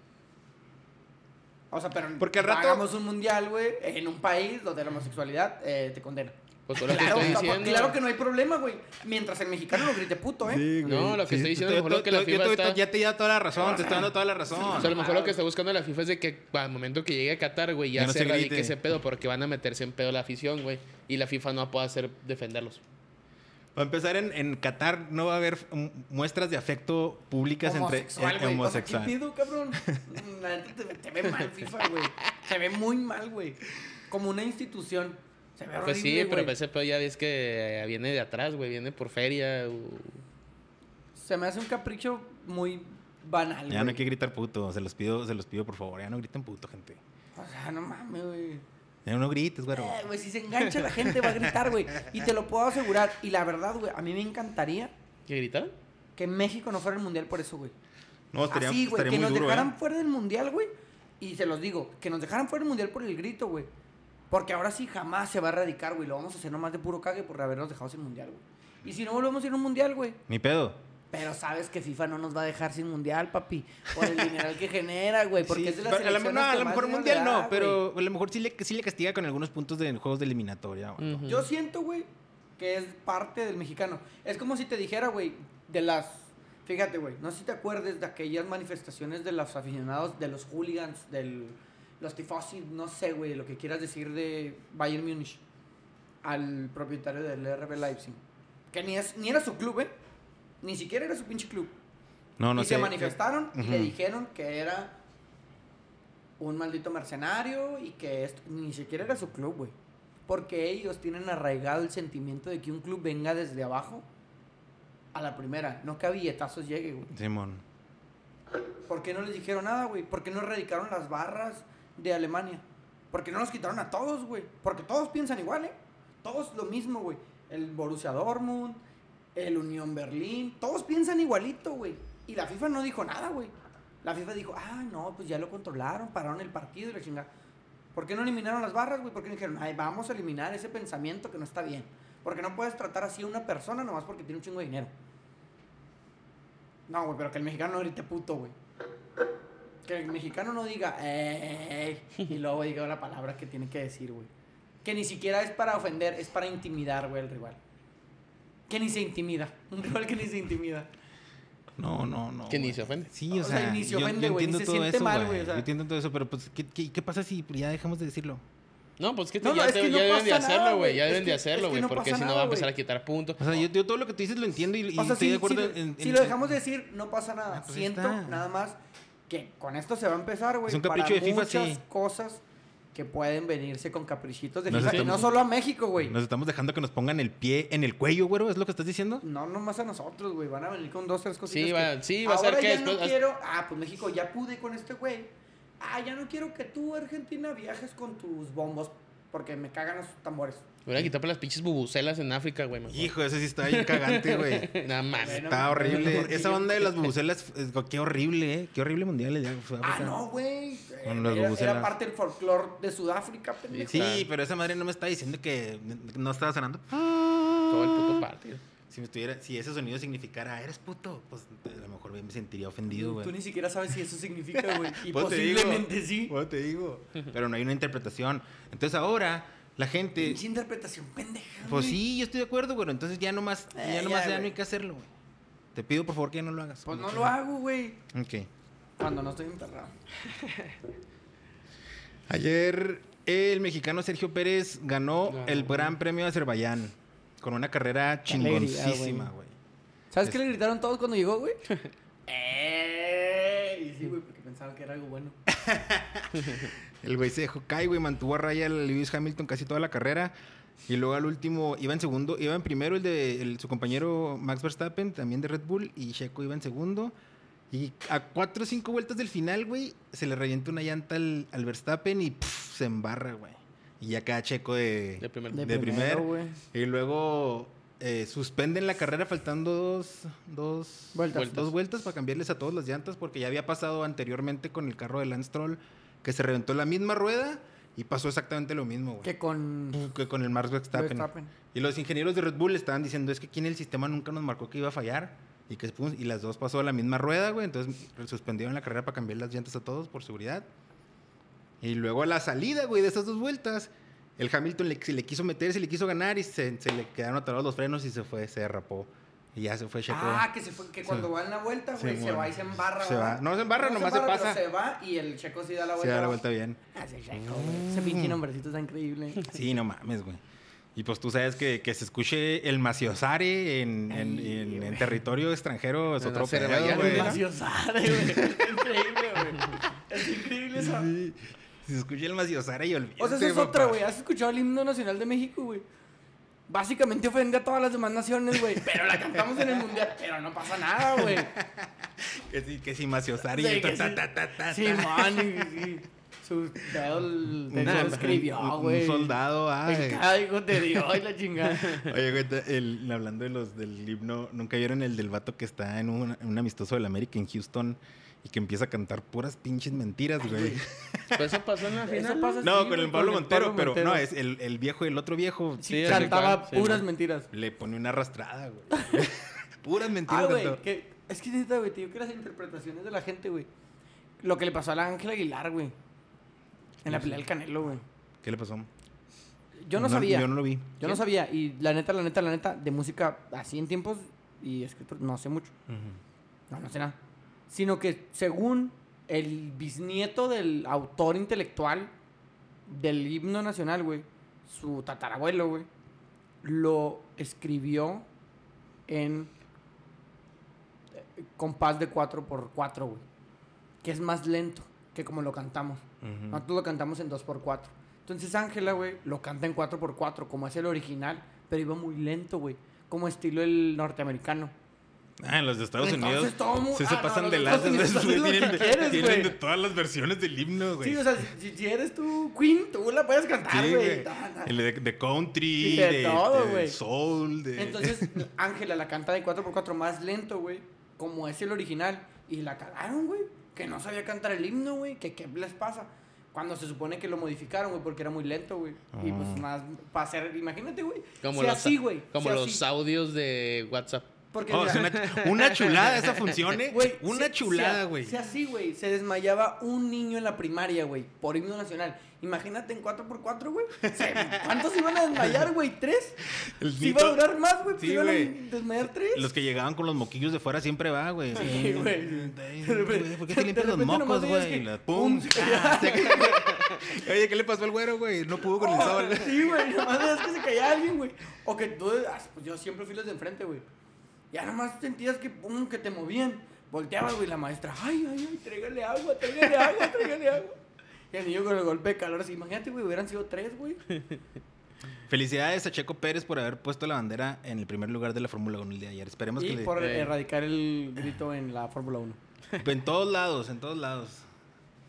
Speaker 3: O sea, pero
Speaker 2: Porque al rato-
Speaker 3: hagamos un mundial, güey, en un país donde la homosexualidad eh, te condena.
Speaker 1: Pues por lo
Speaker 3: claro,
Speaker 1: que estoy
Speaker 3: papá,
Speaker 1: diciendo.
Speaker 3: claro que no hay problema, güey. Mientras el mexicano lo grite puto, ¿eh?
Speaker 2: Sí, güey.
Speaker 1: No, lo que estoy diciendo,
Speaker 2: yo
Speaker 1: mejor lo
Speaker 2: te-
Speaker 1: que la
Speaker 2: yo te-
Speaker 1: FIFA
Speaker 2: yo
Speaker 1: está-
Speaker 2: te- Ya te da toda la razón, te está dando toda la razón.
Speaker 1: O sea, a lo mejor lo que está buscando la FIFA es de que al momento que llegue a Qatar, güey, ya,
Speaker 2: Ya no
Speaker 1: se
Speaker 2: se grite.
Speaker 1: erradique ese pedo porque van a meterse en pedo la afición, güey. Y la FIFA no puede hacer defenderlos.
Speaker 2: Para empezar, en, en Qatar no va a haber mm, muestras de afecto públicas
Speaker 3: homosexual,
Speaker 2: entre
Speaker 3: güey.
Speaker 2: eh,
Speaker 3: O sea, ¿qué
Speaker 2: homosexual.
Speaker 3: pido, cabrón? Mm, La neta te, te ve mal FIFA, güey. Se ve muy mal, güey. Como una institución. Se ve horrible,
Speaker 1: Pues sí, pero
Speaker 3: güey.
Speaker 1: ese pedo ya ves que eh, viene de atrás, güey. Viene por feria. u-
Speaker 3: Se me hace un capricho muy banal,
Speaker 2: ya no hay
Speaker 3: güey.
Speaker 2: que gritar puto, se los pido, se los pido por favor, ya no griten puto, gente.
Speaker 3: O sea, no mames, güey.
Speaker 2: Ya no grites, güero.
Speaker 3: Eh, güey, si se engancha la gente va a gritar, güey. Y te lo puedo asegurar. Y la verdad, güey, a mí me encantaría
Speaker 1: ¿Qué gritaron?
Speaker 3: que México no fuera el mundial por eso, güey.
Speaker 2: No, estaría,
Speaker 3: Así, güey,
Speaker 2: estaría
Speaker 3: que
Speaker 2: muy
Speaker 3: nos
Speaker 2: duro,
Speaker 3: dejaran
Speaker 2: ¿eh?
Speaker 3: fuera del mundial, güey. Y se los digo, que nos dejaran fuera del mundial por el grito, güey. Porque ahora sí jamás se va a erradicar, güey. Lo vamos a hacer nomás de puro cague por habernos dejado sin mundial, güey. Y si no volvemos a ir a un mundial, güey.
Speaker 2: Ni pedo.
Speaker 3: Pero sabes que FIFA no nos va a dejar sin mundial, papi. Por el dineral que genera, güey. Porque
Speaker 2: Sí,
Speaker 3: es de las
Speaker 2: pero a lo,
Speaker 3: selecciones
Speaker 2: no, a
Speaker 3: que
Speaker 2: lo
Speaker 3: más
Speaker 2: mejor
Speaker 3: dinero
Speaker 2: mundial
Speaker 3: le
Speaker 2: no,
Speaker 3: da, güey.
Speaker 2: pero a lo mejor sí le, sí le castiga con algunos puntos de juegos de eliminatoria. güey.
Speaker 1: Ujú.
Speaker 3: Yo siento, güey, que es parte del mexicano. Es como si te dijera, güey, de las... Fíjate, güey, no sé si te acuerdes de aquellas manifestaciones de los aficionados, de los hooligans, de los tifosi, no sé, güey, lo que quieras decir de Bayern Múnich al propietario del RB Leipzig. Que ni, es, ni era su club, ¿eh? Ni siquiera era su pinche club.
Speaker 2: No, no
Speaker 3: y
Speaker 2: sé. eh,
Speaker 3: se manifestaron y le
Speaker 2: Ujú.
Speaker 3: dijeron que era un maldito mercenario y que esto- ni siquiera era su club, güey. Porque ellos tienen arraigado el sentimiento de que un club venga desde abajo a la primera, no que a billetazos llegue, güey.
Speaker 2: Simón.
Speaker 3: ¿Por qué no les dijeron nada, güey? ¿Por qué no erradicaron las barras de Alemania? ¿Por qué no los quitaron a todos, güey? Porque todos piensan igual, ¿eh? Todos lo mismo, güey. El Borussia Dortmund, el Unión Berlín, todos piensan igualito, güey. Y la FIFA no dijo nada, güey. La FIFA dijo, ah, no, pues ya lo controlaron, pararon el partido y la chingada. ¿Por qué no eliminaron las barras, güey? ¿Por qué no dijeron, ay, vamos a eliminar ese pensamiento que no está bien? Porque no puedes tratar así a una persona nomás porque tiene un chingo de dinero. No, güey, pero que el mexicano no grite puto, güey. Que el mexicano no diga, "Ey", y luego diga la palabra que tiene que decir, güey. Que ni siquiera es para ofender, es para intimidar, güey, al rival. Que ni se intimida. Un rival que ni se intimida.
Speaker 2: No, no, no.
Speaker 1: Que ni
Speaker 2: güey.
Speaker 1: se ofende.
Speaker 2: Sí, o,
Speaker 3: O sea,
Speaker 2: sea,
Speaker 3: ni se
Speaker 2: yo, yo
Speaker 3: ofende, güey, ni
Speaker 2: entiendo
Speaker 3: se
Speaker 2: todo
Speaker 3: siente
Speaker 2: eso,
Speaker 3: mal,
Speaker 2: güey.
Speaker 3: güey, o sea.
Speaker 2: Yo entiendo todo eso, pero pues, ¿qué, qué, qué pasa si ya dejamos de decirlo?
Speaker 1: No, pues que te-
Speaker 3: No, no,
Speaker 1: ya,
Speaker 3: es
Speaker 1: te-
Speaker 3: que no
Speaker 1: ya deben
Speaker 3: pasa
Speaker 1: de
Speaker 3: nada,
Speaker 1: hacerlo,
Speaker 3: güey.
Speaker 1: güey. Ya
Speaker 3: Es
Speaker 1: deben
Speaker 3: que-
Speaker 1: de
Speaker 3: es que
Speaker 1: hacerlo, güey.
Speaker 3: no
Speaker 1: porque
Speaker 3: pasa
Speaker 1: si no
Speaker 3: nada,
Speaker 1: va a empezar
Speaker 3: güey.
Speaker 1: a quitar puntos.
Speaker 2: O sea, yo, yo todo lo que tú dices lo entiendo y, y
Speaker 3: O sea,
Speaker 2: estoy
Speaker 3: si,
Speaker 2: de acuerdo
Speaker 3: si-
Speaker 2: en-
Speaker 3: si
Speaker 2: en-
Speaker 3: lo dejamos de decir, no pasa nada.
Speaker 2: Ah, pues ahí
Speaker 3: Siento
Speaker 2: está.
Speaker 3: nada más que con esto se va a empezar, güey.
Speaker 2: Es un capricho
Speaker 3: para
Speaker 2: de FIFA,
Speaker 3: muchas
Speaker 2: sí.
Speaker 3: cosas que pueden venirse con caprichitos de
Speaker 2: Nos
Speaker 3: FIFA. Y
Speaker 2: estamos-
Speaker 3: no solo a México, güey.
Speaker 2: Nos estamos dejando que nos pongan el pie en el cuello, güero, ¿es lo que estás diciendo?
Speaker 3: No, nomás a nosotros, güey. Van a venir con dos, tres cositas.
Speaker 1: Sí,
Speaker 3: que-
Speaker 1: va- sí, va a ser
Speaker 3: Ahora
Speaker 1: que
Speaker 3: ya
Speaker 1: después-
Speaker 3: no quiero... Ah, pues México, ya pude con este güey. Ah, ya no quiero que tú, Argentina, viajes con tus bombos. Porque me cagan los tambores.
Speaker 1: Voy a quitar por las pinches bubucelas en África, güey. mejor.
Speaker 2: Hijo, ese sí está bien cagante, güey.
Speaker 1: Nada más.
Speaker 3: Bueno,
Speaker 2: Está horrible.
Speaker 3: Bueno,
Speaker 2: Esa
Speaker 3: yo-
Speaker 2: onda de las bubucelas, es- qué horrible, ¿eh? Qué horrible mundial. ya, fue
Speaker 3: Ah,
Speaker 2: África.
Speaker 3: no, güey.
Speaker 2: Con las
Speaker 3: Era,
Speaker 2: bubucelas.
Speaker 3: era parte del folclore de Sudáfrica, pendejo.
Speaker 2: Sí, pero esa madre no me está diciendo que no estaba sonando.
Speaker 1: Todo el puto partido.
Speaker 2: Si me estuviera, si ese sonido significara, eres puto, pues a lo mejor me sentiría ofendido,
Speaker 3: Tú
Speaker 2: güey.
Speaker 3: ni siquiera sabes si eso significa, güey. Y
Speaker 2: Pues te digo.
Speaker 3: posiblemente sí.
Speaker 2: Bueno, te digo. Pero no hay una interpretación. Entonces ahora la gente,
Speaker 3: Pinche interpretación pendeja.
Speaker 2: pues
Speaker 3: güey.
Speaker 2: sí, yo estoy de acuerdo, güey. Entonces ya nomás,
Speaker 3: Eh,
Speaker 2: ya nomás
Speaker 3: ya,
Speaker 2: ya, no
Speaker 3: güey.
Speaker 2: hay que hacerlo, güey. Te pido por favor que ya no lo hagas.
Speaker 3: Pues no lo hago, güey.
Speaker 2: Ok.
Speaker 3: Cuando no estoy enterrado.
Speaker 2: Ayer el mexicano Sergio Pérez ganó
Speaker 1: Ganó,
Speaker 2: el
Speaker 1: güey.
Speaker 2: Gran Premio de Azerbaiyán con una carrera chingoncísima,
Speaker 3: alegría,
Speaker 2: güey.
Speaker 3: ¿Sabes qué le gritaron todos cuando llegó, güey? ¡Ey! Eh, Y sí, güey, porque pensaban que era algo bueno.
Speaker 2: El güey se dejó caer, güey, mantuvo a raya al Lewis Hamilton casi toda la carrera. Y luego al último iba en segundo, iba en primero el de el- su compañero Max Verstappen, también de Red Bull, y Checo iba en segundo. Y a cuatro o cinco vueltas del final, güey, se le revienta una llanta al, al Verstappen y pff, se embarra, güey. Y ya cada checo de,
Speaker 1: De primer.
Speaker 3: De
Speaker 2: de primer.
Speaker 3: primero, güey.
Speaker 2: y luego eh, suspenden la carrera faltando dos, dos,
Speaker 3: Vueltas.
Speaker 2: dos vueltas para cambiarles a todos las llantas porque ya había pasado anteriormente con el carro de Lance Troll que se reventó la misma rueda y pasó exactamente lo mismo, güey.
Speaker 3: Que con
Speaker 2: Que con el Max Pues, Verstappen.
Speaker 3: Verstappen.
Speaker 2: Y los ingenieros de Red Bull estaban diciendo, es que aquí en el sistema nunca nos marcó que iba a fallar. Y, que, pum, y las dos pasó a la misma rueda, güey. Entonces suspendieron la carrera para cambiar las llantas a todos por seguridad. Y luego a la salida, güey, de esas dos vueltas, el Hamilton le, se le quiso meter, se le quiso ganar y se, se le quedaron atorados los frenos y se fue, se derrapó. Y ya se fue Checo.
Speaker 3: Ah, que, se fue, que cuando
Speaker 2: Sí.
Speaker 3: va en la vuelta,
Speaker 2: Sí,
Speaker 3: güey, se
Speaker 2: bueno.
Speaker 3: va y se embarra.
Speaker 2: Se
Speaker 3: ¿verdad?
Speaker 2: va. No se embarra, nomás se
Speaker 3: embarra, pero
Speaker 2: pasa.
Speaker 3: Se va y el checo sí da la
Speaker 2: se
Speaker 3: vuelta.
Speaker 2: da la vuelta Mm. bien.
Speaker 3: Ah, ese checo, güey. Ese pinche nombrecito está increíble.
Speaker 2: Sí, no mames, güey. Y pues tú sabes que, que se escuche el maciosare en, en-
Speaker 3: Ay,
Speaker 2: en- en
Speaker 3: güey.
Speaker 2: territorio extranjero es
Speaker 1: En
Speaker 2: otro pedo,
Speaker 1: Azerbaiyán,
Speaker 2: güey.
Speaker 1: en
Speaker 2: ¿no?
Speaker 3: Maciosare, güey. Increíble, güey. Es increíble esa.
Speaker 2: Sí. Se escucha el maciosare y olvídate.
Speaker 3: O sea, eso es
Speaker 2: papá.
Speaker 3: otra, güey. ¿Has escuchado el himno nacional de México, güey? Básicamente ofende a todas las demás naciones, güey. Pero la cantamos en el mundial, pero no pasa nada, güey.
Speaker 2: Que sí, que sí, maciosare y
Speaker 3: Sí,
Speaker 2: el
Speaker 3: que
Speaker 2: ta,
Speaker 3: sí.
Speaker 2: ta, ta, ta,
Speaker 3: Sí,
Speaker 2: ta.
Speaker 3: man. y- y- Su pedo el-
Speaker 2: Un-
Speaker 3: eso
Speaker 2: un- un-
Speaker 3: escribió, güey.
Speaker 2: Un soldado, ay.
Speaker 3: El código te dio y la chingada.
Speaker 2: Oye, güey, te- el- hablando de los del himno, ¿nunca vieron el del vato que está en un, en un amistoso del América en Houston y que empieza a cantar puras pinches mentiras, güey?
Speaker 1: Pues eso pasó en la final.
Speaker 3: Eso pasa
Speaker 2: No,
Speaker 3: así,
Speaker 2: con
Speaker 3: güey,
Speaker 2: el Pablo Montero, pero
Speaker 3: Montero.
Speaker 2: no, es el, el viejo y el otro viejo.
Speaker 1: Sí,
Speaker 3: Sí,
Speaker 1: ya sé
Speaker 3: cantaba
Speaker 1: cuál, sí,
Speaker 3: puras
Speaker 1: man.
Speaker 3: mentiras.
Speaker 2: Le pone una arrastrada, güey. Puras mentiras
Speaker 3: Ah, güey,
Speaker 2: cantó.
Speaker 3: que, es que neta, güey, te digo que las interpretaciones de la gente, güey. Lo que le pasó a la Ángela Aguilar, güey. En la pelea del Canelo, güey.
Speaker 2: ¿Qué le pasó?
Speaker 3: Yo no, sabía.
Speaker 2: Yo no lo vi.
Speaker 3: Yo no sabía. Y la neta, la neta, la neta, de música así en tiempos y escritos, no sé mucho. No, no sé nada. Sino que según el bisnieto del autor intelectual del himno nacional, güey, su tatarabuelo, güey, lo escribió en eh, compás de 4x4, güey. Que es más lento que como lo cantamos. Nosotros lo cantamos en 2x4. Entonces Ángela, güey, lo canta en 4x4, como es el original, pero iba muy lento, güey. Como estilo el norteamericano.
Speaker 2: Ah, en los de Estados
Speaker 3: Entonces,
Speaker 2: Unidos.
Speaker 3: todo mu-
Speaker 2: Sí, se
Speaker 3: ah, no,
Speaker 2: pasan
Speaker 3: los
Speaker 2: de
Speaker 3: de
Speaker 2: lanzas.
Speaker 3: Estados Unidos
Speaker 2: güey,
Speaker 3: hacen lo que
Speaker 2: Tienen, de,
Speaker 3: quieres,
Speaker 2: tienen
Speaker 3: güey.
Speaker 2: de todas las versiones del himno, güey.
Speaker 3: Sí, o sea, si, si eres tú Queen, tú la puedes cantar,
Speaker 2: Sí,
Speaker 3: güey.
Speaker 2: güey.
Speaker 3: Ta, ta.
Speaker 2: El de, de country,
Speaker 3: Sí,
Speaker 2: de,
Speaker 3: de todo,
Speaker 2: de
Speaker 3: güey.
Speaker 2: soul, de.
Speaker 3: Entonces, Ángela la canta de 4x4 más lento, güey. Como es el original. Y la cagaron, güey. Que no sabía cantar el himno, güey. Que qué les pasa. Cuando se supone que lo modificaron, güey, porque era muy lento, güey. Y pues más para hacer, imagínate, güey.
Speaker 1: Ah. Como
Speaker 3: si
Speaker 1: los,
Speaker 3: así, güey.
Speaker 1: Como
Speaker 3: si
Speaker 1: los
Speaker 3: así.
Speaker 1: audios de WhatsApp.
Speaker 3: Porque
Speaker 2: Oh,
Speaker 3: mira,
Speaker 2: es una, una chulada esa función, ¿eh?
Speaker 3: Güey,
Speaker 2: una
Speaker 3: se-
Speaker 2: chulada,
Speaker 3: se-
Speaker 2: güey.
Speaker 3: Se así, güey. Se desmayaba un niño en la primaria, güey. Por himno nacional. Imagínate en 4x4, güey. Se- ¿Cuántos iban a desmayar, güey? ¿Tres?
Speaker 2: El
Speaker 3: Si iba a
Speaker 2: mito-
Speaker 3: durar más, güey.
Speaker 2: Sí,
Speaker 3: Sí, iban a
Speaker 2: güey.
Speaker 3: desmayar tres.
Speaker 2: Los que llegaban con los moquillos de fuera siempre va, güey.
Speaker 3: Sí, güey.
Speaker 2: Ay,
Speaker 3: De repente-
Speaker 2: güey, ¿Por qué te
Speaker 3: de
Speaker 2: limpias los
Speaker 3: repente nomás
Speaker 2: mocos,
Speaker 3: veías
Speaker 2: güey?
Speaker 3: que-
Speaker 2: Y la- ¡Pum!
Speaker 3: ¡Pum!
Speaker 2: Ah, se- Oye, ¿qué le pasó al güero, güey? No pudo con el
Speaker 3: Oh,
Speaker 2: sol.
Speaker 3: sí, güey. Nomás veías que se caía alguien, güey. O que tú. ah, Pues yo siempre fui los de enfrente, güey. Ya nomás sentías que pum, que te movían. Volteabas, güey, la maestra. Ay, ay, ay, tráigale agua, tráigale agua, tráigale agua. Y el niño con el golpe de calor así. Imagínate, güey, hubieran sido tres, güey.
Speaker 2: Felicidades a Checo Pérez por haber puesto la bandera en el primer lugar de la Fórmula 1 el día de ayer. Esperemos que
Speaker 3: Y
Speaker 2: le-
Speaker 3: por
Speaker 1: eh.
Speaker 3: erradicar el grito en la Fórmula 1.
Speaker 2: en todos lados, en todos lados.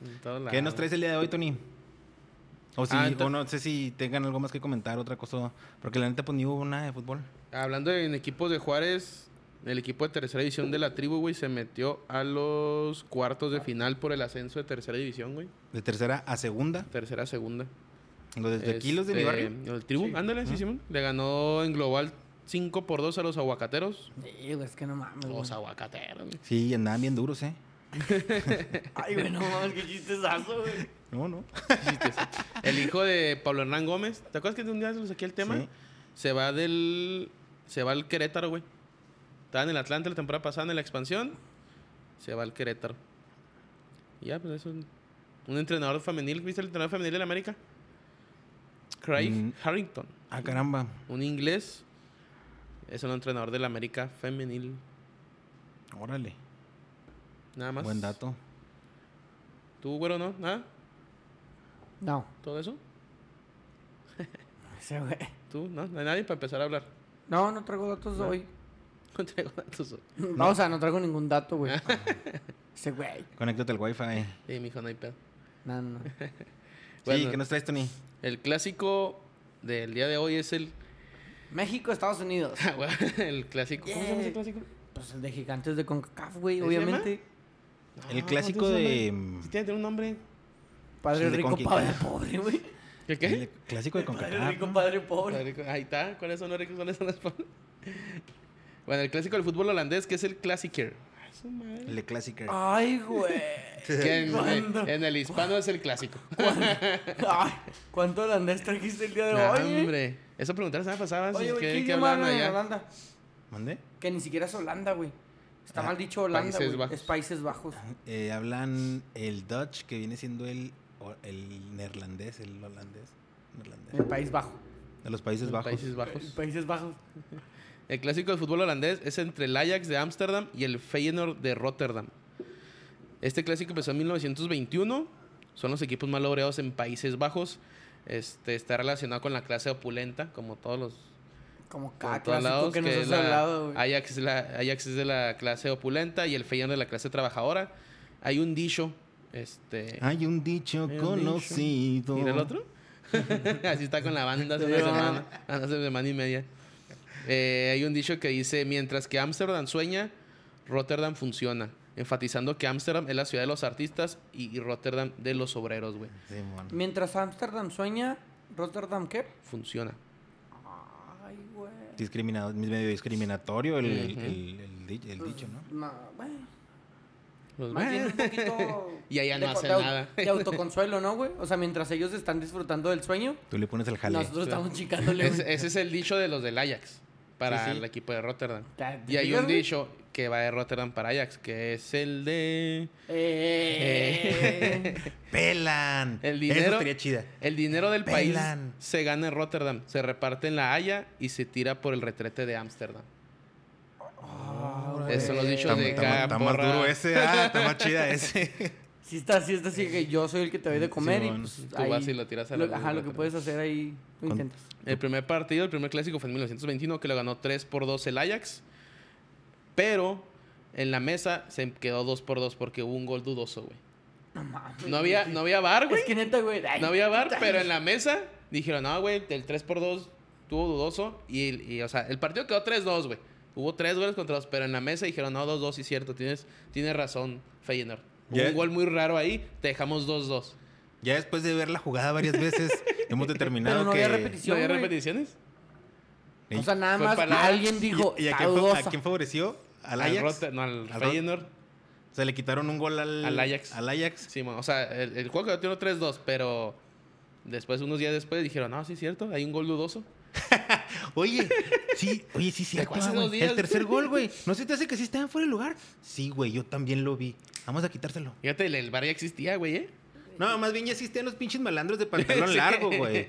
Speaker 1: en todos
Speaker 2: ¿Qué
Speaker 1: lados.
Speaker 2: nos traes el día de hoy, Tony? O, si,
Speaker 1: Ah, ento-
Speaker 2: o no sé si tengan algo más que comentar, otra cosa. Porque la neta, pues ni hubo nada de fútbol.
Speaker 1: Hablando en equipos de Juárez, el equipo de tercera división de la tribu, güey, se metió a los cuartos de final por el ascenso de tercera división, güey.
Speaker 2: De tercera a segunda.
Speaker 1: Tercera, segunda.
Speaker 2: Los de aquí, los de mi
Speaker 1: Este,
Speaker 2: barrio.
Speaker 1: los del tribu, ándale, sí, Simón. Le ganó en global 5 por 2 a los aguacateros.
Speaker 3: Sí, güey, es que no mames. güey.
Speaker 1: Los aguacateros, güey.
Speaker 2: Sí, andaban bien duros, ¿eh?
Speaker 3: Ay, güey, no mames, qué chistezazo, güey.
Speaker 2: No, no.
Speaker 1: El hijo de Pablo Hernán Gómez. ¿Te acuerdas que un día lo saqué el tema?
Speaker 2: Sí.
Speaker 1: Se va del. Se va al Querétaro, güey. Estaba en el Atlante la temporada pasada en la expansión. Se va al Querétaro. Y ya, pues es un, un entrenador femenil. ¿Viste el entrenador femenil del América? Craig
Speaker 2: Mm.
Speaker 1: Harrington.
Speaker 2: Ah, caramba.
Speaker 1: Un inglés. Es un entrenador del América femenil.
Speaker 2: Órale.
Speaker 1: Nada más.
Speaker 2: Buen dato.
Speaker 1: ¿Tú, güero, no? ¿Nada?
Speaker 3: No,
Speaker 1: ¿Todo eso?
Speaker 3: ese güey.
Speaker 1: ¿Tú? ¿No? ¿No hay nadie para empezar a hablar?
Speaker 3: No, no traigo datos
Speaker 1: No.
Speaker 3: hoy.
Speaker 1: No traigo datos hoy.
Speaker 3: No, o sea, no traigo ningún dato, güey. ese güey.
Speaker 2: Conéctate al wifi.
Speaker 1: Sí, mijo, no hay pedo.
Speaker 3: No, no, no.
Speaker 1: Bueno,
Speaker 2: ¿qué nos traes, Tony?
Speaker 1: El clásico del día de hoy es el.
Speaker 3: México, Estados Unidos.
Speaker 1: Ah, güey, el clásico. ¿Cómo se llama ese clásico?
Speaker 3: Pues el de gigantes de CONCACAF, güey,
Speaker 1: ¿Así se llama?
Speaker 3: obviamente.
Speaker 2: El
Speaker 1: No,
Speaker 2: clásico
Speaker 1: ¿cómo se
Speaker 2: de- mm,
Speaker 1: llama? Sí tiene un nombre.
Speaker 3: Padre
Speaker 2: el de
Speaker 3: rico,
Speaker 2: Conquista.
Speaker 3: padre pobre, güey.
Speaker 1: ¿Qué
Speaker 2: El
Speaker 1: qué?
Speaker 2: clásico de
Speaker 3: Padre
Speaker 2: CONCACAF.
Speaker 3: rico,
Speaker 2: ¿no?
Speaker 3: padre pobre.
Speaker 1: Ahí está. ¿Cuáles son los ricos? ¿Cuáles son las pobres? Bueno, el clásico del fútbol holandés, que es el Classicer. Ah, su madre.
Speaker 2: El de clásico.
Speaker 1: Ah.
Speaker 3: Ay, güey.
Speaker 1: Que en,
Speaker 3: ¿Cuándo?
Speaker 1: en el hispano es el clásico.
Speaker 3: Ay, ¿cuánto holandés trajiste el día de
Speaker 1: Nah,
Speaker 3: hoy? eh?
Speaker 1: hombre. Eso preguntaron la semana pasada. si-
Speaker 3: Oye, güey,
Speaker 1: ¿qué,
Speaker 3: ¿qué
Speaker 1: qué
Speaker 3: idioma
Speaker 1: hablaban
Speaker 3: hablan en
Speaker 1: allá?
Speaker 3: Holanda?
Speaker 2: ¿Mande?
Speaker 3: Que ni siquiera es Holanda, güey. Está
Speaker 2: Ah,
Speaker 3: mal dicho Holanda,
Speaker 1: Países
Speaker 3: güey.
Speaker 1: Bajos. Ah.
Speaker 3: Es Países Bajos.
Speaker 2: Eh, hablan el Dutch, que viene siendo el, o- el neerlandés, el holandés. neerlandés.
Speaker 3: El País Bajo.
Speaker 2: De los Países Bajos.
Speaker 1: Países Bajos.
Speaker 3: El Países Bajos.
Speaker 1: El clásico de fútbol holandés es entre el Ajax de Ámsterdam y el Feyenoord de Rotterdam. Este clásico empezó en 1921. Son los equipos más laureados en Países Bajos. Este, está relacionado con la clase opulenta, como todos los
Speaker 3: Como
Speaker 1: como
Speaker 3: cada
Speaker 1: todos
Speaker 3: Ah, clásico
Speaker 1: lados,
Speaker 3: que nos
Speaker 1: que
Speaker 3: has
Speaker 1: es la-
Speaker 3: hablado, güey.
Speaker 1: Ajax, es la, Ajax es de la clase opulenta y el Feyenoord de la clase trabajadora. Hay un dicho, este,
Speaker 2: Hay un dicho
Speaker 1: Hay un
Speaker 2: conocido.
Speaker 1: ¿Mira el otro? Así está con la banda hace una
Speaker 3: Sí,
Speaker 1: semana, hace una semana y media. Eh, hay un dicho que dice, mientras que Ámsterdam sueña, Rotterdam funciona. Enfatizando que Ámsterdam es la ciudad de los artistas y, y Rotterdam de los obreros, güey.
Speaker 2: Simón.
Speaker 3: Mientras Ámsterdam sueña, ¿Rotterdam qué?
Speaker 1: Funciona.
Speaker 3: Ay, güey.
Speaker 2: Discriminado, medio discriminatorio el, el-
Speaker 1: Ujú.
Speaker 2: el- el di- el dicho, ¿no?
Speaker 3: No, bueno.
Speaker 1: Los
Speaker 3: Más bien
Speaker 1: ve-
Speaker 3: un poquito...
Speaker 1: Pues Y allá no
Speaker 3: de-
Speaker 1: hacen
Speaker 3: de au-
Speaker 1: nada.
Speaker 3: De autoconsuelo, ¿no, güey? O sea, mientras ellos están disfrutando del sueño,
Speaker 2: Tú le pones el jale.
Speaker 3: nosotros
Speaker 1: Claro.
Speaker 3: estamos chicándole.
Speaker 1: Ese-
Speaker 3: güey.
Speaker 1: ese es el dicho de los del Ajax para
Speaker 2: Sí, sí.
Speaker 1: el equipo de Rotterdam.
Speaker 3: ¿Te- te
Speaker 1: Y hay
Speaker 3: fijas,
Speaker 1: un
Speaker 3: güey?
Speaker 1: dicho que va de Rotterdam para Ajax, que es el de...
Speaker 3: Eh.
Speaker 2: ¡Pelan!
Speaker 1: El dinero-
Speaker 2: Eso estaría chida.
Speaker 1: El dinero del
Speaker 2: Pelan.
Speaker 1: país se gana en Rotterdam, se reparte en La Haya y se tira por el retrete de Ámsterdam.
Speaker 3: Ah,
Speaker 1: Eso lo he
Speaker 3: güey.
Speaker 1: dicho
Speaker 2: Está,
Speaker 1: de
Speaker 2: está-
Speaker 1: cada
Speaker 2: está más
Speaker 1: porra.
Speaker 2: duro ese. Ah, está más chida ese.
Speaker 3: Sí está, sí está así que yo soy el que te doy de comer y
Speaker 2: Simón.
Speaker 3: pues,
Speaker 1: Tú vas y lo tiras a la
Speaker 3: Ajá, lo
Speaker 1: luz,
Speaker 3: que
Speaker 1: otra
Speaker 3: puedes hacer ahí lo
Speaker 2: Con-
Speaker 3: intentas.
Speaker 1: El primer partido, el primer clásico fue en 1921, que lo ganó 3 por 2 el Ajax. Pero en la mesa se quedó 2 por 2 porque hubo un gol dudoso, güey.
Speaker 3: No mames.
Speaker 1: No había, no había bar, güey.
Speaker 3: Es que neta, güey. ay,
Speaker 1: No había bar,
Speaker 3: ay.
Speaker 1: pero en la mesa dijeron, no, güey, el 3 por 2 tuvo dudoso. Y, y, o sea, el partido quedó 3-2, güey. Hubo 3 goles contra 2, pero en la mesa dijeron, no, 2-2, sí, cierto, tienes, tienes razón, Feyenoord. Hubo
Speaker 2: Ya-
Speaker 1: Un gol muy raro ahí, te dejamos 2-2.
Speaker 2: Ya después de ver la jugada varias veces, hemos determinado
Speaker 3: Pero no
Speaker 2: que.
Speaker 3: había
Speaker 1: ¿No
Speaker 3: repetición.
Speaker 1: había
Speaker 3: güey.
Speaker 1: repeticiones?
Speaker 2: Ey,
Speaker 3: O sea, nada
Speaker 1: Fue
Speaker 3: más
Speaker 1: palabra.
Speaker 3: alguien dijo.
Speaker 2: ¿Y, y a,
Speaker 3: "Está
Speaker 2: quién, fa-
Speaker 3: dudosa".
Speaker 2: a quién favoreció? ¿Al
Speaker 1: Al
Speaker 2: Ajax?
Speaker 1: Rotter- no, al
Speaker 2: Al Rot-
Speaker 1: Feyenoord.
Speaker 2: O sea, le quitaron un gol al,
Speaker 1: Al Ajax.
Speaker 2: Al Ajax.
Speaker 1: Sí, mo- o sea, el, el juego quedó 3-2, pero después, unos días después, dijeron, no, sí, cierto, hay un gol dudoso.
Speaker 2: Oye, sí, oye, sí, sí.
Speaker 1: Hace dos días.
Speaker 2: El tercer gol, güey. ¿No se te hace que sí estaban fuera de lugar? Sí, güey, yo también lo vi. Vamos a quitárselo.
Speaker 1: Fíjate, el, el bar ya existía, güey, ¿eh?
Speaker 2: No, más bien ya existían los pinches malandros de pantalón largo, güey.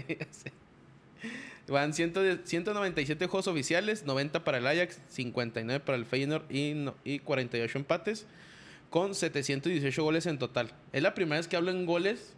Speaker 1: Van 100 197 juegos oficiales, 90 para el Ajax, 59 para el Feyenoord y, no- y 48 empates, con 718 goles en total. Es la primera vez que hablo en goles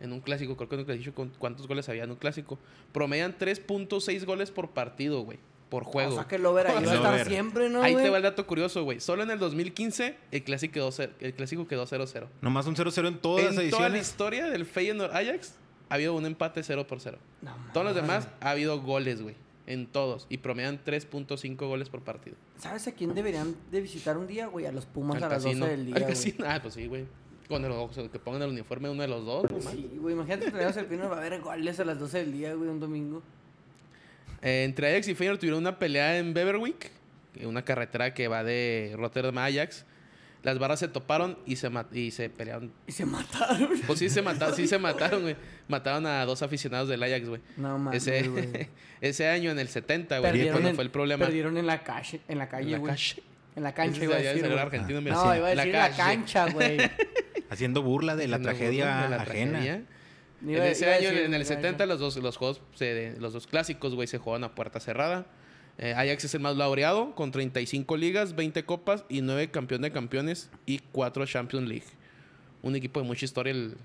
Speaker 1: en un clásico. Creo que en un clásico, con- ¿cuántos goles había en un clásico? Promedian 3.6 goles por partido, güey, por juego.
Speaker 3: O sea, que el over ahí
Speaker 2: El
Speaker 3: va a estar
Speaker 2: over.
Speaker 3: siempre, ¿no?
Speaker 1: Ahí te
Speaker 3: güey?
Speaker 1: va el dato curioso, güey. Solo en el 2015 el clásico quedó, ce- el clásico quedó 0-0.
Speaker 2: Nomás un 0-0 en todas las
Speaker 1: En toda la
Speaker 2: ediciones.
Speaker 1: historia del Feyenoord Ajax ha habido un empate 0 por 0.
Speaker 3: No mames.
Speaker 1: Todos los demás ha habido goles, güey. En todos. Y promedian 3.5 goles por partido.
Speaker 3: ¿Sabes a quién deberían de visitar un día, güey? A los Pumas
Speaker 1: Al
Speaker 3: a las 12 del día.
Speaker 1: Al
Speaker 3: güey.
Speaker 1: casino. Ah, pues sí, güey. Con el, o sea, que pongan el uniforme de uno de los dos, nomás.
Speaker 3: Sí, güey. Imagínate que tenemos el pino va a haber goles a las 12 del día, güey, un domingo.
Speaker 1: Eh, entre Ajax y Feyenoord tuvieron una pelea en Beverwijk, que una carretera que va de Rotterdam a Ajax. Las barras se toparon y se, ma- y se pelearon.
Speaker 3: Y se mataron.
Speaker 1: Pues sí, se mataron, sí se mataron, güey. Mataron a dos aficionados del Ajax, güey.
Speaker 3: No mames, güey.
Speaker 1: Ese, ese año en el 70, güey, fue
Speaker 3: Perdieron
Speaker 1: cuando
Speaker 3: en-
Speaker 1: fue el problema.
Speaker 3: Perdieron en la calle, en la
Speaker 1: En
Speaker 3: calle,
Speaker 1: la
Speaker 3: güey.
Speaker 1: calle.
Speaker 3: En la
Speaker 1: Ese
Speaker 3: cancha iba a
Speaker 1: salió-
Speaker 3: decir.
Speaker 1: salió
Speaker 3: güey.
Speaker 1: argentino, mira,
Speaker 3: No,
Speaker 1: sí,
Speaker 3: iba a decir la
Speaker 1: calle.
Speaker 3: cancha, güey.
Speaker 2: Haciendo burla de la
Speaker 1: Haciendo
Speaker 2: tragedia
Speaker 1: burla de la
Speaker 2: ajena.
Speaker 1: tragedia.
Speaker 3: Iba-
Speaker 1: en ese
Speaker 3: iba a
Speaker 1: año,
Speaker 3: decir-
Speaker 1: en
Speaker 3: iba a
Speaker 1: el
Speaker 3: decir.
Speaker 1: 70, los dos, los juegos, se- los dos clásicos, güey, se jugaban a puerta cerrada. Eh, Ajax es el más laureado, con 35 ligas, 20 copas y 9 campeón de campeones y 4 Champions League. Un equipo de mucha historia, el,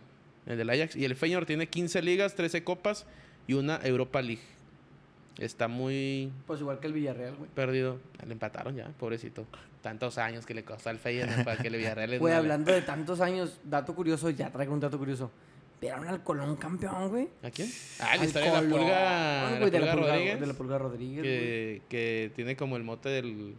Speaker 1: el del Ajax. Y el Feyenoord tiene 15 ligas, 13 copas y una Europa League. Está muy
Speaker 3: Pues igual que el Villarreal, güey.
Speaker 1: perdido. Le empataron ya, pobrecito. Tantos años que le costó al Feyenoord para que le Villarreal...
Speaker 3: Güey,
Speaker 1: no le-
Speaker 3: hablando de tantos años, dato curioso, ya traigo un dato curioso. Golpearon al Colón campeón, güey.
Speaker 1: ¿A quién? Ah, la
Speaker 3: Al
Speaker 1: historia de la
Speaker 3: Colón,
Speaker 1: pulga, la
Speaker 3: güey, de
Speaker 1: Pulga Rodríguez.
Speaker 3: de la Pulga Rodríguez, güey.
Speaker 1: que, que tiene como el mote del,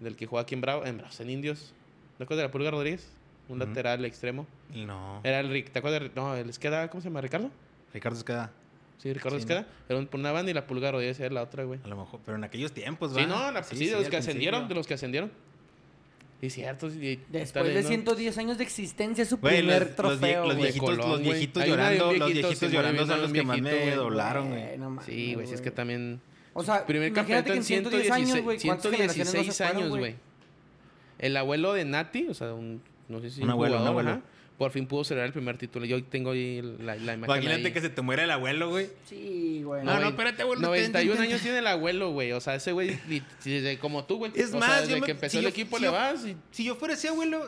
Speaker 1: del que juega aquí en Bravo, en Bravos, en Indios. ¿Te acuerdas de la Pulga Rodríguez? Un
Speaker 2: Ujú.
Speaker 1: lateral extremo.
Speaker 2: No.
Speaker 1: Era el Rick, ¿te acuerdas? de Rick? No, el Esqueda, ¿cómo se llama? ¿Ricardo?
Speaker 2: Ricardo Esqueda,
Speaker 1: Sí, Ricardo
Speaker 2: Sí,
Speaker 1: Esqueda. Era un- por una banda y la Pulga Rodríguez era la otra, güey.
Speaker 2: a lo mejor. Pero en aquellos tiempos,
Speaker 1: Sí,
Speaker 2: ¿verdad?
Speaker 1: no, la- sí, de
Speaker 2: Ah, al
Speaker 1: los que
Speaker 2: principio.
Speaker 1: ascendieron, de los que ascendieron. Y cierto, sí, y- está
Speaker 3: Después de
Speaker 1: leyendo-
Speaker 3: 110 años de existencia, es su
Speaker 2: Güey, los,
Speaker 3: primer
Speaker 2: los vie-
Speaker 3: trofeo,
Speaker 2: los
Speaker 3: güey.
Speaker 2: viejitos,
Speaker 1: Colón,
Speaker 2: los
Speaker 1: güey.
Speaker 2: viejitos
Speaker 1: Hay una de un
Speaker 2: llorando, los
Speaker 1: viejito,
Speaker 2: viejitos
Speaker 1: sí,
Speaker 2: llorando
Speaker 1: una
Speaker 2: son
Speaker 1: de
Speaker 2: los
Speaker 1: un
Speaker 2: que más
Speaker 1: viejito,
Speaker 2: me
Speaker 1: güey.
Speaker 2: doblaron, güey.
Speaker 3: no mames,
Speaker 1: Sí, güey, sí, es que también.
Speaker 3: O sea,
Speaker 1: Primer campeón
Speaker 3: imagínate que
Speaker 1: en
Speaker 3: en 110 años, güey. ¿cuántas
Speaker 1: 116
Speaker 3: generaciones no se fueron,
Speaker 1: años, güey. El abuelo de Nati, o sea, un, no sé si
Speaker 2: Un abuelo, un
Speaker 1: jugador,
Speaker 2: abuelo.
Speaker 1: ajá, por fin pudo celebrar el primer título. Yo tengo ahí la, la imagen.
Speaker 2: Imagínate
Speaker 1: ahí.
Speaker 2: que se te muera el abuelo, güey.
Speaker 3: Sí, güey.
Speaker 2: No, no,
Speaker 1: Noven-
Speaker 2: espérate, abuelo,
Speaker 1: 91
Speaker 2: ten, ten,
Speaker 1: años tiene el abuelo, güey. O sea, ese güey, li- si- desde- como tú, güey.
Speaker 2: Es
Speaker 1: O sea,
Speaker 2: más,
Speaker 1: desde
Speaker 2: yo me-
Speaker 1: que empezó
Speaker 2: si
Speaker 1: el
Speaker 2: yo-
Speaker 1: equipo
Speaker 2: si
Speaker 1: le
Speaker 2: yo-
Speaker 1: vas y pues,
Speaker 2: Si yo fuera ese abuelo,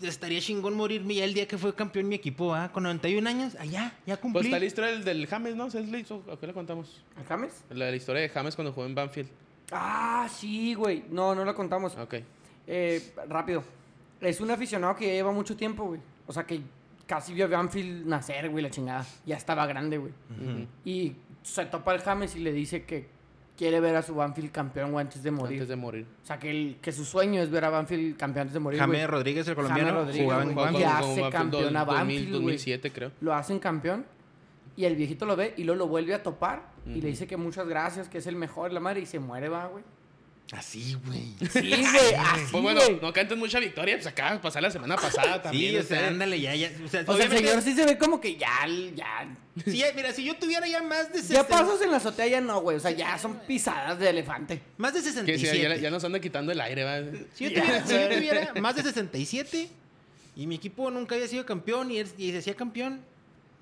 Speaker 2: estaría chingón morirme ya el día que fue campeón mi equipo, ¿ah? Con 91 años, allá, ya cumplí.
Speaker 1: Pues está la historia del, del James, ¿no? ¿Es listo? ¿A qué le contamos?
Speaker 3: ¿A James?
Speaker 1: La, la historia de James cuando jugó en Banfield.
Speaker 3: Ah, sí, güey. No, no la contamos.
Speaker 1: Ok.
Speaker 3: Eh, rápido. Es un aficionado que ya lleva mucho tiempo, güey. O sea, que casi vio a Banfield nacer, güey, la chingada. Ya estaba grande, güey.
Speaker 1: Ujú.
Speaker 3: Y se topa el James y le dice que quiere ver a su Banfield campeón, güey, antes de morir.
Speaker 1: Antes de morir.
Speaker 3: O sea, que, el- que su sueño es ver a Banfield campeón antes de morir, güey.
Speaker 2: James Rodríguez, el
Speaker 3: James
Speaker 2: colombiano,
Speaker 3: Rodríguez,
Speaker 2: jugaba en
Speaker 3: güey.
Speaker 2: Banfield.
Speaker 3: Ya
Speaker 1: como
Speaker 3: se
Speaker 1: Banfield do-
Speaker 3: campeona
Speaker 1: 2000,
Speaker 3: Banfield, güey.
Speaker 1: 2007, creo.
Speaker 3: lo hacen campeón y el viejito lo ve y luego lo vuelve a topar y le dice que muchas gracias, que es el mejor, la madre, y se muere, va, güey.
Speaker 2: Así, güey.
Speaker 3: Sí, güey, así,
Speaker 1: Pues bueno,
Speaker 3: bueno,
Speaker 1: no cantes mucha victoria, pues acá pasar la semana pasada también.
Speaker 2: Sí, o
Speaker 1: ustedes.
Speaker 2: sea, ándale, ya, ya. O sea,
Speaker 3: O sea, el
Speaker 2: obviamente,
Speaker 3: señor sí se ve como que ya, ya...
Speaker 2: si ya- mira, si yo tuviera ya más de
Speaker 3: Ya
Speaker 2: 60
Speaker 3: pasos en la azotea ya no, güey. O sea, ya son pisadas de elefante.
Speaker 2: Más de
Speaker 1: Que
Speaker 2: 67.
Speaker 1: sea, ya, ya nos anda quitando el aire, va.
Speaker 2: Si yo, tuviera, si yo tuviera más de 67 y mi equipo nunca había sido campeón y, es- y se hacía campeón.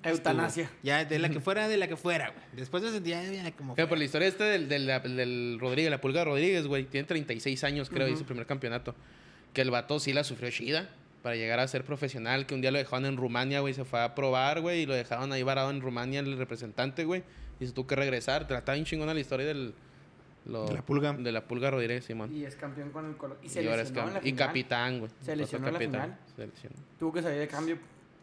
Speaker 3: Eutanasia.
Speaker 2: estuvo. Ya, de la que fuera, de la que fuera, güey. Después de 60, ya, ya, como.
Speaker 1: Pero
Speaker 2: fuera.
Speaker 1: por la historia este del, del, del Rodríguez, la pulga Rodríguez, güey, tiene 36 años, creo, y
Speaker 3: Ujú.
Speaker 1: su primer campeonato. Que el vato sí la sufrió chida para llegar a ser profesional, que un día lo dejaron en Rumania, güey, se fue a probar, güey, y lo dejaron ahí varado en Rumania el representante, güey. Y se tuvo que regresar. Trataba bien chingona la historia del... lo-
Speaker 2: De la pulga.
Speaker 1: De la pulga Rodríguez, Simón.
Speaker 3: Y es campeón con el color. Y se
Speaker 1: Y ahora es
Speaker 3: lesionó en la
Speaker 1: campe- y
Speaker 3: final.
Speaker 1: capitán, güey.
Speaker 3: Se
Speaker 1: Otro
Speaker 3: lesionó en la
Speaker 1: capitán.
Speaker 3: final.
Speaker 1: Se lesionó.
Speaker 3: Tuvo que salir de cambio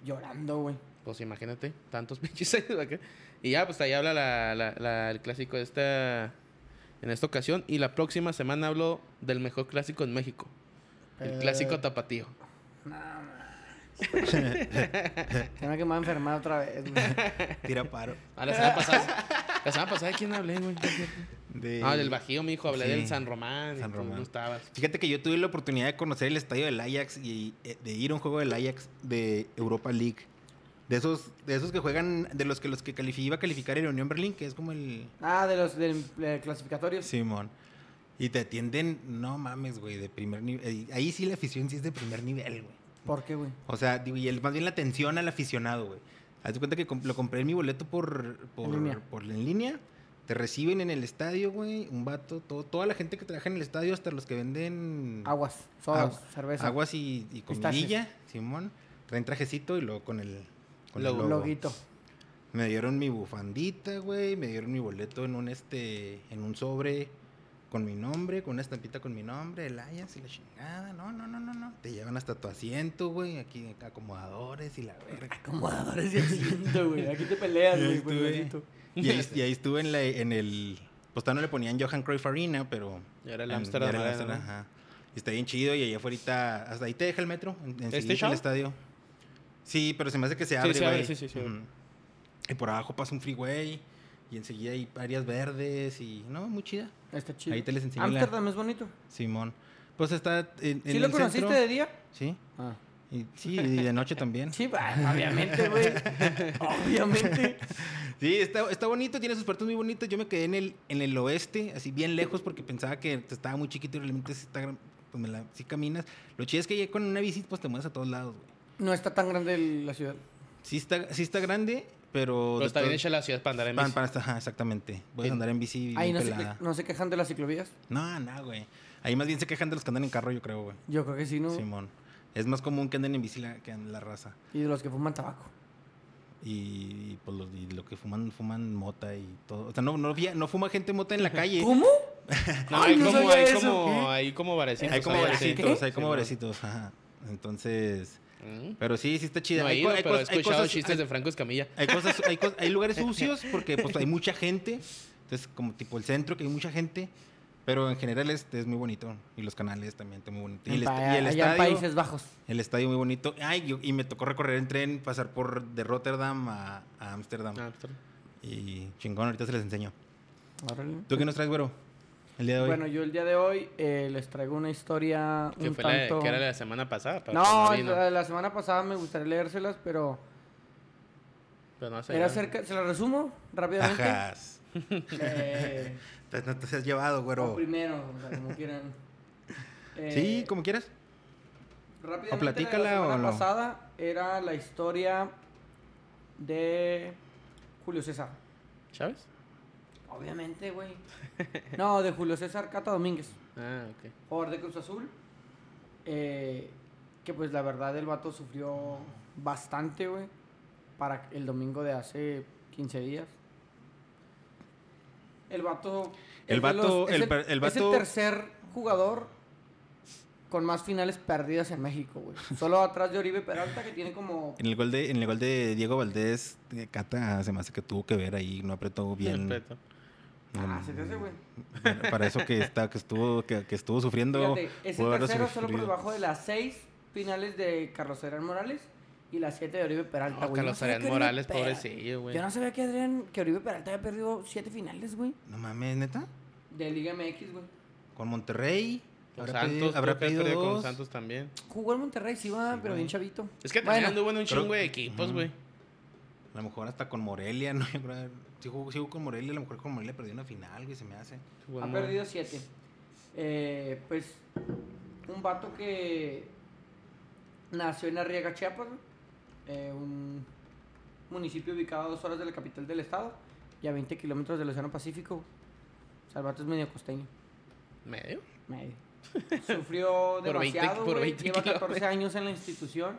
Speaker 3: llorando, güey.
Speaker 1: Pues imagínate, tantos pinches años acá. Y ya, pues ahí habla la- la- la- el clásico de esta. En esta ocasión. Y la próxima semana hablo del mejor clásico en México.
Speaker 2: Eh.
Speaker 1: El clásico tapatío.
Speaker 3: Se me ha quemado enfermar otra vez, güey.
Speaker 2: Tira paro.
Speaker 1: Ah, la semana pasada. la semana pasada, ¿de quién hablé, güey?
Speaker 2: De-
Speaker 1: Ah, del Bajío, mijo. Hablé
Speaker 2: Sí.
Speaker 1: del San Román.
Speaker 2: San
Speaker 1: San Román.
Speaker 2: Román.
Speaker 1: No estabas.
Speaker 2: Fíjate que yo tuve la oportunidad de conocer el estadio del Ajax y eh, de ir a un juego del Ajax de Europa League. De esos, de esos que juegan, de los que los que califi- iba a calificar el Unión Berlín, que es como el
Speaker 3: Ah, de los del eh, clasificatorio.
Speaker 2: Simón. Y te atienden, no mames, güey, de primer nivel. Ahí sí la afición sí es de primer nivel, güey.
Speaker 3: ¿Por qué, güey?
Speaker 2: O sea, digo, y el, más bien la atención al aficionado, güey. Haz de cuenta que comp- lo compré en mi boleto por, por, por- en,
Speaker 3: línea.
Speaker 2: línea. Te reciben en el estadio, güey. Un vato, todo- toda la gente que trabaja en el estadio, hasta los que venden
Speaker 3: Aguas, sodas,
Speaker 2: Agua-
Speaker 3: cerveza.
Speaker 2: Aguas y, y
Speaker 3: Pistaches.
Speaker 2: comidilla, Simón. Traen trajecito y luego con el, con el
Speaker 1: Logo.
Speaker 2: logo.
Speaker 3: Loguito.
Speaker 2: Me dieron mi bufandita, güey. Me dieron mi boleto en un este, en un sobre con mi nombre, con una estampita con mi nombre, el Ajax y la chingada. No, no, no, no, no. Te llevan hasta tu asiento, güey. Aquí acomodadores y la verga.
Speaker 3: Acomodadores de asiento, güey. Aquí te peleas,
Speaker 2: Y ahí
Speaker 3: güey, pues, por el
Speaker 2: estuve.
Speaker 3: asiento.
Speaker 2: Y ahí, y ahí estuve en, la, en el. Pues todavía no le ponían Johan Cruyff Arena, pero.
Speaker 1: Y ahora el
Speaker 2: en-
Speaker 1: Amsterdam
Speaker 2: ya era el
Speaker 1: Arena,
Speaker 2: Amsterdam,
Speaker 1: ¿no?
Speaker 2: ajá. Y está bien chido y allá afuera. Hasta ahí te deja el metro. En, en
Speaker 1: ¿Este
Speaker 2: seguidita
Speaker 1: show?
Speaker 2: el estadio. Sí, pero se me hace que se abre.
Speaker 1: se abre,
Speaker 2: güey.
Speaker 1: sí, sí, se abre.
Speaker 2: Ujú. Y por abajo pasa un freeway. Y enseguida hay áreas verdes y. No, muy chida.
Speaker 3: Está chido.
Speaker 2: Ahí te les enseñé la-
Speaker 3: Amsterdam es bonito.
Speaker 2: Simón. Pues está en, en
Speaker 3: ¿Sí lo
Speaker 2: el
Speaker 3: conociste
Speaker 2: centro.
Speaker 3: de día?
Speaker 2: Sí.
Speaker 3: Ah.
Speaker 2: Y, sí, y de noche también.
Speaker 3: Sí, bah, obviamente, güey. obviamente.
Speaker 2: Sí, está, está bonito, tiene sus partes muy bonitas. Yo me quedé en el, en el oeste, así bien lejos, porque pensaba que estaba muy chiquito y realmente sí está gran- pues me la, sí caminas. Lo chido es que ya con una bici pues te mueves a todos lados, güey.
Speaker 3: No está tan grande el- la ciudad.
Speaker 2: Sí está, sí está grande, pero...
Speaker 1: Pero
Speaker 2: de
Speaker 1: está bien
Speaker 2: todo-
Speaker 1: hecha la ciudad para andar en
Speaker 2: Pan-
Speaker 1: bici.
Speaker 2: para- ajá, exactamente. Puedes
Speaker 1: Sí.
Speaker 2: andar en bici
Speaker 3: Ahí
Speaker 2: bien
Speaker 3: no se,
Speaker 2: pelada.
Speaker 3: no se quejan de las ciclovías.
Speaker 2: No, no, güey. Ahí más bien se quejan de los que andan en carro, yo creo, güey.
Speaker 3: Yo creo que sí, ¿no?
Speaker 2: Simón. Es más común que anden en bici la- que en la raza.
Speaker 3: Y de los que fuman tabaco.
Speaker 2: Y, y, pues los, y lo que fuman, fuman mota y todo. O sea, no, no, vi- no fuma gente mota en la calle.
Speaker 3: ¿Cómo?
Speaker 1: No,
Speaker 3: Ay,
Speaker 1: hay
Speaker 3: no
Speaker 1: como,
Speaker 3: sabía
Speaker 1: hay
Speaker 3: eso.
Speaker 1: como,
Speaker 3: ¿Qué?
Speaker 1: hay como barecitos.
Speaker 2: Hay como
Speaker 1: ahí,
Speaker 3: ¿qué?
Speaker 2: barecitos,
Speaker 1: sí.
Speaker 2: hay como
Speaker 1: Simón.
Speaker 2: barecitos, ajá. Entonces,
Speaker 1: Mm.
Speaker 2: Pero sí, sí está chida.
Speaker 1: No he
Speaker 2: Hay
Speaker 1: ido,
Speaker 2: co- hay
Speaker 1: pero he
Speaker 2: cos- hay
Speaker 1: escuchado
Speaker 2: cosas-
Speaker 1: chistes de Franco Escamilla.
Speaker 2: hay cosas, hay, cos- hay lugares sucios porque pues hay mucha gente. Entonces, como tipo el centro, que hay mucha gente. Pero en general este es muy bonito. Y los canales también están muy bonitos. Y el, est-
Speaker 3: Allá-
Speaker 2: y el
Speaker 3: allá en
Speaker 2: estadio.
Speaker 3: Países Bajos.
Speaker 2: El estadio muy bonito. Ay, yo- y me tocó recorrer en tren, pasar por de Rotterdam a a Ámsterdam.
Speaker 1: Ah, perdón.
Speaker 2: Y chingón, ahorita se les enseño.
Speaker 3: Órale.
Speaker 2: ¿Tú qué nos traes, güero? El día de hoy.
Speaker 3: Bueno, yo el día de hoy eh, les traigo una historia
Speaker 1: que,
Speaker 3: un
Speaker 1: fue
Speaker 3: tanto...
Speaker 1: la, que era la semana pasada. pero pues
Speaker 3: No,
Speaker 1: vino.
Speaker 3: la, la semana pasada me gustaría leérselas, pero
Speaker 1: Pero no sé,
Speaker 3: era
Speaker 1: ya.
Speaker 3: cerca... ¿Se las resumo rápidamente?
Speaker 2: Ajas.
Speaker 3: Eh,
Speaker 2: Te- No te has llevado,
Speaker 3: o
Speaker 2: güero.
Speaker 3: primero, o sea, como quieran. Eh,
Speaker 2: Sí, como quieras.
Speaker 3: Rápidamente,
Speaker 2: O platícala
Speaker 3: la
Speaker 2: o
Speaker 3: semana
Speaker 2: no.
Speaker 3: pasada era la historia de Julio César.
Speaker 1: ¿Chávez?
Speaker 3: Obviamente, güey. No, de Julio César Cata Domínguez,
Speaker 1: Ah, ok.
Speaker 3: jugador de Cruz Azul. eh, que pues la verdad el vato sufrió bastante, güey, para el domingo de hace 15 días. El vato...
Speaker 2: El
Speaker 3: es de
Speaker 2: vato-
Speaker 3: es
Speaker 2: el per- el
Speaker 3: es el
Speaker 2: vato-
Speaker 3: tercer jugador con más finales perdidas en México, güey. Solo atrás de Oribe Peralta, que tiene como
Speaker 2: En el gol de, en el gol de Diego Valdés, eh, Cata se me hace que tuvo que ver ahí, no apretó bien.
Speaker 1: Respeto.
Speaker 3: Ah, se te hace, güey.
Speaker 2: Para- Para eso que está, que estuvo, que, que estuvo sufriendo.
Speaker 3: Fíjate, es el
Speaker 2: pudo haberlo
Speaker 3: tercero solo por
Speaker 2: sufrido.
Speaker 3: debajo de las seis finales de Carlos Adrián Morales y las siete de Oribe Peralta,
Speaker 1: No,
Speaker 3: güey.
Speaker 1: Carlos
Speaker 3: Yo sabía
Speaker 1: Adrián
Speaker 3: que Oribe
Speaker 1: Morales,
Speaker 3: Peralta-
Speaker 1: pobrecillo, güey.
Speaker 3: Yo no sabía que, Adrián, que Oribe Peralta había perdido siete finales, güey.
Speaker 2: No mames, neta.
Speaker 3: De Liga MX, güey.
Speaker 2: Con Monterrey.
Speaker 1: Con
Speaker 2: habrá
Speaker 1: Santos,
Speaker 2: pedido-
Speaker 1: creo
Speaker 2: habrá
Speaker 1: que perdió
Speaker 2: pedido
Speaker 1: con
Speaker 2: dos.
Speaker 1: Santos también.
Speaker 3: Jugó en Monterrey, sí, va, pero bien chavito.
Speaker 1: Es que
Speaker 3: Bueno,
Speaker 1: también anduvo en un
Speaker 2: creo-
Speaker 1: chingo de equipos,
Speaker 2: Ujú.
Speaker 1: güey.
Speaker 2: A lo mejor hasta con Morelia, ¿no? Yo creo- Si jugó, si jugó con Morelia, a lo mejor con Morelia perdió una final, güey, se me hace.
Speaker 1: Jugó
Speaker 3: ha
Speaker 1: muy-
Speaker 3: perdido siete. Eh, pues, un vato que nació en Arriaga, Chiapas, güey. Eh, un municipio ubicado a dos horas de la capital del estado y a 20 kilómetros del Océano Pacífico. güey. O sea, el vato es medio costeño.
Speaker 1: ¿Medio?
Speaker 3: Medio. Sufrió
Speaker 1: Por 20
Speaker 3: demasiado,
Speaker 1: por
Speaker 3: güey.
Speaker 1: 20
Speaker 3: Lleva
Speaker 1: kilómetros.
Speaker 3: 14 años en la institución.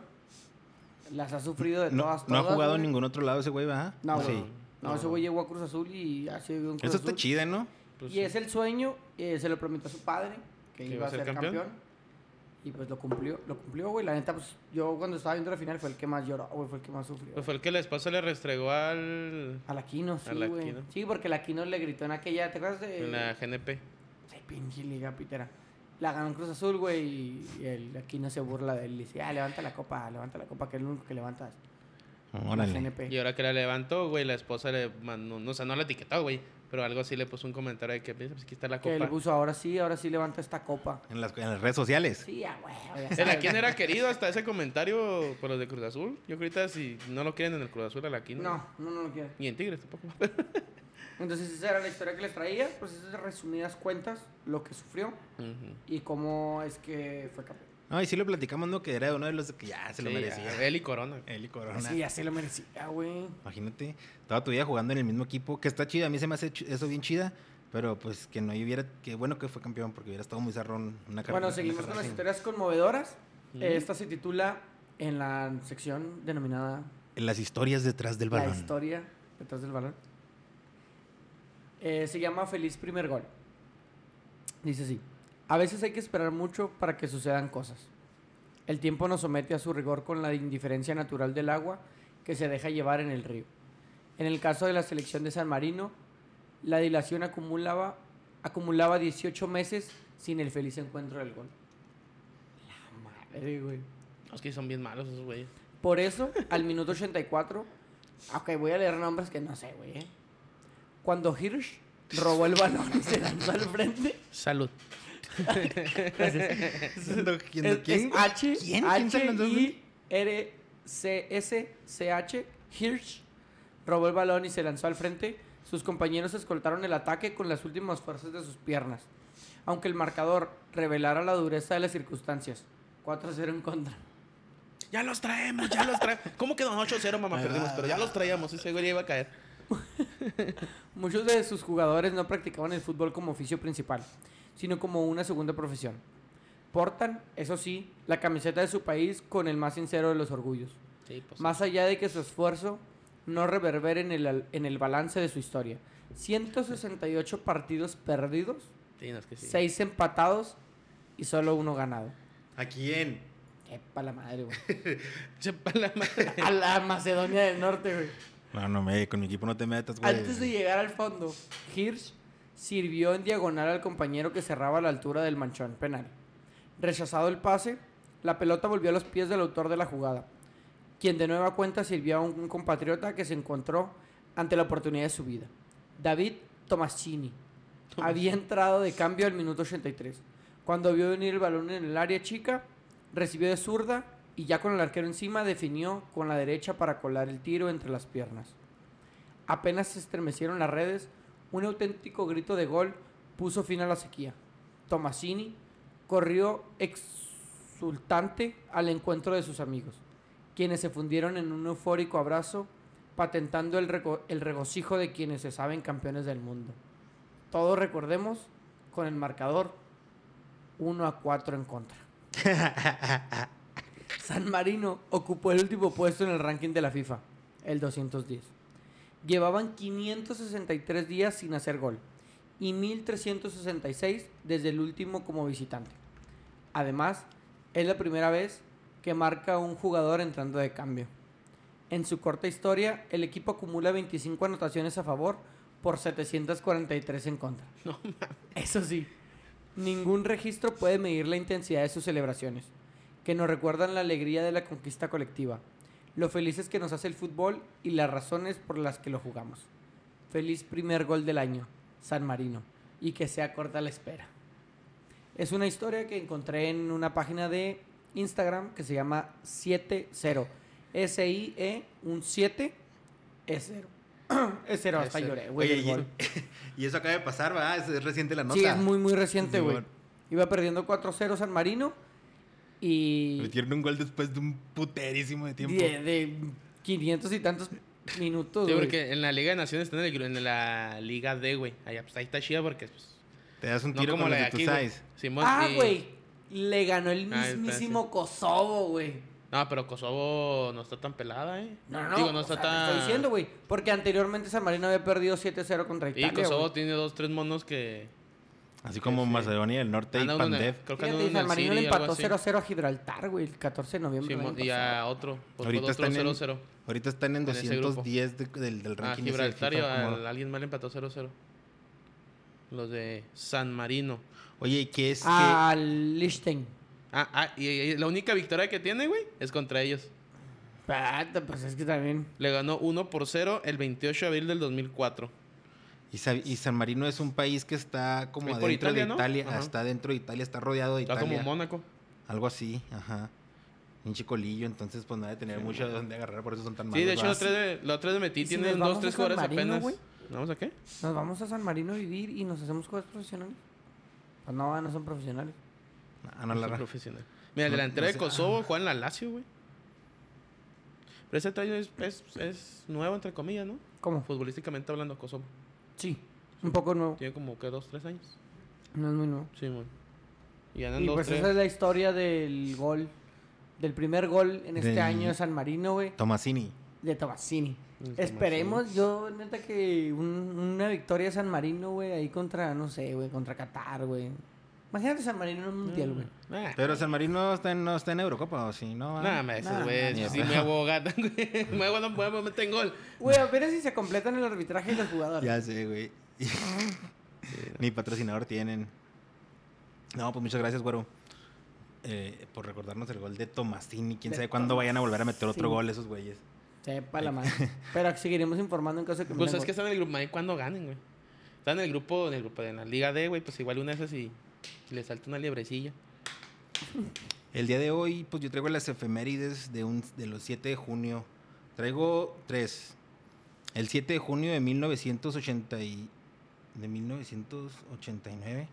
Speaker 3: Las ha sufrido de
Speaker 2: No,
Speaker 3: todas,
Speaker 2: no ha
Speaker 3: todas,
Speaker 2: jugado
Speaker 3: güey.
Speaker 2: en ningún otro lado ese güey, ¿verdad?
Speaker 3: No,
Speaker 2: ¿O
Speaker 3: güey.
Speaker 2: sí?
Speaker 3: No,
Speaker 1: No.
Speaker 3: ese güey llegó a Cruz Azul y ha sido un Cruz
Speaker 2: Eso está
Speaker 3: Azul.
Speaker 2: chida, ¿no?
Speaker 1: Pues
Speaker 3: y
Speaker 1: sí.
Speaker 3: es el sueño, eh, se lo prometió a su padre, que iba a ser campeón. Y pues lo cumplió, lo cumplió, güey. La neta, pues yo cuando estaba viendo la final fue el que más lloró, güey, fue el que más sufrió.
Speaker 1: Pues fue el que la esposa le restregó al...
Speaker 3: A la Quino, sí,
Speaker 1: A la
Speaker 3: güey.
Speaker 1: Quino.
Speaker 3: Sí, porque la Quino le gritó en aquella, ¿te acuerdas de...?
Speaker 1: En la GNP.
Speaker 3: Sí, pinche liga pitera. La ganó en Cruz Azul, güey, y y el Aquino se burla de él. Le dice, ah, levanta la copa, levanta la copa, que es el único que levantas. La
Speaker 2: Órale.
Speaker 3: CNP.
Speaker 1: Y ahora que la levantó, güey, la esposa le mandó... No, o sea, no la etiquetó, güey. Pero algo así le puso un comentario de que, pues aquí está la
Speaker 3: Que
Speaker 1: copa.
Speaker 3: el buzo ahora sí, ahora sí levanta esta copa.
Speaker 2: En las, en las redes sociales.
Speaker 3: Sí, ah, güey. ya
Speaker 1: El
Speaker 3: sabes.
Speaker 1: Aquino era querido hasta ese comentario por los de Cruz Azul. Yo creo que ahorita si no lo quieren en el Cruz Azul, al Aquino.
Speaker 3: No, no, no lo quiere.
Speaker 1: Ni en Tigres tampoco.
Speaker 3: Entonces esa era la historia que les traía. Pues es de resumidas cuentas lo que sufrió
Speaker 1: Ujú.
Speaker 3: y cómo es que fue campeón.
Speaker 2: No, y sí lo platicamos, ¿no? Que era uno de los que ya se lo
Speaker 1: Sí,
Speaker 2: merecía.
Speaker 1: a Él y Corona.
Speaker 2: Él y Corona.
Speaker 3: Sí, ya se lo merecía, güey.
Speaker 2: Imagínate, toda tu vida jugando en el mismo equipo, que está chida, a mí se me hace ch- eso bien chida, pero pues que no hubiera, que bueno que fue campeón, porque hubiera estado muy zarrón una carrera.
Speaker 3: Bueno,
Speaker 2: una
Speaker 3: seguimos
Speaker 2: carrera
Speaker 3: con las
Speaker 2: así.
Speaker 3: historias conmovedoras.
Speaker 1: Mm.
Speaker 3: Eh, Esta se titula en la sección denominada
Speaker 2: En Las historias detrás del
Speaker 3: La
Speaker 2: balón.
Speaker 3: historia detrás del balón. Eh, se llama Feliz Primer Gol. Dice así. A veces hay que esperar mucho para que sucedan cosas. El tiempo nos somete a su rigor con la indiferencia natural del agua que se deja llevar en el río. En el caso de la selección de San Marino, la dilación acumulaba, acumulaba 18 meses sin el feliz encuentro del gol. La madre, güey.
Speaker 1: No, Es que son bien malos esos güeyes.
Speaker 3: Por eso, al minuto 84, ok, voy a leer nombres que no sé, güey. ¿eh? Cuando Hirsch robó el balón y se lanzó al frente,
Speaker 1: Salud.
Speaker 2: ¿Siendo quién?
Speaker 3: es,
Speaker 2: ¿Quién?
Speaker 3: es H,
Speaker 2: ¿Quién? ¿Quién se
Speaker 3: H
Speaker 2: lanzó al frente?
Speaker 3: I R C S C H Hirsch robó el balón y se lanzó al frente. Sus compañeros escoltaron el ataque con las últimas fuerzas de sus piernas, aunque el marcador revelara la dureza de las circunstancias. 4-0 en contra.
Speaker 1: Ya los traemos, ya los traemos. ¿Cómo quedó 8-0, mamá? Perdimos, pero ya los traíamos. Ese güey ya iba a caer.
Speaker 3: Muchos de sus jugadores no practicaban el fútbol como oficio principal, sino como una segunda profesión. Portan, eso sí, la camiseta de su país con el más sincero de los orgullos,
Speaker 1: Sí, pues.
Speaker 3: más allá de que su esfuerzo no reverbere en el, al- en el balance de su historia. 168 partidos perdidos,
Speaker 1: Sí, no, es que sí.
Speaker 3: 6 empatados y solo uno ganado.
Speaker 2: ¿A quién?
Speaker 3: Sí, Epa la madre, güey.
Speaker 1: Chepa la madre.
Speaker 3: A la Macedonia del Norte, güey.
Speaker 2: No, no, me, con mi equipo no te metas, güey.
Speaker 3: Antes de llegar al fondo, Hirsch sirvió en diagonal al compañero que cerraba a la altura del manchón penal. Rechazado el pase, la pelota volvió a los pies del autor de la jugada, quien de nueva cuenta sirvió a un compatriota que se encontró ante la oportunidad de su vida. David Tomascini había entrado de cambio al minuto 83. Cuando vio venir el balón en el área chica, recibió de zurda y ya con el arquero encima definió con la derecha para colar el tiro entre las piernas. Apenas se estremecieron las redes, un auténtico grito de gol puso fin a la sequía. Tomasini corrió exultante al encuentro de sus amigos, quienes se fundieron en un eufórico abrazo, patentando el, rego- el regocijo de quienes se saben campeones del mundo. Todos recordemos con el marcador 1 a 4 en contra. San Marino ocupó el último puesto en el ranking de la FIFA, el 210. Llevaban 563 días sin hacer gol y 1366 desde el último como visitante. Además, es la primera vez que marca un jugador entrando de cambio. En su corta historia, el equipo acumula 25 anotaciones a favor por 743 en contra. Eso sí, ningún registro puede medir la intensidad de sus celebraciones, que nos recuerdan la alegría de la conquista colectiva, lo felices que nos hace el fútbol y las razones por las que lo jugamos. Feliz primer gol del año, San Marino, y que sea corta la espera. Es una historia que encontré en una página de Instagram que se llama 70. S-I-E, E, un E 7, es 0. Es 0, E hasta
Speaker 1: Es cero.
Speaker 3: lloré, güey. del
Speaker 2: Oye,
Speaker 3: gol.
Speaker 2: y, y eso acaba de pasar, ¿verdad? Es, es reciente la nota.
Speaker 3: Sí, es muy, muy reciente,
Speaker 2: Sí,
Speaker 3: güey.
Speaker 2: bueno.
Speaker 3: Iba perdiendo 4-0 San Marino y
Speaker 2: Metieron un gol después de un puterísimo de tiempo.
Speaker 3: de, de 500 y tantos minutos,
Speaker 1: Sí,
Speaker 3: güey.
Speaker 1: porque en la Liga de Naciones están en, el gru- en la Liga D, güey. Allá, pues ahí está chida porque, pues,
Speaker 2: Te das un
Speaker 1: no
Speaker 2: tiro
Speaker 1: como
Speaker 2: con
Speaker 1: la
Speaker 2: los
Speaker 1: de
Speaker 2: de tu
Speaker 1: aquí, güey.
Speaker 2: size.
Speaker 1: Simón,
Speaker 3: Ah,
Speaker 1: y-
Speaker 3: güey, le ganó el
Speaker 1: Ah, está,
Speaker 3: mismísimo Kosovo, güey.
Speaker 1: No, pero Kosovo no está tan pelada, ¿eh?
Speaker 3: No, no,
Speaker 1: Digo,
Speaker 3: o
Speaker 1: no está
Speaker 3: sea, te
Speaker 1: tan...
Speaker 3: estoy diciendo, güey, porque anteriormente San Marino había perdido 7-0 contra
Speaker 1: Y
Speaker 3: Italia,
Speaker 1: Kosovo
Speaker 3: güey.
Speaker 1: tiene dos, tres monos que...
Speaker 2: Así como Macedonia del Norte
Speaker 1: anda
Speaker 2: y
Speaker 1: uno en el-
Speaker 2: Pandev.
Speaker 1: creo que anda
Speaker 3: Fíjate,
Speaker 1: uno
Speaker 3: y
Speaker 1: en
Speaker 3: San
Speaker 1: el
Speaker 3: Marino le
Speaker 1: City, algo
Speaker 3: empató
Speaker 1: así.
Speaker 3: 0-0 a Gibraltar, güey, el 14 de noviembre. del
Speaker 1: Simón,
Speaker 3: año
Speaker 1: y
Speaker 3: pasado.
Speaker 1: a otro. Pues
Speaker 2: Ahorita
Speaker 1: fue otro
Speaker 2: están en-
Speaker 1: 0-0.
Speaker 2: Ahorita están en
Speaker 1: En ese grupo.
Speaker 2: 210 de- del, del
Speaker 1: A
Speaker 2: ranking. ese de
Speaker 1: Gibraltar y
Speaker 2: FIFA,
Speaker 1: al-
Speaker 2: como-
Speaker 1: alguien mal empató 0-0. Los de San Marino.
Speaker 2: Oye, ¿y ¿qué
Speaker 3: Ah,
Speaker 2: es
Speaker 3: Al Liechtenstein.
Speaker 1: Ah, ah, y, y la única victoria que tiene, güey, es contra ellos.
Speaker 3: Ah, Pues es que también...
Speaker 1: Le ganó 1 por 0 el 28 de abril del 2004.
Speaker 2: que... Y, Sa- y San Marino es un país que está como
Speaker 1: Es por
Speaker 2: dentro
Speaker 1: Italia,
Speaker 2: de
Speaker 1: ¿no?
Speaker 2: Italia.
Speaker 1: Ajá.
Speaker 2: Está dentro de Italia, está rodeado de
Speaker 1: Está
Speaker 2: Italia.
Speaker 1: como Mónaco.
Speaker 2: Algo así, ajá. Un chicolillo, entonces pues no debe tener mucho de dónde agarrar, por eso son tan malos.
Speaker 1: Sí, de hecho,
Speaker 2: ¿verdad?
Speaker 1: los tres de, los tres de Metí
Speaker 3: ¿Y si
Speaker 1: tienen
Speaker 3: nos
Speaker 1: dos,
Speaker 3: vamos
Speaker 1: tres
Speaker 3: a San
Speaker 1: jugadores
Speaker 3: Marino,
Speaker 1: apenas.
Speaker 3: güey?
Speaker 1: ¿Vamos a qué?
Speaker 3: Nos vamos a San Marino a vivir y nos hacemos jugadores profesionales. Pues no, no son profesionales.
Speaker 2: Ah,
Speaker 1: No
Speaker 2: no, la
Speaker 1: soy
Speaker 2: ra-
Speaker 1: profesional. Mira, el
Speaker 2: No-
Speaker 1: delantero
Speaker 2: no
Speaker 1: de
Speaker 2: sé.
Speaker 1: Kosovo juega en la Lazio, güey. Pero ese traje es, es, es nuevo, entre comillas, ¿no?
Speaker 3: ¿Cómo?
Speaker 1: Futbolísticamente hablando, Kosovo.
Speaker 3: Sí, un poco nuevo.
Speaker 1: Tiene como que dos, tres años.
Speaker 3: No es muy nuevo.
Speaker 1: Sí, güey. Y ganan
Speaker 3: Y
Speaker 1: dos,
Speaker 3: pues
Speaker 1: tres.
Speaker 3: esa es la historia del gol, del primer gol en este
Speaker 2: Del-
Speaker 3: año de San Marino, güey,
Speaker 2: Tomasini.
Speaker 3: de Tomasini.
Speaker 1: Del
Speaker 3: Esperemos, yo neta que un- una victoria de San Marino, güey, ahí contra, no sé, güey, contra Qatar, güey. Imagínate San Marino en un mundial,
Speaker 1: Mm.
Speaker 3: güey.
Speaker 1: Nah,
Speaker 2: Pero San Marino no está en, no está en Eurocopa, ¿o sí?
Speaker 1: nah,
Speaker 2: No, ¿verdad?
Speaker 1: me dices,
Speaker 3: ah, Nah,
Speaker 1: güey.
Speaker 2: nah,
Speaker 1: si
Speaker 2: nah.
Speaker 1: sí, me abogatan, güey. Me hago, no puedo, me meten gol.
Speaker 3: Güey, a ver si se completan el arbitraje y los jugadores.
Speaker 2: Ya sé, güey. Ni patrocinador tienen. No, pues muchas gracias, güero. eh, por recordarnos el gol de Tomasini. Quién
Speaker 3: De
Speaker 2: sabe cuándo vayan a volver a meter otro
Speaker 3: Tomasini.
Speaker 2: gol esos güeyes.
Speaker 3: Sepa la madre. Pero seguiremos informando en caso de que...
Speaker 1: Pues
Speaker 3: metan
Speaker 1: es que
Speaker 3: gol.
Speaker 1: están en el grupo, ahí cuando ganen, güey. Están en el grupo, en el grupo de la Liga D, güey, pues igual una de esas y le salta una liebrecilla.
Speaker 2: El día de hoy, pues yo traigo las efemérides de, un, de los 7 de junio. Traigo tres. El 7 de junio de 1980 y- de 1989.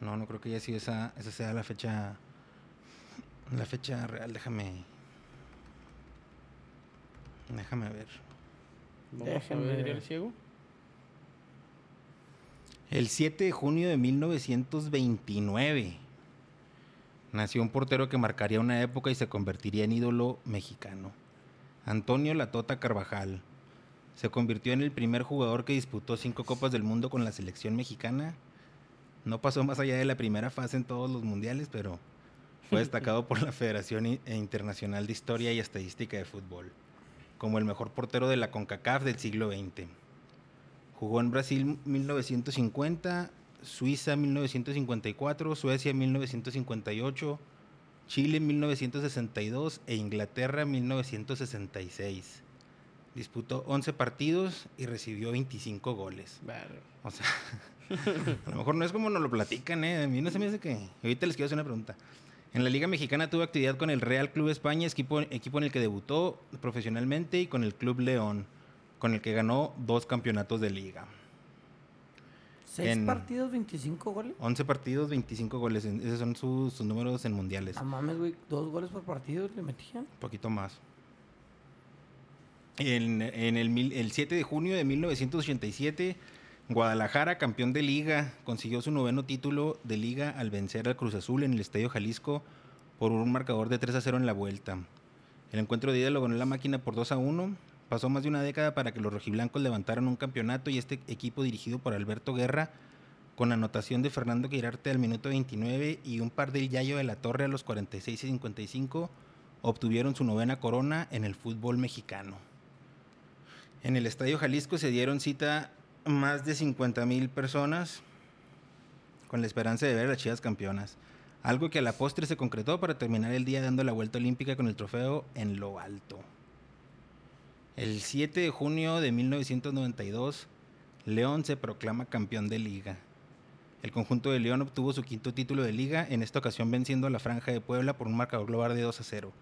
Speaker 2: No, no creo que haya sido esa, esa sea la fecha la fecha real, déjame déjame ver.
Speaker 1: Vamos
Speaker 3: Déjenme
Speaker 1: a ver,
Speaker 3: ver.
Speaker 1: el ciego.
Speaker 2: El 7 de junio de 1929 nació un portero que marcaría una época y se convertiría en ídolo mexicano. Antonio Latota Carvajal. Se convirtió en el primer jugador que disputó cinco Copas del Mundo con la selección mexicana. No pasó más allá de la primera fase en todos los mundiales, pero Fue destacado por la Federación I- e Internacional de Historia y Estadística de Fútbol como el mejor portero de la CONCACAF del siglo XX. Jugó en Brasil 1950, Suiza 1954, Suecia 1958, Chile 1962 e Inglaterra 1966. Disputó 11 partidos y recibió 25 goles.
Speaker 1: Verga.
Speaker 2: O sea, a lo mejor no es como nos lo platican, ¿eh? A mí no se me hace que... Ahorita les quiero hacer una pregunta. En la Liga Mexicana tuvo actividad con el Real Club España, equipo, equipo en el que debutó profesionalmente, y con el Club León, con el que ganó dos campeonatos de liga.
Speaker 3: ¿Seis
Speaker 2: En-
Speaker 3: partidos, 25 goles?
Speaker 2: 11 partidos, 25 goles. en- Esos son sus, sus números en mundiales.
Speaker 3: Ah, mames, güey. Dos goles por partido le metían.
Speaker 2: Un poquito más. En, en el, mil- el 7 de junio de 1987, Guadalajara, campeón de liga, consiguió su noveno título de liga al vencer al Cruz Azul en el Estadio Jalisco por un marcador de 3 a 0 en la vuelta. El encuentro de ida lo ganó la máquina por 2 a 1. Pasó más de una década para que los rojiblancos levantaran un campeonato y este equipo dirigido por Alberto Guerra, con anotación de Fernando Quirarte al minuto 29 y un par del Yayo de la Torre a los 46 y 55, obtuvieron su novena corona en el fútbol mexicano. En el Estadio Jalisco se dieron cita más de 50 mil personas con la esperanza de ver a las Chivas campeonas. Algo que a la postre se concretó para terminar el día dando la vuelta olímpica con el trofeo en lo alto. El 7 de junio de 1992, León se proclama campeón de liga. El conjunto de León obtuvo su quinto título de liga, en esta ocasión venciendo a la Franja de Puebla por un marcador global de 2 a 0.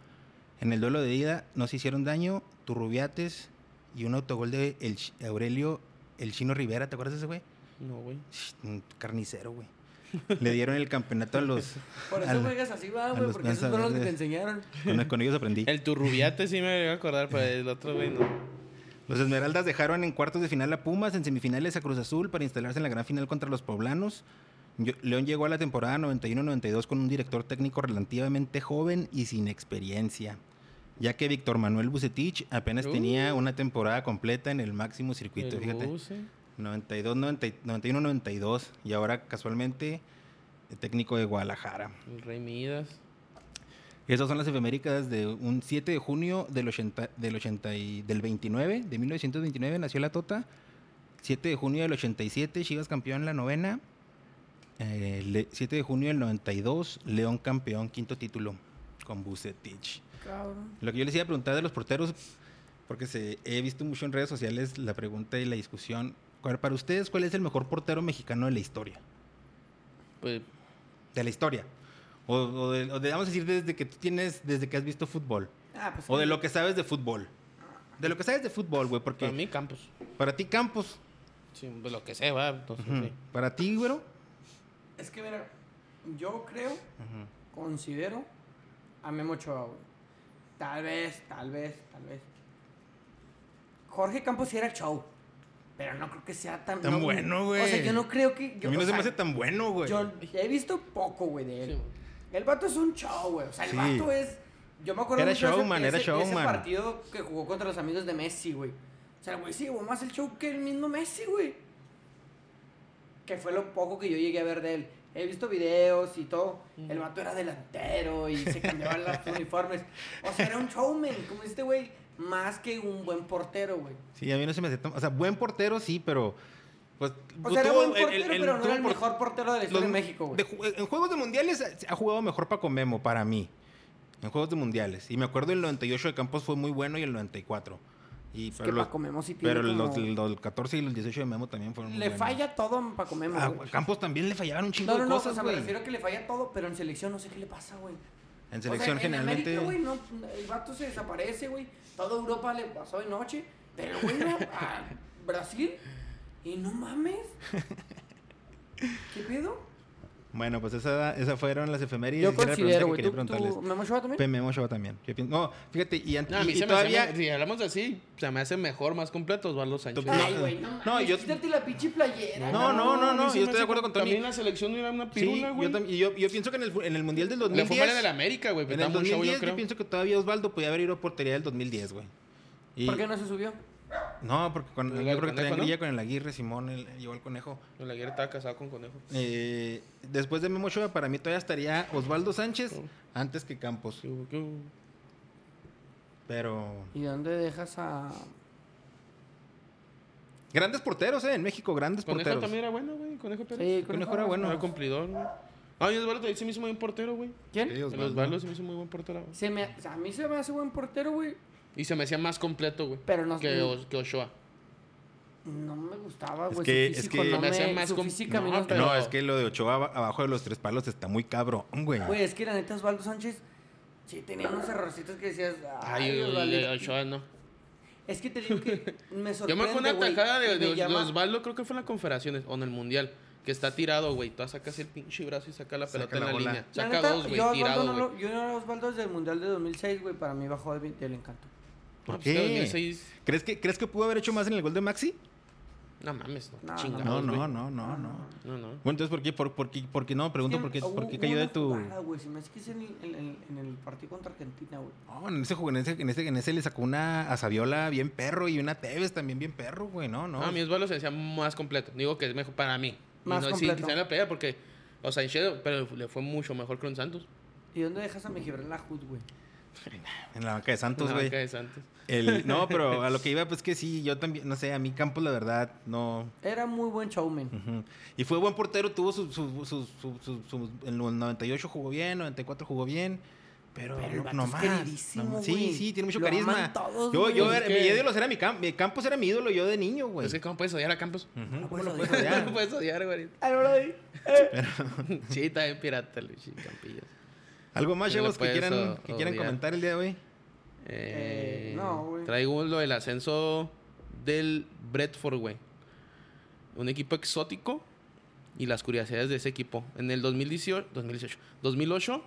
Speaker 2: En el duelo de ida no se hicieron daño Turrubiates y un autogol de el Chi- Aurelio El Chino Rivera, ¿te acuerdas de ese güey?
Speaker 1: No, güey.
Speaker 2: Sh, Un carnicero, güey. Le dieron el campeonato a los...
Speaker 3: Por eso
Speaker 2: al-
Speaker 3: juegas así, va,
Speaker 2: a
Speaker 3: güey,
Speaker 2: los
Speaker 3: porque esos son los que te
Speaker 2: pensadores.
Speaker 3: enseñaron.
Speaker 2: con, con ellos aprendí.
Speaker 1: El turrubiate sí me voy a acordar, pero el otro, güey, no.
Speaker 2: Los Esmeraldas dejaron en cuartos de final a Pumas, en semifinales a Cruz Azul para instalarse en la gran final contra los poblanos. Yo- León llegó a la temporada 91-92 con un director técnico relativamente joven y sin experiencia, ya que Víctor Manuel Bucetich apenas
Speaker 1: Uh.
Speaker 2: tenía una temporada completa en el máximo circuito,
Speaker 1: El
Speaker 2: fíjate.
Speaker 1: Buse.
Speaker 2: 92, 90 91-92 y ahora casualmente el técnico de Guadalajara.
Speaker 1: El Rey Midas.
Speaker 2: Esas son las efemérides de un 7 de junio del 80, del 80 y- del 29, de 1929 nació la Tota. 7 de junio del 87, Chivas campeón la novena. Eh, le- 7 de junio del 92, León campeón, quinto título con Bucetich.
Speaker 3: Cabrón.
Speaker 2: Lo que yo les iba a preguntar de los porteros, porque se, he visto mucho en redes sociales la pregunta y la discusión. ¿Cuál- Para ustedes, ¿cuál es el mejor portero mexicano de la historia?
Speaker 1: Pues,
Speaker 2: De la historia. O, o de- o de- vamos a decir desde que tú tienes, desde que has visto fútbol.
Speaker 3: Ah, pues.
Speaker 2: O de lo que sabes de fútbol. De lo que sabes de fútbol, güey, porque
Speaker 1: para mí, Campos.
Speaker 2: para ti Campos,
Speaker 1: Sí, pues, lo que sé, va. Entonces, sí.
Speaker 2: para ti, güero,
Speaker 3: Es que, mira, yo creo, considero a Memo Ochoa, güey. Tal vez, tal vez, tal vez. Jorge Campos sí era show. Pero no creo que sea tan.
Speaker 2: Tan
Speaker 3: no-
Speaker 2: bueno, güey.
Speaker 3: O sea, yo no creo que. Yo,
Speaker 2: a mí no
Speaker 3: o
Speaker 2: se me
Speaker 3: sea,
Speaker 2: hace tan bueno, güey.
Speaker 3: Yo he visto poco, güey, de
Speaker 1: Sí,
Speaker 3: él.
Speaker 1: güey.
Speaker 3: el vato es un show, güey. O sea, el
Speaker 2: Sí.
Speaker 3: vato es. Yo me acuerdo
Speaker 2: Era
Speaker 3: mucho de
Speaker 2: showman, era
Speaker 3: Ese
Speaker 2: showman.
Speaker 3: partido que jugó contra los amigos de Messi, güey. O sea, güey, sí, jugó más el show que el mismo Messi, güey. Que fue lo poco que yo llegué a ver de él. He visto videos y todo. El vato era delantero y se cambiaban los uniformes. O sea, era un showman, como este güey, más que un buen portero, güey.
Speaker 2: Sí, a mí no se me hace tan, o sea, buen portero sí, pero pues
Speaker 3: O sea, era
Speaker 2: tuvo
Speaker 3: buen
Speaker 2: el-
Speaker 3: portero,
Speaker 2: el- el-
Speaker 3: pero no
Speaker 2: tuvo
Speaker 3: era el
Speaker 2: por-
Speaker 3: mejor portero de la historia
Speaker 2: los-
Speaker 3: de México, güey.
Speaker 2: de ju- en juegos de mundiales ha- ha jugado mejor Paco Memo para mí. En juegos de mundiales. Y me acuerdo el 98 de Campos fue muy bueno y el 94. Y
Speaker 3: Es
Speaker 2: pero
Speaker 3: que
Speaker 2: los,
Speaker 3: Paco Memo sí tiene
Speaker 2: pero
Speaker 3: como-
Speaker 2: los, los 14 y los 18 de Memo también fueron muy
Speaker 3: Le
Speaker 2: buenos.
Speaker 3: falla todo a Paco Memo.
Speaker 2: A
Speaker 3: güey.
Speaker 2: Campos también le fallaban un chingo
Speaker 3: no, no,
Speaker 2: de
Speaker 3: no,
Speaker 2: cosas,
Speaker 3: o sea,
Speaker 2: güey.
Speaker 3: me refiero a que le falla todo, pero en selección no sé qué le pasa, güey.
Speaker 2: En
Speaker 3: O sea,
Speaker 2: selección generalmente.
Speaker 3: En América, güey, no, el vato se desaparece, güey. Toda Europa le pasó de noche, pero güey, no, a Brasil. Y no mames. ¿Qué pedo?
Speaker 2: Bueno, pues esa, esas fueron las efemérides.
Speaker 3: Yo
Speaker 2: Esa era la pregunta
Speaker 3: considero,
Speaker 2: que
Speaker 3: güey.
Speaker 2: quería
Speaker 3: ¿Tú, tú,
Speaker 2: preguntarles.
Speaker 3: ¿Memo Ochoa también?
Speaker 2: Pe- Memo Ochoa también. Yo pienso- no, fíjate, y, ant-
Speaker 1: No, a
Speaker 2: y-
Speaker 1: mí
Speaker 2: y
Speaker 1: se me hace
Speaker 2: todavía.
Speaker 1: me- si hablamos así, se me hace mejor, más completo Osvaldo Sánchez.
Speaker 2: Tú-
Speaker 3: Ay,
Speaker 2: no,
Speaker 3: güey, no,
Speaker 2: no,
Speaker 3: mames.
Speaker 2: yo-
Speaker 3: Quítate la pinche playera.
Speaker 2: No, no, no, no,
Speaker 1: a mí se
Speaker 2: yo
Speaker 1: me
Speaker 2: estoy de
Speaker 1: hace
Speaker 2: acuerdo
Speaker 1: como-
Speaker 2: con Tony.
Speaker 1: También la selección era una
Speaker 2: Sí,
Speaker 1: pirula, güey.
Speaker 2: yo, tam- y yo, yo pienso que en el, fu- en el Mundial del
Speaker 1: Le
Speaker 2: 2010.
Speaker 1: fue mal en el América, güey,
Speaker 2: en
Speaker 1: pero
Speaker 2: el
Speaker 1: estaba muy chavo,
Speaker 2: 2010,
Speaker 1: yo
Speaker 2: yo,
Speaker 1: creo.
Speaker 2: pienso que todavía Osvaldo podía haber ido a portería del 2010, güey. Y-
Speaker 3: ¿Por qué no se subió?
Speaker 2: No, porque con-
Speaker 1: ¿El
Speaker 2: yo creo que
Speaker 1: conejo,
Speaker 2: traían
Speaker 1: no?
Speaker 2: grilla con el Aguirre, Simón, el, llevó el conejo.
Speaker 1: La guerra estaba casado con conejo.
Speaker 2: Eh, después de Memo Ochoa, para mí todavía estaría Osvaldo Sánchez antes que Campos.
Speaker 1: ¿Qué hubo, qué hubo?
Speaker 2: Pero.
Speaker 3: ¿Y dónde dejas a.?
Speaker 2: Grandes porteros, ¿eh? En México, grandes
Speaker 1: Conejo
Speaker 2: porteros.
Speaker 1: también era bueno, güey. Conejo Pérez.
Speaker 3: Sí,
Speaker 2: Conejo era bueno.
Speaker 1: Era cumplidor, güey. Ah, y Osvaldo también se me hizo muy buen portero, güey.
Speaker 3: ¿Quién?
Speaker 2: Sí,
Speaker 1: El
Speaker 2: Osvaldo.
Speaker 1: Osvaldo se me hizo muy buen portero. güey.
Speaker 3: Se me, a mí se me hace buen portero, güey.
Speaker 1: Y se me hacía más completo, güey.
Speaker 3: Pero no-
Speaker 1: que, O- que Ochoa.
Speaker 3: No me gustaba,
Speaker 2: Es
Speaker 3: güey.
Speaker 2: que- es
Speaker 3: su físico
Speaker 2: que-
Speaker 3: no
Speaker 1: Se me hacía
Speaker 3: me,
Speaker 1: más
Speaker 3: su
Speaker 1: com-
Speaker 3: física a mí
Speaker 1: No,
Speaker 3: no,
Speaker 1: pero-
Speaker 2: No, es que lo de Ochoa ab- abajo de los tres palos está muy cabrón, güey.
Speaker 3: Güey, es que la neta Osvaldo Sánchez sí tenía unos errorcitos que decías, ay,
Speaker 1: Ay, el-
Speaker 3: Osvaldo".
Speaker 1: el Ochoa no.
Speaker 3: Es que te digo que me
Speaker 1: Yo
Speaker 3: sorprende,
Speaker 1: me acuerdo una
Speaker 3: güey,
Speaker 1: tajada de,
Speaker 3: y
Speaker 1: de
Speaker 3: me
Speaker 1: Os-
Speaker 3: llama-
Speaker 1: de Osvaldo, creo que fue en la Confederaciones o en el Mundial, que está tirado, güey. Tú sacas el pinche brazo y saca la
Speaker 2: Saca
Speaker 1: pelota
Speaker 2: la
Speaker 1: en la
Speaker 2: bola.
Speaker 1: línea.
Speaker 3: La
Speaker 1: Saca
Speaker 3: neta,
Speaker 1: dos,
Speaker 3: yo a
Speaker 1: güey,
Speaker 3: Osvaldo
Speaker 1: tirado,
Speaker 3: no
Speaker 1: güey.
Speaker 3: lo- Yo no era Osvaldo desde el Mundial de 2006, güey. Para mí bajó de mi- del encanto.
Speaker 1: Ah,
Speaker 2: ¿Por
Speaker 1: pues, que
Speaker 2: qué?
Speaker 1: 2006,
Speaker 2: ¿Crees que, ¿Crees que pudo haber hecho más en el gol de Maxi?
Speaker 1: No mames, no.
Speaker 3: No,
Speaker 1: chingados,
Speaker 2: No,
Speaker 1: güey.
Speaker 2: no, no, no, no.
Speaker 1: No, no.
Speaker 2: Bueno, entonces, ¿por qué? ¿Por, por qué, por qué no? Pregunto,
Speaker 3: Es que
Speaker 2: ¿por qué,
Speaker 3: hubo-
Speaker 2: por qué
Speaker 3: hubo
Speaker 2: cayó de
Speaker 3: una
Speaker 2: tu...?
Speaker 3: jugada, güey, se me hace que es en el, en el- en el partido contra Argentina, güey.
Speaker 2: No, en ese, juego- en, ese, en, ese, en ese le sacó una a Saviola bien perro y una Tevez también bien perro, güey. No, no.
Speaker 1: No, a Ah, mi Osvaldo se decía más completo. Digo que es mejor para mí. Y
Speaker 3: Más
Speaker 1: no, sí,
Speaker 3: completo.
Speaker 1: quizá en la pelea porque, o sea, en Shadow, pero le fue mucho mejor que un Santos.
Speaker 3: ¿Y dónde dejas a mi Gibran Lahoud, güey?
Speaker 2: En la banca de Santos,
Speaker 1: La
Speaker 2: güey.
Speaker 1: banca de Santos.
Speaker 2: El- No, pero a lo que iba, pues que sí, yo también, no sé, a mí Campos, la verdad, no.
Speaker 3: Era muy buen showman.
Speaker 2: Ujú. Y fue buen portero, tuvo sus. Su, su- su- su- su- en el 98 jugó bien, 94 jugó bien. Pero,
Speaker 3: Pero el
Speaker 2: no-
Speaker 3: vato
Speaker 2: no
Speaker 3: es
Speaker 2: más,
Speaker 3: queridísimo,
Speaker 2: no más. Sí,
Speaker 3: güey.
Speaker 2: sí, tiene mucho
Speaker 3: Lo aman
Speaker 2: carisma.
Speaker 3: todos,
Speaker 2: yo,
Speaker 3: güey.
Speaker 2: yo,
Speaker 1: Es
Speaker 2: era-
Speaker 1: que- Pues
Speaker 2: mi ídolo era mi, cam- mi Campos, era mi ídolo yo de niño, güey.
Speaker 1: Es que, ¿cómo puedes odiar a Campos?
Speaker 2: Ujú,
Speaker 3: No
Speaker 2: ¿cómo lo
Speaker 3: puedo
Speaker 2: puedes
Speaker 1: No
Speaker 2: odiar?
Speaker 1: lo puedes odiar, güey. Sí, también pirata, Luis, sí, Campillos.
Speaker 2: ¿Algo más,
Speaker 1: No lo
Speaker 2: chavos, que
Speaker 1: puedes
Speaker 2: quieran,
Speaker 1: o-
Speaker 2: que quieran
Speaker 1: odiar.
Speaker 2: comentar el día de hoy?
Speaker 1: Eh,
Speaker 3: Eh, no, güey.
Speaker 1: Traigo lo del ascenso del Bradford, güey. Un equipo exótico y las curiosidades de ese equipo. En el 2018, 2018, 2008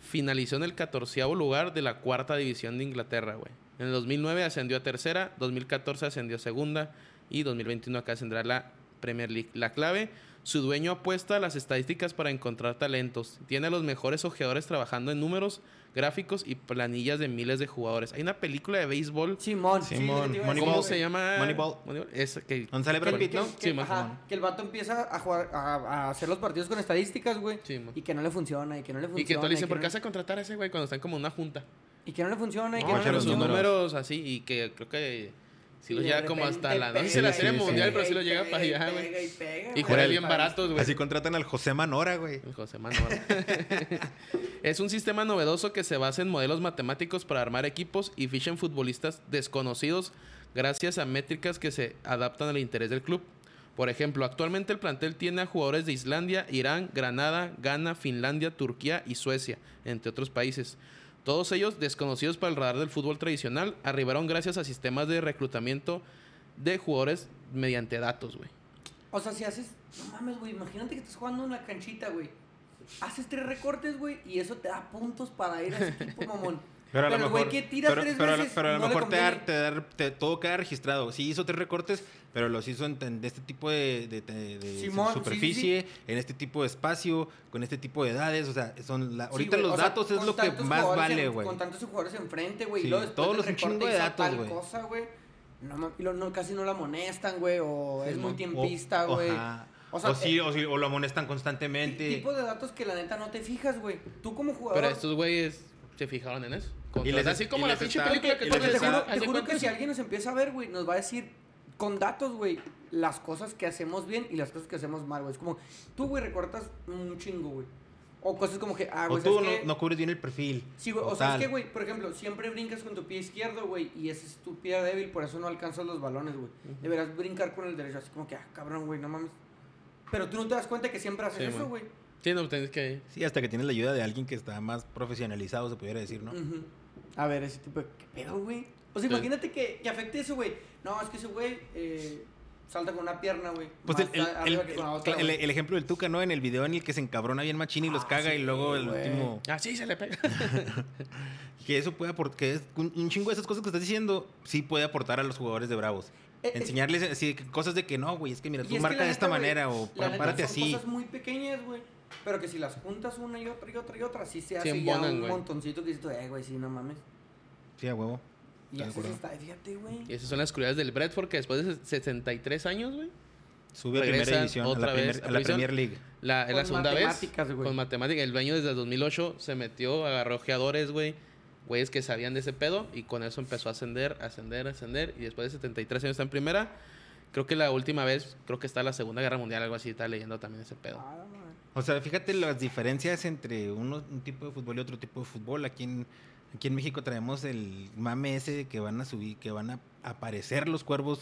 Speaker 1: finalizó en el 14 lugar de la cuarta división de Inglaterra, güey. En el 2009 ascendió a tercera, 2014 ascendió a segunda y 2021 acá ascenderá la Premier League. La clave, su dueño apuesta a las estadísticas para encontrar talentos. Tiene a los mejores ojeadores trabajando en números, gráficos y planillas de miles de jugadores. Hay una película de béisbol.
Speaker 3: Simón. sí,
Speaker 2: Simón,
Speaker 3: lo que te iba a
Speaker 2: Moneyball.
Speaker 1: ¿Cómo
Speaker 3: decir,
Speaker 1: se
Speaker 3: güey.
Speaker 1: llama?
Speaker 2: Moneyball.
Speaker 1: Esa que,
Speaker 2: ¿Dónde sale Brad
Speaker 1: que-
Speaker 2: Pitt, no?
Speaker 1: Sí,
Speaker 3: Que,
Speaker 1: más
Speaker 3: ajá,
Speaker 1: o menos.
Speaker 3: que el vato empieza a jugar, a, a hacer los partidos con estadísticas, güey.
Speaker 1: Sí, mo.
Speaker 3: y que no le funciona, y que no le funciona.
Speaker 1: Y que todo le dicen, ¿por
Speaker 3: no
Speaker 1: qué
Speaker 3: le-
Speaker 1: vas a contratar a ese güey cuando están como en una junta?
Speaker 3: Y que no le funciona, y
Speaker 1: No,
Speaker 3: que
Speaker 2: echa
Speaker 3: no, le
Speaker 1: pero
Speaker 2: los
Speaker 1: sus
Speaker 3: funciona.
Speaker 2: números.
Speaker 1: números así y que creo que si
Speaker 3: Y
Speaker 1: los
Speaker 3: de
Speaker 1: llega como hasta la... No sé si
Speaker 3: repente
Speaker 1: la
Speaker 2: Sí,
Speaker 1: serie
Speaker 2: sí,
Speaker 1: mundial,
Speaker 2: sí.
Speaker 1: pero sí los
Speaker 3: pega,
Speaker 1: llega para
Speaker 3: y
Speaker 1: allá,
Speaker 3: pega,
Speaker 1: güey.
Speaker 3: y pega,
Speaker 1: Y
Speaker 3: güey.
Speaker 1: juegan
Speaker 2: Era
Speaker 1: bien
Speaker 3: Para-
Speaker 1: baratos, güey.
Speaker 2: Así contratan al José Manora, güey.
Speaker 1: El José Manuel. es un sistema novedoso que se basa en modelos matemáticos para armar equipos y fichan futbolistas desconocidos gracias a métricas que se adaptan al interés del club. Por ejemplo, actualmente el plantel tiene a jugadores de Islandia, Irán, Granada, Ghana, Finlandia, Turquía y Suecia, entre otros países. Todos ellos, desconocidos para el radar del fútbol tradicional, arribaron gracias a sistemas de reclutamiento de jugadores mediante datos, güey.
Speaker 3: O sea, si haces. No mames, güey. Imagínate que estás jugando en la canchita, güey. Haces tres recortes, güey, y eso te da puntos para ir a ese equipo, mamón.
Speaker 2: Pero, a lo
Speaker 3: el güey
Speaker 2: mejor-
Speaker 3: que tira
Speaker 2: pero-
Speaker 3: tres
Speaker 2: pero a lo-
Speaker 3: veces.
Speaker 2: pero a lo
Speaker 3: no le
Speaker 2: mejor te
Speaker 3: conviene.
Speaker 2: dar- te dar- te- todo queda registrado. Sí hizo tres recortes, pero los hizo en, en este tipo de, de- de- de
Speaker 3: Simón, sí, sí,
Speaker 2: superficie, en este tipo de espacio, con este tipo de edades. O sea, son la-
Speaker 3: Sí,
Speaker 2: ahorita
Speaker 3: güey,
Speaker 2: los
Speaker 3: o sea,
Speaker 2: datos es
Speaker 3: con
Speaker 2: lo que
Speaker 3: tantos
Speaker 2: más
Speaker 3: jugadores
Speaker 2: vale,
Speaker 3: en-
Speaker 2: güey.
Speaker 3: Con tantos jugadores enfrente, güey.
Speaker 2: Sí,
Speaker 3: y luego después
Speaker 2: todos
Speaker 3: del
Speaker 2: los un
Speaker 3: recorte
Speaker 2: chingo de
Speaker 3: hizo
Speaker 2: datos,
Speaker 3: tal
Speaker 2: güey.
Speaker 3: cosa, güey. No, ma- y lo- no- casi no la amonestan, güey. O es
Speaker 1: mon.
Speaker 3: muy tiempista,
Speaker 2: O-
Speaker 3: güey.
Speaker 2: ajá. O,
Speaker 3: O sea,
Speaker 2: sí,
Speaker 3: eh,
Speaker 2: o, sí, o lo amonestan
Speaker 3: ti-
Speaker 2: constantemente.
Speaker 3: tipo de datos que la neta no te fijas, güey. Tú como jugador.
Speaker 1: Pero estos güeyes se fijaron en eso.
Speaker 2: Y les-
Speaker 1: Contras, así como
Speaker 2: y
Speaker 1: la
Speaker 2: les
Speaker 1: pinche
Speaker 2: está-
Speaker 1: película que
Speaker 2: y
Speaker 1: tú
Speaker 2: les
Speaker 3: Porque te
Speaker 2: está-
Speaker 3: juro,
Speaker 1: decías,
Speaker 3: te
Speaker 1: haz de
Speaker 3: juro
Speaker 1: cuenta
Speaker 3: que si
Speaker 1: eso.
Speaker 3: alguien nos empieza a ver, güey, nos va a decir con datos, güey, las cosas que hacemos bien y las cosas que hacemos mal, güey. Es como, tú, güey, recortas un chingo, güey. O cosas como que, ah,
Speaker 2: o
Speaker 3: güey,
Speaker 2: tú
Speaker 3: ¿sabes
Speaker 2: no,
Speaker 3: qué?
Speaker 2: no cubres bien el perfil.
Speaker 3: Sí, güey, o,
Speaker 2: o
Speaker 3: sea,
Speaker 2: tal.
Speaker 3: es que, güey, por ejemplo, siempre brincas con tu pie izquierdo, güey, y ese es tu pie débil, por eso no alcanzas los balones, güey. Deberás brincar con el derecho, así como que, ah, cabrón, güey, no mames. Pero tú no te das cuenta que siempre haces
Speaker 1: Sí,
Speaker 3: eso,
Speaker 1: man.
Speaker 3: güey.
Speaker 1: Sí, no,
Speaker 3: pues,
Speaker 1: tenés que...
Speaker 2: Sí, hasta que tienes la ayuda de alguien que está más profesionalizado, se pudiera decir, ¿no?
Speaker 3: Ujú. A ver, ese tipo de. ¿Qué pedo, güey? O sea,
Speaker 1: Sí.
Speaker 3: imagínate que, que afecte eso, güey. No, es que ese güey eh, salta con una pierna, güey.
Speaker 2: Pues
Speaker 3: más
Speaker 2: el, el-
Speaker 3: arriba
Speaker 2: el-
Speaker 3: que con la
Speaker 2: el-
Speaker 3: otra,
Speaker 2: el-
Speaker 3: güey. Eh,
Speaker 2: el ejemplo del Tuca, ¿no? En el video en el que se encabrona bien machín y los
Speaker 3: Ah,
Speaker 2: caga y
Speaker 3: sí,
Speaker 2: luego el
Speaker 3: güey.
Speaker 2: último...
Speaker 1: Ah, sí, se le pega.
Speaker 2: Que eso puede aportar, que es un, un chingo de esas cosas que estás diciendo, sí puede aportar a los jugadores de Bravos.
Speaker 3: Eh, eh.
Speaker 2: Enseñarles así, que cosas de que no, güey, es que mira,
Speaker 3: Y
Speaker 2: tú
Speaker 3: es que
Speaker 2: marca
Speaker 3: la
Speaker 2: de esta
Speaker 3: neta, güey,
Speaker 2: manera o
Speaker 3: la neta
Speaker 2: párate
Speaker 3: son
Speaker 2: así.
Speaker 3: cosas muy pequeñas, güey. Pero que si las juntas una y otra y otra y otra, sí se hace ya
Speaker 1: embonan,
Speaker 3: un
Speaker 1: güey.
Speaker 3: montoncito que dices, tú, eh, güey, sí, no mames.
Speaker 2: Sí, a huevo.
Speaker 3: Y así se
Speaker 2: acuerdo.
Speaker 3: está, fíjate, güey.
Speaker 1: Y este. esas son las curiosidades del Bradford que después de 63 años, güey.
Speaker 2: Sube a
Speaker 1: Regresa
Speaker 2: primera división, a
Speaker 1: otra
Speaker 2: la,
Speaker 1: vez
Speaker 2: primer-
Speaker 1: a
Speaker 2: a la
Speaker 1: división.
Speaker 2: Premier League.
Speaker 1: La,
Speaker 3: Con
Speaker 1: la segunda vez.
Speaker 3: matemáticas, güey.
Speaker 1: Con matemáticas. El dueño desde el 2008 se metió, agarró geadores, güey. Güeyes que sabían de ese pedo. Y con eso empezó a ascender, ascender, ascender. Y después de 73 años está en primera. Creo que la última vez, creo que está la Segunda Guerra Mundial, algo así. Está leyendo también ese pedo.
Speaker 3: Ah, madre.
Speaker 2: O sea, fíjate las diferencias entre uno- un tipo de fútbol y otro tipo de fútbol. Aquí en, aquí en México traemos el mame ese de que van a subir, que van a aparecer los cuervos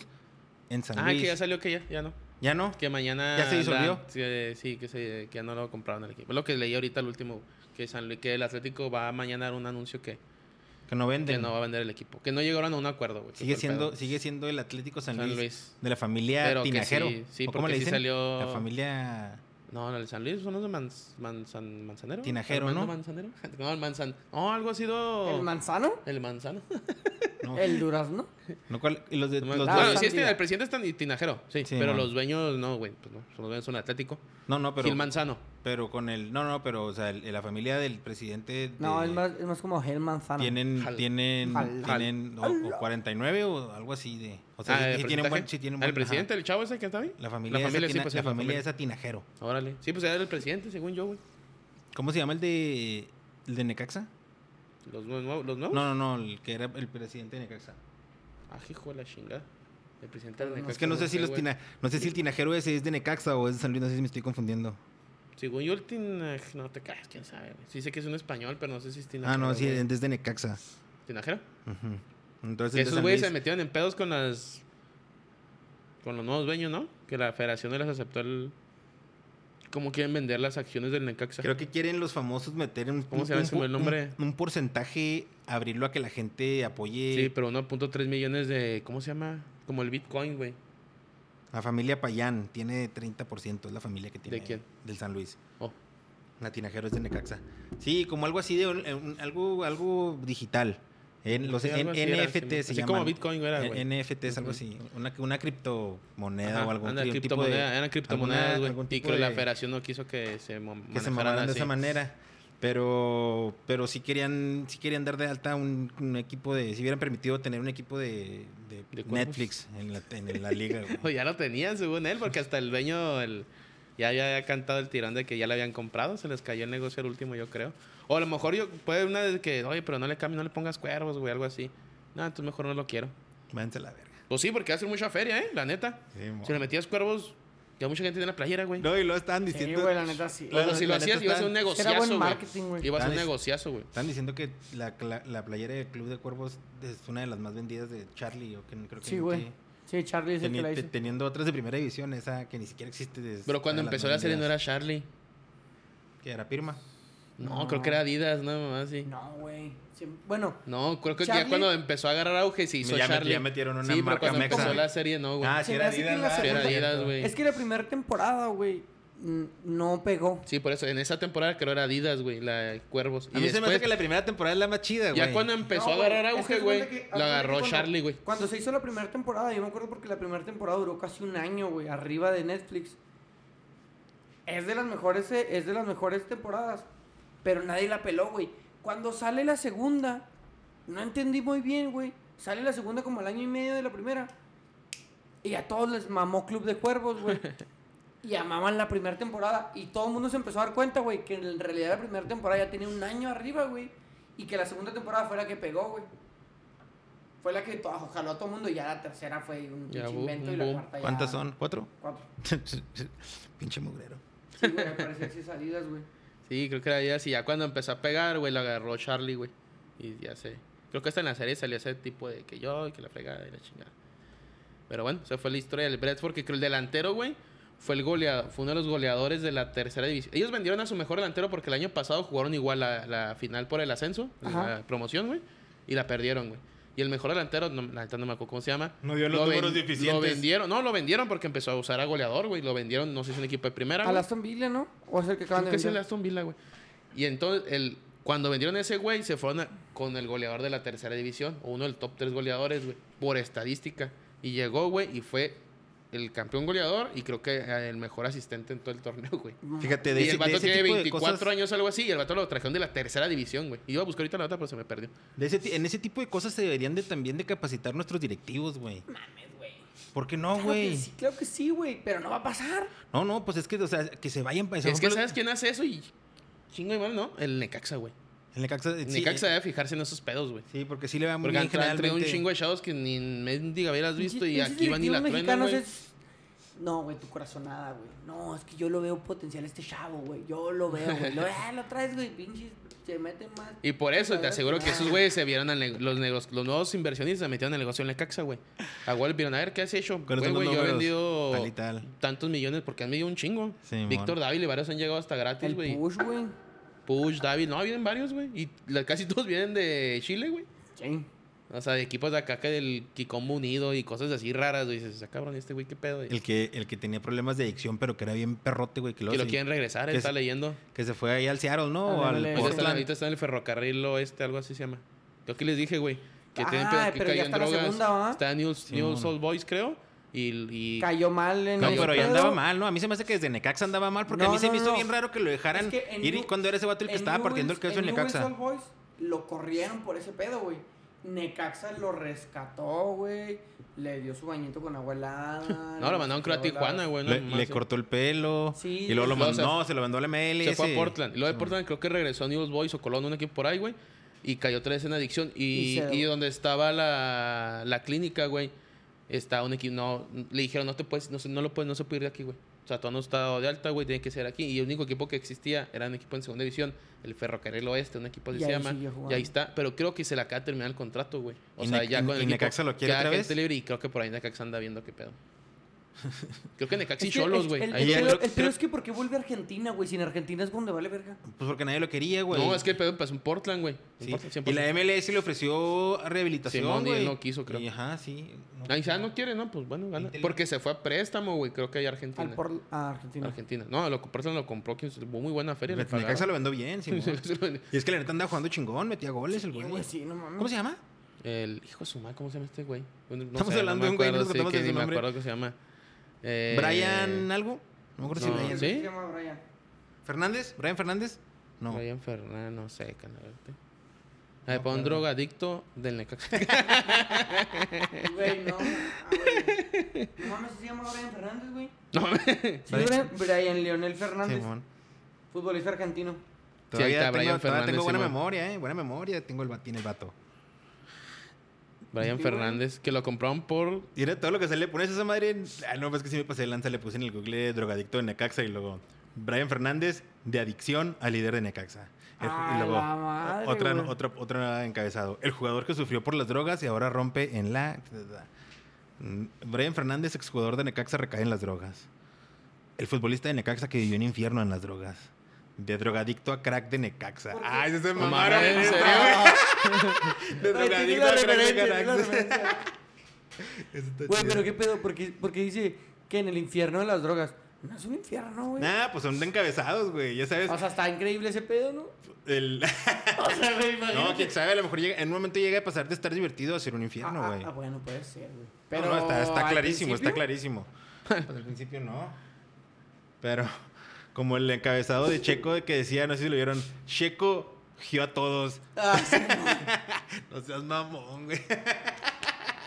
Speaker 2: en San
Speaker 1: Ah,
Speaker 2: Luis.
Speaker 1: que
Speaker 2: ya,
Speaker 1: ya salió que ya, ya no.
Speaker 2: no?
Speaker 1: Que mañana.
Speaker 2: ¿Ya se disolvió?
Speaker 1: dan- sí, eh, sí, que, se, que ya no lo compraron el equipo. Es lo que leí ahorita, el último. Que, San Luis, que el Atlético va a mañana dar un anuncio que,
Speaker 2: Que no venden.
Speaker 1: que no va a vender el equipo. Que no llegaron a un acuerdo, güey. que
Speaker 2: sigue,
Speaker 1: fue el
Speaker 2: siendo,
Speaker 1: pedo.
Speaker 2: sigue siendo el Atlético San,
Speaker 1: San
Speaker 2: Luis,
Speaker 1: Luis.
Speaker 2: de la familia
Speaker 1: Pero que
Speaker 2: Tinajero.
Speaker 1: sí, sí,
Speaker 2: ¿O cómo
Speaker 1: porque
Speaker 2: le
Speaker 1: sí
Speaker 2: dicen?
Speaker 1: salió-
Speaker 2: La familia...
Speaker 1: No, el San Luis son los de Manz- Manzan- Manzanero.
Speaker 2: Tinajero,
Speaker 1: Armando
Speaker 2: ¿no?
Speaker 1: Manzanero. No, el Manzan. No, algo ha sido.
Speaker 3: ¿El manzano?
Speaker 1: El Manzano.
Speaker 2: No,
Speaker 3: ¿El durazno?
Speaker 2: no, ¿cuál? Y los de...
Speaker 1: No,
Speaker 2: los
Speaker 3: Ah,
Speaker 1: bueno,
Speaker 2: de-
Speaker 1: sí, es
Speaker 3: Sandía.
Speaker 1: el presidente es tan Tinajero, sí.
Speaker 2: Sí,
Speaker 1: pero
Speaker 2: man.
Speaker 1: los dueños, no, güey. Pues no, los dueños son Atlético.
Speaker 2: no, no, pero,
Speaker 1: Gil Manzano.
Speaker 2: pero con el... No, no, pero o sea, el- la familia del presidente...
Speaker 3: No,
Speaker 2: de-
Speaker 3: es más, es más como el manzano.
Speaker 2: Tienen,
Speaker 1: Jal.
Speaker 2: tienen,
Speaker 3: Jal.
Speaker 2: tienen o, o 49 o algo así de. O sea,
Speaker 1: Ah,
Speaker 2: sí-
Speaker 1: ¿el
Speaker 2: sí, tienen buen,
Speaker 1: porcentaje?
Speaker 2: sí tienen
Speaker 1: Ah,
Speaker 2: buen.
Speaker 1: El presidente,
Speaker 2: ajá.
Speaker 1: el chavo ese que está ahí.
Speaker 2: La familia,
Speaker 1: La
Speaker 2: esa
Speaker 1: familia, sí,
Speaker 2: tina-
Speaker 1: pues,
Speaker 2: la
Speaker 1: es la
Speaker 2: familia
Speaker 1: familia.
Speaker 2: esa tinajero.
Speaker 1: Órale. Sí, pues era el presidente, según yo, güey.
Speaker 2: ¿Cómo se llama el de, el de Necaxa?
Speaker 1: Los nuevos. Los nuevos.
Speaker 2: No, no, no, el que era el presidente de Necaxa.
Speaker 1: Ah, hijo de la chingada. El presidente de
Speaker 2: Es que no sé si los
Speaker 1: güey.
Speaker 2: tina, no sé si el tinajero ese es de Necaxa o es de San Luis, no sé si me estoy confundiendo.
Speaker 1: Según yo, el Tinaj. No te caes, quién sabe, güey. Sí sé que es un español, pero no sé si es Tinajero.
Speaker 2: Ah, no, sí,
Speaker 1: güey.
Speaker 2: es de Necaxa.
Speaker 1: ¿Tinajero?
Speaker 2: Ujú.
Speaker 1: Que
Speaker 2: Entonces,
Speaker 1: esos güeyes se
Speaker 2: el de San Luis-
Speaker 1: metieron en pedos con las. Con los nuevos dueños, ¿no? Que la federación no les aceptó el. ¿Cómo quieren vender las acciones del Necaxa?
Speaker 2: Creo que quieren los famosos meter un,
Speaker 1: ¿Cómo se
Speaker 2: un-
Speaker 1: llama ese
Speaker 2: un-
Speaker 1: güey, el nombre?
Speaker 2: un, un porcentaje, abrirlo a que la gente apoye
Speaker 1: Sí, pero 1.3 millones de. ¿Cómo se llama? Como el Bitcoin, güey.
Speaker 2: La familia Payán tiene 30%, es la familia que tiene.
Speaker 1: ¿De quién?
Speaker 2: Del San Luis.
Speaker 1: Oh,
Speaker 2: La Tinajero es de Necaxa. Sí, como algo así de un- eh, un- algo, algo digital. En los
Speaker 1: Sí, algo
Speaker 2: en-
Speaker 1: así era,
Speaker 2: NFT
Speaker 1: Simón.
Speaker 2: se
Speaker 1: Así
Speaker 2: llaman.
Speaker 1: como Bitcoin era,
Speaker 2: En-
Speaker 1: güey.
Speaker 2: NFT es algo así. Una, una criptomoneda
Speaker 1: Ajá,
Speaker 2: o algún
Speaker 1: anda,
Speaker 2: cri- tipo de-
Speaker 1: criptomoneda- eh, eran criptomonedas,
Speaker 2: alguna-
Speaker 1: güey.
Speaker 2: algún
Speaker 1: Y
Speaker 2: tipo
Speaker 1: creo que la
Speaker 2: de-
Speaker 1: federación no quiso que se mo-
Speaker 2: que se
Speaker 1: manejaran
Speaker 2: manejaran de
Speaker 1: así.
Speaker 2: esa manera. Pero, pero sí querían, sí querían dar de alta un, un equipo de, si hubieran permitido tener un equipo de, de
Speaker 1: ¿De cuerpos?
Speaker 2: Netflix en la, en la liga, güey.
Speaker 1: O ya lo tenían, según él, porque hasta el dueño el, ya había cantado el tirón de que ya le habían comprado. Se les cayó el negocio el último, yo creo. O a lo mejor yo, puede una de que, oye, pero no le cambies, no le pongas cuervos, güey, algo así. No, entonces mejor no lo quiero.
Speaker 2: Váyanse a la verga.
Speaker 1: Pues sí, porque hace mucha feria, ¿eh? La neta.
Speaker 2: Sí, mo.
Speaker 1: Si le metías cuervos, ya mucha gente tiene la playera, güey.
Speaker 2: No, y lo estaban
Speaker 3: Sí,
Speaker 2: diciendo.
Speaker 3: güey, la neta sí.
Speaker 1: Pero
Speaker 2: la-
Speaker 1: si
Speaker 2: la
Speaker 1: lo
Speaker 2: neta
Speaker 1: hacías, ibas a ser un
Speaker 2: está-
Speaker 1: negociazo,
Speaker 3: Era buen
Speaker 1: güey.
Speaker 3: marketing, güey.
Speaker 1: Ibas a ser un
Speaker 2: Dale. Pues
Speaker 1: negociazo, güey.
Speaker 2: Están diciendo que la, la, la playera del Club de Cuervos es una de las más vendidas de Charlie, o que n- creo que
Speaker 3: Sí,
Speaker 2: ni
Speaker 3: güey.
Speaker 2: que-
Speaker 3: Sí, Charlie es el que
Speaker 2: teni-
Speaker 3: la
Speaker 2: te-
Speaker 3: hizo.
Speaker 2: teniendo otras de primera división, esa que ni siquiera existe. es
Speaker 1: Pero cuando
Speaker 2: una de las
Speaker 1: empezó
Speaker 2: más
Speaker 1: la serie no era
Speaker 2: vendidas.
Speaker 1: Charlie.
Speaker 2: Que era Pirma.
Speaker 1: No,
Speaker 3: No.
Speaker 1: creo que era Adidas, no, mamá, sí. No.
Speaker 3: No, güey. Sí, Bueno,
Speaker 1: creo que ya
Speaker 3: Charlie-
Speaker 1: cuando empezó a agarrar auge se hizo
Speaker 2: Ya meti-
Speaker 1: Charlie.
Speaker 2: ya metieron una
Speaker 1: sí, pero
Speaker 2: marca
Speaker 1: cuando
Speaker 2: mexa,
Speaker 1: empezó
Speaker 2: güey.
Speaker 1: la serie, no, güey.
Speaker 2: Ah,
Speaker 3: se
Speaker 2: sí,
Speaker 3: me
Speaker 2: era
Speaker 3: hace que en
Speaker 2: Adidas.
Speaker 3: la
Speaker 2: ¿verdad?
Speaker 1: Sí, era
Speaker 3: segunda-
Speaker 1: Adidas, güey.
Speaker 3: Es que la primera temporada, güey, mm, no pegó.
Speaker 1: Sí, por eso. En esa temporada creo era Adidas, güey, la de Cuervos. Y
Speaker 2: A mí se me hace
Speaker 1: después,
Speaker 2: que la primera temporada es la más chida, güey.
Speaker 1: ya cuando em- empezó
Speaker 3: No,
Speaker 1: a agarrar
Speaker 3: güey, es
Speaker 1: auge,
Speaker 3: que haz
Speaker 1: güey,
Speaker 3: cuenta que- haz
Speaker 1: la
Speaker 3: cuenta que
Speaker 1: agarró
Speaker 3: cuando-
Speaker 1: Charlie, güey.
Speaker 3: Cuando se hizo la primera temporada, yo me acuerdo porque la primera temporada duró casi un año, güey, arriba de Netflix. Es de las mejores, eh, es de las mejores temporadas, pero nadie la peló, güey. Cuando sale la segunda, no entendí muy bien, güey. Sale la segunda como al año y medio de la primera. Y a todos les mamó Club de Cuervos, güey. Y amaban la primera temporada. Y todo el mundo se empezó a dar cuenta, güey, que en realidad la primera temporada ya tenía un año arriba, güey. Y que la segunda temporada fue la que pegó, güey. Fue la que to- jaló a todo el mundo. Y ya la tercera fue un
Speaker 1: Ya
Speaker 3: pinche
Speaker 1: hubo
Speaker 3: invento.
Speaker 1: un
Speaker 3: y la
Speaker 1: boom.
Speaker 3: cuarta ya.
Speaker 2: ¿Cuántas son? ¿Cuatro?
Speaker 3: Cuatro.
Speaker 2: Pinche mugrero.
Speaker 3: Sí, güey, parecía así salidas, güey.
Speaker 1: Sí, creo que era Adidas. Y ya cuando empezó a pegar, güey, la agarró Charlie, güey. Y ya sé. Creo que hasta en la serie salió ese tipo de que yo, y que la fregada y la chingada. Pero bueno, esa fue la historia del Bradford, que creo el delantero, güey, fue el goleador, fue uno de los goleadores de la tercera división. Ellos vendieron a su mejor delantero porque el año pasado jugaron igual la, la final por el ascenso,
Speaker 3: Ajá.
Speaker 1: la promoción, güey, y la perdieron, güey. Y el mejor delantero, no, la neta no me acuerdo cómo se llama.
Speaker 2: No dio los
Speaker 1: lo
Speaker 2: números deficientes.
Speaker 1: Lo vendieron, no, lo vendieron porque empezó a usar a goleador, güey. Lo vendieron, no sé si es un equipo de primera.
Speaker 3: Al
Speaker 1: güey.
Speaker 3: Aston Villa, ¿no? O es el que acaban
Speaker 1: Creo
Speaker 3: de
Speaker 1: que sí, el
Speaker 3: vender.
Speaker 1: Aston Villa, güey. Y entonces, el, cuando vendieron ese güey, se fueron a- con el goleador de la tercera división, o uno del top tres goleadores, güey, por estadística. Y llegó, güey, y fue el campeón goleador y creo que eh, el mejor asistente en todo el torneo, güey.
Speaker 3: Mm.
Speaker 2: Fíjate, de
Speaker 1: y
Speaker 2: ese,
Speaker 1: el
Speaker 2: de
Speaker 1: vato
Speaker 2: ese
Speaker 1: tiene
Speaker 2: tipo de
Speaker 1: 24
Speaker 2: cosas,
Speaker 1: años o algo así y el vato lo trajeron de la tercera división, güey. Iba a buscar ahorita la otra, pero se me perdió.
Speaker 2: de ese ti- en ese tipo de cosas se deberían de también de capacitar nuestros directivos, güey.
Speaker 3: Mames, güey.
Speaker 2: ¿Por qué no,
Speaker 3: Claro que
Speaker 2: güey?
Speaker 3: sí, claro que sí, güey, pero no va a pasar.
Speaker 2: No, no, pues es que, o sea, que se vayan para
Speaker 1: es que ¿sabes quién hace eso? Y chingo y mal, ¿no? El Necaxa, güey.
Speaker 2: El Necaxa, sí,
Speaker 1: El Necaxa debe fijarse en esos pedos, güey.
Speaker 2: sí, porque sí le va muy
Speaker 1: Porque
Speaker 2: bien
Speaker 1: han tra- han traído un
Speaker 2: generalmente.
Speaker 1: chingo de chavos que ni en mendiga hubieras visto y
Speaker 3: Pinches
Speaker 1: aquí van y la
Speaker 3: directivos
Speaker 1: truenan,
Speaker 3: mexicanos
Speaker 1: güey.
Speaker 3: es- No, güey, tu corazonada, güey. No, es que yo lo veo potencial a este chavo, güey. Yo lo veo, güey. Lo, ah, lo traes, güey, pinches. Se meten más.
Speaker 1: Y por eso te aseguro que esos
Speaker 3: Ah.
Speaker 1: güeyes se vieron al ne- los negros, los nuevos inversionistas se metieron en el negocio en la caxa, güey. A Wall vieron, a ver qué has hecho.
Speaker 2: ¿Cuáles
Speaker 1: Güey,
Speaker 2: son los
Speaker 1: güey, yo he
Speaker 2: números?
Speaker 1: vendido
Speaker 2: Tal y tal.
Speaker 1: tantos millones porque han vendido un chingo.
Speaker 2: Simón.
Speaker 1: Víctor Dávila y varios han llegado hasta gratis,
Speaker 3: El
Speaker 1: güey. Push,
Speaker 3: push, güey.
Speaker 1: Dávila, no, vienen varios, güey. Y la- casi todos vienen de Chile, güey.
Speaker 3: Sí.
Speaker 1: O sea, de equipos de acá que del Kikombo Unido y cosas así raras, güey. Dices, "Ah, cabrón, este güey, qué pedo. güey?"
Speaker 2: El que, el que tenía problemas de adicción, pero que era bien perrote, güey. Que, luego
Speaker 1: que lo
Speaker 2: se-
Speaker 1: quieren regresar, él
Speaker 2: que
Speaker 1: está
Speaker 2: se-
Speaker 1: leyendo.
Speaker 2: que se fue ahí al Seattle, ¿no? O al
Speaker 1: Ahorita
Speaker 3: Ándale.
Speaker 1: está,
Speaker 2: Portland.
Speaker 1: ahorita está en el ferrocarril oeste, algo así se llama. Yo que les dije, güey, que tienen
Speaker 3: Ah,
Speaker 1: pedo- que
Speaker 3: pero ya
Speaker 1: cayó en
Speaker 3: está la
Speaker 1: drogas.
Speaker 3: segunda, ¿va?
Speaker 1: está en New, New
Speaker 2: mon.
Speaker 1: Soul Boys, creo. Y, y-
Speaker 3: Cayó mal en
Speaker 2: No,
Speaker 1: Cayó,
Speaker 3: el
Speaker 2: pero ya
Speaker 3: pedo.
Speaker 2: andaba mal, ¿no? A mí se me hace que desde Necaxa andaba mal, porque a
Speaker 3: No,
Speaker 2: mí se
Speaker 3: no,
Speaker 2: me hizo
Speaker 3: no.
Speaker 2: bien raro que lo dejaran
Speaker 3: Es que en
Speaker 2: ir
Speaker 3: New-
Speaker 2: cuando era ese vato el que
Speaker 3: en
Speaker 2: estaba partiendo el
Speaker 3: Newell's-
Speaker 2: queso en
Speaker 3: Newell's
Speaker 2: Necaxa.
Speaker 3: Old Boys lo corrieron por ese pedo, güey. Necaxa lo rescató, güey. Le dio su bañito con agua helada.
Speaker 1: no, lo mandaron creo a Tijuana, güey. no
Speaker 2: Le,
Speaker 1: mames,
Speaker 2: le
Speaker 1: sí.
Speaker 2: cortó el pelo
Speaker 3: Sí,
Speaker 2: y luego lo
Speaker 1: luego se-
Speaker 2: mandó, no, se lo mandó al MLS.
Speaker 1: Se fue a Portland. Y luego de Portland creo que regresó a New Soul Boys o Colón, un equipo por ahí, güey. Y cayó otra vez en adicción. Y,
Speaker 3: Y se-
Speaker 1: y donde estaba la, la clínica, güey, está un equipo. No, le dijeron, no te puedes, no, se- no lo puedes, no se puede ir de aquí, güey. O sea, todo no está de alta, güey, tiene que ser aquí. Y el único equipo que existía era un equipo en segunda división, el Ferrocarril Oeste, un equipo así
Speaker 3: Y
Speaker 1: se
Speaker 3: ahí
Speaker 1: llama.
Speaker 3: siguió jugando.
Speaker 1: Y ahí está. Pero creo que se le acaba de terminar el contrato, güey. O
Speaker 2: ¿Y
Speaker 1: sea,
Speaker 2: Ne-
Speaker 1: ya con
Speaker 2: y
Speaker 1: el equipo
Speaker 2: Necaxa lo quiere
Speaker 1: queda
Speaker 2: otra
Speaker 1: gente
Speaker 2: vez?
Speaker 1: libre y creo que por ahí Necaxa anda viendo qué pedo. Creo que Necaxa y
Speaker 3: Es que-
Speaker 1: Cholos,
Speaker 3: es-
Speaker 1: güey.
Speaker 3: El,
Speaker 1: Ahí
Speaker 3: el
Speaker 1: yo
Speaker 3: pedo-
Speaker 1: creo-
Speaker 3: el pedo
Speaker 1: creo-
Speaker 3: es que ¿por qué vuelve a Argentina, güey? Si en Argentina es donde vale verga.
Speaker 2: Pues porque nadie lo quería, güey.
Speaker 1: No, es que el pedo pasó en Portland, güey. En
Speaker 2: Sí.
Speaker 1: Portland,
Speaker 2: Y
Speaker 1: 100%.
Speaker 2: la MLS le ofreció rehabilitación,
Speaker 1: Simón, y él
Speaker 2: güey.
Speaker 1: no quiso, creo.
Speaker 2: Y ajá, sí. no.
Speaker 1: Ahí ya no quiere, ¿no? Pues bueno, gana.
Speaker 2: Intel-
Speaker 1: Porque se fue a préstamo, güey. Creo que hay Argentina.
Speaker 3: Al por, a Argentina.
Speaker 1: Argentina. No, lo, Portland lo compró, que es muy buena feria. le pagaron.
Speaker 2: Pues Necaxa lo vendió bien, Simón.
Speaker 1: Se lo vendió.
Speaker 2: Y es que la neta andaba jugando chingón, metía goles el
Speaker 3: Sí,
Speaker 2: güey.
Speaker 3: güey, sí, no mames.
Speaker 2: ¿Cómo se llama?
Speaker 1: El hijo de su madre, ¿cómo se llama este güey? Bueno, no
Speaker 2: Estamos
Speaker 1: sé,
Speaker 2: hablando
Speaker 1: no
Speaker 2: de un güey,
Speaker 1: me acuerdo,
Speaker 2: nos
Speaker 1: sí,
Speaker 2: acordamos
Speaker 1: que
Speaker 2: de
Speaker 1: ni
Speaker 2: su
Speaker 1: me
Speaker 2: nombre.
Speaker 1: acuerdo que se llama. Eh,
Speaker 2: Brian algo. No me acuerdo si
Speaker 1: no,
Speaker 2: Brian.
Speaker 1: ¿sí?
Speaker 3: Se llama Brian.
Speaker 2: ¿Fernández? ¿Brian Fernández? No.
Speaker 1: Brian Fernández, no sé, canalete. A ver,
Speaker 2: No,
Speaker 1: pon
Speaker 2: perdón.
Speaker 1: drogadicto del Necaxa.
Speaker 3: Eh, Güey, no. ah, güey. No mames, se llama Brian Fernández, güey.
Speaker 1: no,
Speaker 3: Sí, Brian, Brian Leonel Fernández,
Speaker 2: Simón.
Speaker 3: futbolista argentino.
Speaker 1: ahí
Speaker 2: Todavía
Speaker 1: está
Speaker 2: tengo,
Speaker 1: Brian
Speaker 2: todavía
Speaker 1: Fernández,
Speaker 2: tengo buena
Speaker 1: Simón.
Speaker 2: memoria, eh. Buena memoria. Tengo el, va- tiene el vato.
Speaker 1: Brian
Speaker 3: Sí, güey.
Speaker 1: Fernández, que lo compraron por
Speaker 2: Y era todo lo que se le pones a esa madre. en- Ah, no, es que si me pasé de lanza, le puse en el Google drogadicto de Necaxa y luego Brian Fernández de adicción al líder de Necaxa. El ju-
Speaker 3: Ah,
Speaker 2: y luego
Speaker 3: la madre,
Speaker 2: otra,
Speaker 3: güey.
Speaker 2: otra, otra encabezado. El jugador que sufrió por las drogas y ahora rompe en la. Mm, Brian Fernández, exjugador de Necaxa, recae en las drogas. El futbolista de Necaxa que vivió un infierno en las drogas. De drogadicto a crack de Necaxa.
Speaker 3: ¿Por qué?
Speaker 2: Ay, se se
Speaker 1: No
Speaker 2: mamaron.
Speaker 1: mames, ¿en
Speaker 2: güey. De
Speaker 3: Güey, tiene
Speaker 2: drogadicto
Speaker 3: la
Speaker 2: a crack de
Speaker 3: referencia, tiene la
Speaker 2: Necaxa.
Speaker 3: referencia.
Speaker 2: Eso está
Speaker 3: Güey,
Speaker 2: chido.
Speaker 3: pero qué pedo, porque, porque dice que en el infierno de las drogas. No es un infierno, güey.
Speaker 2: Nah, pues son de encabezados, güey. Ya sabes.
Speaker 3: O sea, está increíble ese pedo, ¿no?
Speaker 2: el...
Speaker 3: O sea, güey,
Speaker 2: no,
Speaker 3: imagínate.
Speaker 2: quién sabe, a lo mejor llega- en un momento llega a pasar de estar divertido a ser un
Speaker 3: Ah,
Speaker 2: infierno,
Speaker 3: ah,
Speaker 2: güey.
Speaker 3: ah, bueno, puede ser, güey.
Speaker 2: Pero no, está, está
Speaker 3: al
Speaker 2: clarísimo, está
Speaker 3: principio,
Speaker 2: clarísimo. Pues al principio no. Pero como el encabezado de Checo de que decía, no sé si lo vieron, Checo gió a todos.
Speaker 3: ah, sí,
Speaker 2: No seas mamón, güey.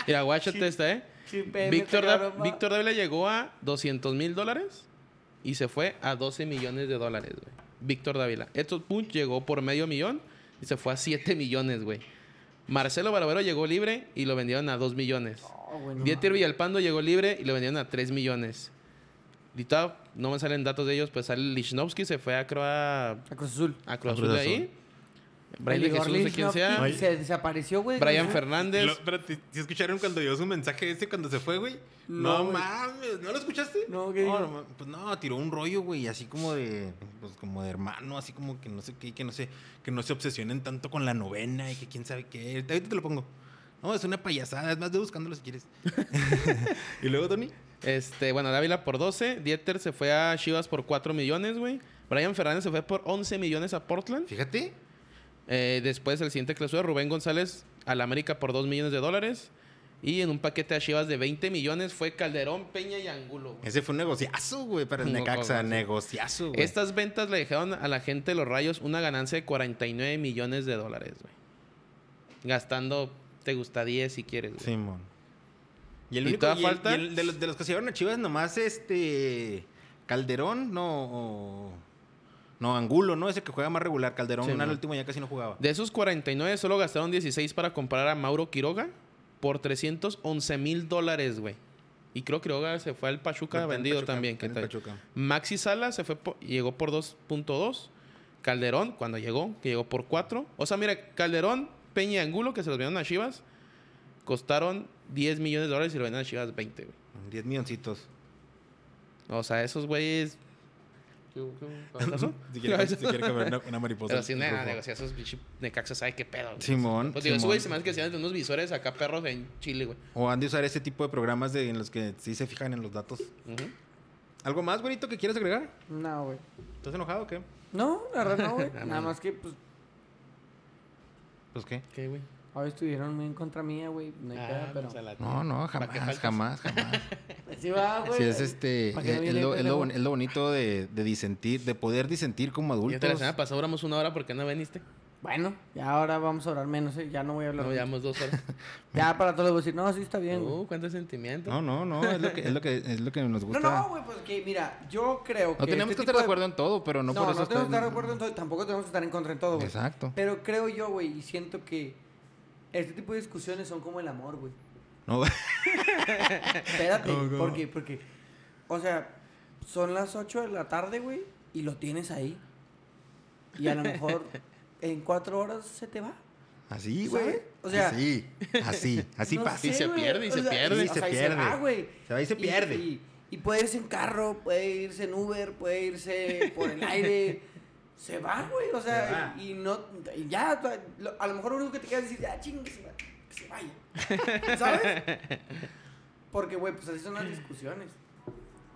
Speaker 1: Mira, guáchate esta, ¿eh?
Speaker 3: ah, sí, PM,
Speaker 1: Víctor,
Speaker 3: pero
Speaker 1: Da-
Speaker 3: no ma-
Speaker 1: Víctor Dávila llegó a 200 mil dólares y se fue a 12 millones de dólares, güey. Víctor Dávila. Estos Punch llegó por medio millón y se fue a 7 millones, güey. Marcelo Barbero llegó libre y lo vendieron a 2 millones.
Speaker 3: No, güey, Ah, no
Speaker 1: Dieter Villalpando llegó libre y lo vendieron a 3 millones. Litav, no me salen datos de ellos, pues sale Lichnowsky, se fue a, creo, a,
Speaker 3: mames. A Cruz Azul.
Speaker 1: a Cruz
Speaker 2: A Cruz
Speaker 1: Azul de ahí.
Speaker 2: Azul.
Speaker 1: Brian de
Speaker 3: El
Speaker 1: Jesús,
Speaker 3: Igor
Speaker 1: no sé quién
Speaker 3: Lichnowsky
Speaker 1: sea.
Speaker 2: Ay.
Speaker 3: pues, Se desapareció, güey.
Speaker 1: Brian
Speaker 3: Ajá.
Speaker 1: Fernández.
Speaker 2: Lo- pero ¿te- ¿te escucharon cuando dio su mensaje ese cuando se fue, güey?
Speaker 3: No,
Speaker 2: No,
Speaker 3: güey.
Speaker 2: mames, ¿no lo escuchaste?
Speaker 3: No, ¿qué dijo?
Speaker 2: no mames, pues no, tiró un rollo, güey, así como de pues como de hermano, así como que no sé qué, que no sé, que no se obsesionen tanto con la novena y que quién sabe qué. Ahorita te lo pongo. No, es una payasada, es más de buscándolo si quieres. y luego, Tony,
Speaker 1: Este, bueno, Dávila por 12. Dieter se fue a Chivas por 4 millones, güey. Brian Fernández se fue por 11 millones a Portland.
Speaker 2: fíjate,
Speaker 1: Eh, después, el siguiente clausura, Rubén González al América por 2 millones de dólares. Y en un paquete a Chivas de 20 millones fue Calderón, Peña y Angulo. güey.
Speaker 2: Ese fue un negociazo, güey, para el
Speaker 1: Un
Speaker 2: Necaxa.
Speaker 1: negociazo.
Speaker 2: Negociazo, güey.
Speaker 1: Estas ventas le dejaron a la gente de los rayos una ganancia de 49 millones de dólares, güey. Gastando, te gusta 10 si quieres, güey.
Speaker 2: Simón. este, Y el
Speaker 1: ¿Y
Speaker 2: único
Speaker 1: todavía
Speaker 2: y el-
Speaker 1: falta?
Speaker 2: y el de, los, de los que se llevaron a Chivas, nomás este. Calderón, no. o- no, Angulo, ¿no? Ese que juega más regular. Calderón,
Speaker 1: Sí,
Speaker 2: al
Speaker 1: no.
Speaker 2: último ya casi no jugaba.
Speaker 1: De esos 49 solo gastaron 16 para comprar a Mauro Quiroga por 311 mil dólares, güey. Y creo que Quiroga se fue al Pachuca
Speaker 2: Está en
Speaker 1: vendido
Speaker 2: Pachuca,
Speaker 1: también.
Speaker 2: está
Speaker 1: Que
Speaker 2: en
Speaker 1: tal.
Speaker 2: Pachuca.
Speaker 1: Maxi Sala se fue po- llegó por 2.2. Calderón, cuando llegó, que llegó por 4. O sea, mira, Calderón, Peña y Angulo, que se los vendieron a Chivas, costaron 10 millones de dólares y lo vendieron a Chivas 20, güey.
Speaker 2: 10 milloncitos.
Speaker 1: O sea, esos güeyes... ¿Qué hubo? ¿Qué hubo? ¿Cabezazo?
Speaker 2: Si quiere, si quiere comer una, una mariposa.
Speaker 1: Pero si
Speaker 2: por
Speaker 1: una
Speaker 2: favor.
Speaker 1: negociación, esos pinche Necaxa sabe qué pedo. güey.
Speaker 2: Simón.
Speaker 1: Pues digo, esos
Speaker 2: Simón.
Speaker 1: güeyes se me hace que hacían unos visores acá perros en Chile, güey.
Speaker 2: O han de usar ese tipo de programas de, en los que sí se fijan en los datos.
Speaker 1: Ujú.
Speaker 2: ¿Algo más, güerito, que quieras agregar?
Speaker 3: No, güey.
Speaker 2: ¿Estás enojado o qué?
Speaker 3: No, la verdad no, güey. Nada más que, pues,
Speaker 2: Pues qué.
Speaker 1: ¿Qué, güey?
Speaker 3: hoy estuvieron muy en contra mía, güey. No hay
Speaker 1: Ah,
Speaker 3: pedo, pero...
Speaker 1: pues a la-
Speaker 2: No, no,
Speaker 1: ¿Para qué
Speaker 2: jamás,
Speaker 1: faltas?
Speaker 2: jamás, jamás.
Speaker 3: Sí va, güey.
Speaker 2: Sí, es este.
Speaker 3: Para que no
Speaker 2: Es,
Speaker 3: viene
Speaker 2: lo,
Speaker 3: ahí,
Speaker 2: es lo
Speaker 3: pendejo.
Speaker 2: bon- es lo bonito de, de disentir, de poder disentir como
Speaker 1: Y entre la
Speaker 2: adultos.
Speaker 1: semana pasada duramos una hora porque no veniste.
Speaker 3: Bueno, ya ahora vamos a hablar menos, ¿eh? ya no voy a hablar.
Speaker 1: No,
Speaker 3: mucho.
Speaker 1: llevamos dos horas.
Speaker 3: ya para todos les voy a decir, no, sí está bien. güey.
Speaker 1: Uh, cuánto sentimiento.
Speaker 2: No, no, no, es lo que, es lo que, es lo que nos
Speaker 3: No,
Speaker 2: gusta.
Speaker 3: no, güey, pues que mira, yo creo que.
Speaker 2: No tenemos que
Speaker 3: este
Speaker 2: estar
Speaker 3: tipo
Speaker 2: de acuerdo en todo, pero no,
Speaker 3: No, no,
Speaker 2: por eso.
Speaker 3: tenemos que
Speaker 2: estar-
Speaker 3: estar de acuerdo en todo, y tampoco tenemos que estar en contra en todo, güey.
Speaker 2: Exacto.
Speaker 3: Pero creo yo, güey, y siento que este tipo de discusiones son como el amor, güey.
Speaker 2: No,
Speaker 3: Espérate,
Speaker 2: ¿Cómo, cómo?
Speaker 3: porque, porque, o sea, son las 8 de la tarde, güey, y lo tienes ahí. Y a lo mejor en cuatro horas se te va.
Speaker 2: así,
Speaker 3: ¿Sabes?
Speaker 2: güey.
Speaker 3: O sea-
Speaker 2: así, así, así
Speaker 3: No
Speaker 2: pasa.
Speaker 1: Y se
Speaker 3: güey.
Speaker 1: pierde, y se pierde.
Speaker 2: Y se
Speaker 3: y
Speaker 2: pierde.
Speaker 3: va, güey.
Speaker 2: Se va y se pierde.
Speaker 3: Y, y puede irse en carro, puede irse en Uber, puede irse por el aire. Se va, güey. O sea, y, y no. y ya, o sea, lo- a lo mejor lo único que te queda es decir, ya, chingue, que se va- que se vaya. ¿Sabes? Porque, güey, pues así son las discusiones.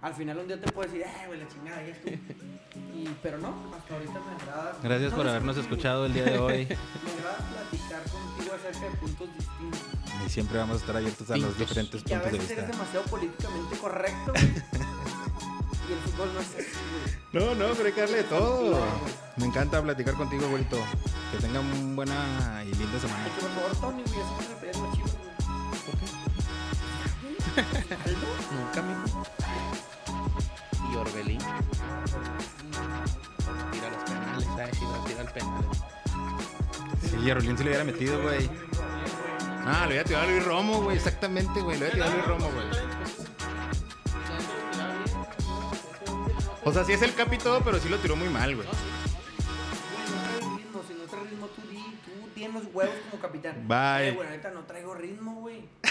Speaker 3: Al final un día te puedes decir, ay, güey, la chingada, ya estuvo. Y, pero no, hasta ahorita me agrada.
Speaker 2: Gracias por
Speaker 3: No,
Speaker 2: habernos
Speaker 3: sí,
Speaker 2: escuchado el día de hoy.
Speaker 3: Me agrada platicar contigo acerca de puntos distintos.
Speaker 2: Y siempre vamos a estar abiertos a los
Speaker 1: Pintos.
Speaker 2: diferentes
Speaker 3: Que a
Speaker 2: puntos de
Speaker 3: veces eres
Speaker 2: vista.
Speaker 3: demasiado políticamente correcto, güey. y el fútbol no es así, güey.
Speaker 2: No, no, pero hay que darle de
Speaker 3: No,
Speaker 2: todo.
Speaker 3: güey.
Speaker 2: Me encanta platicar contigo, güerito. Que tengan una buena y linda
Speaker 3: Ay,
Speaker 2: semana.
Speaker 3: que por favor, Tony, güey, ya se me peleando chido, güey. ¿Algo?
Speaker 1: Nunca, mijo. Y Orbelín. Tira los penales, ¿sabes? Tira, tira el penal.
Speaker 2: Sí, a Rulín se le hubiera metido, güey. Ah, le hubiera tirado a Luis Romo, güey. Exactamente, güey. Le hubiera tirado a Luis Romo, güey. O sea, sí es el capi y todo, pero sí lo tiró muy mal, güey.
Speaker 3: Güey, no traigo ritmo. Si no traes ritmo, tú di, tú tienes los huevos como capitán.
Speaker 2: Bye.
Speaker 3: Eh, güey, ahorita no traigo ritmo, güey.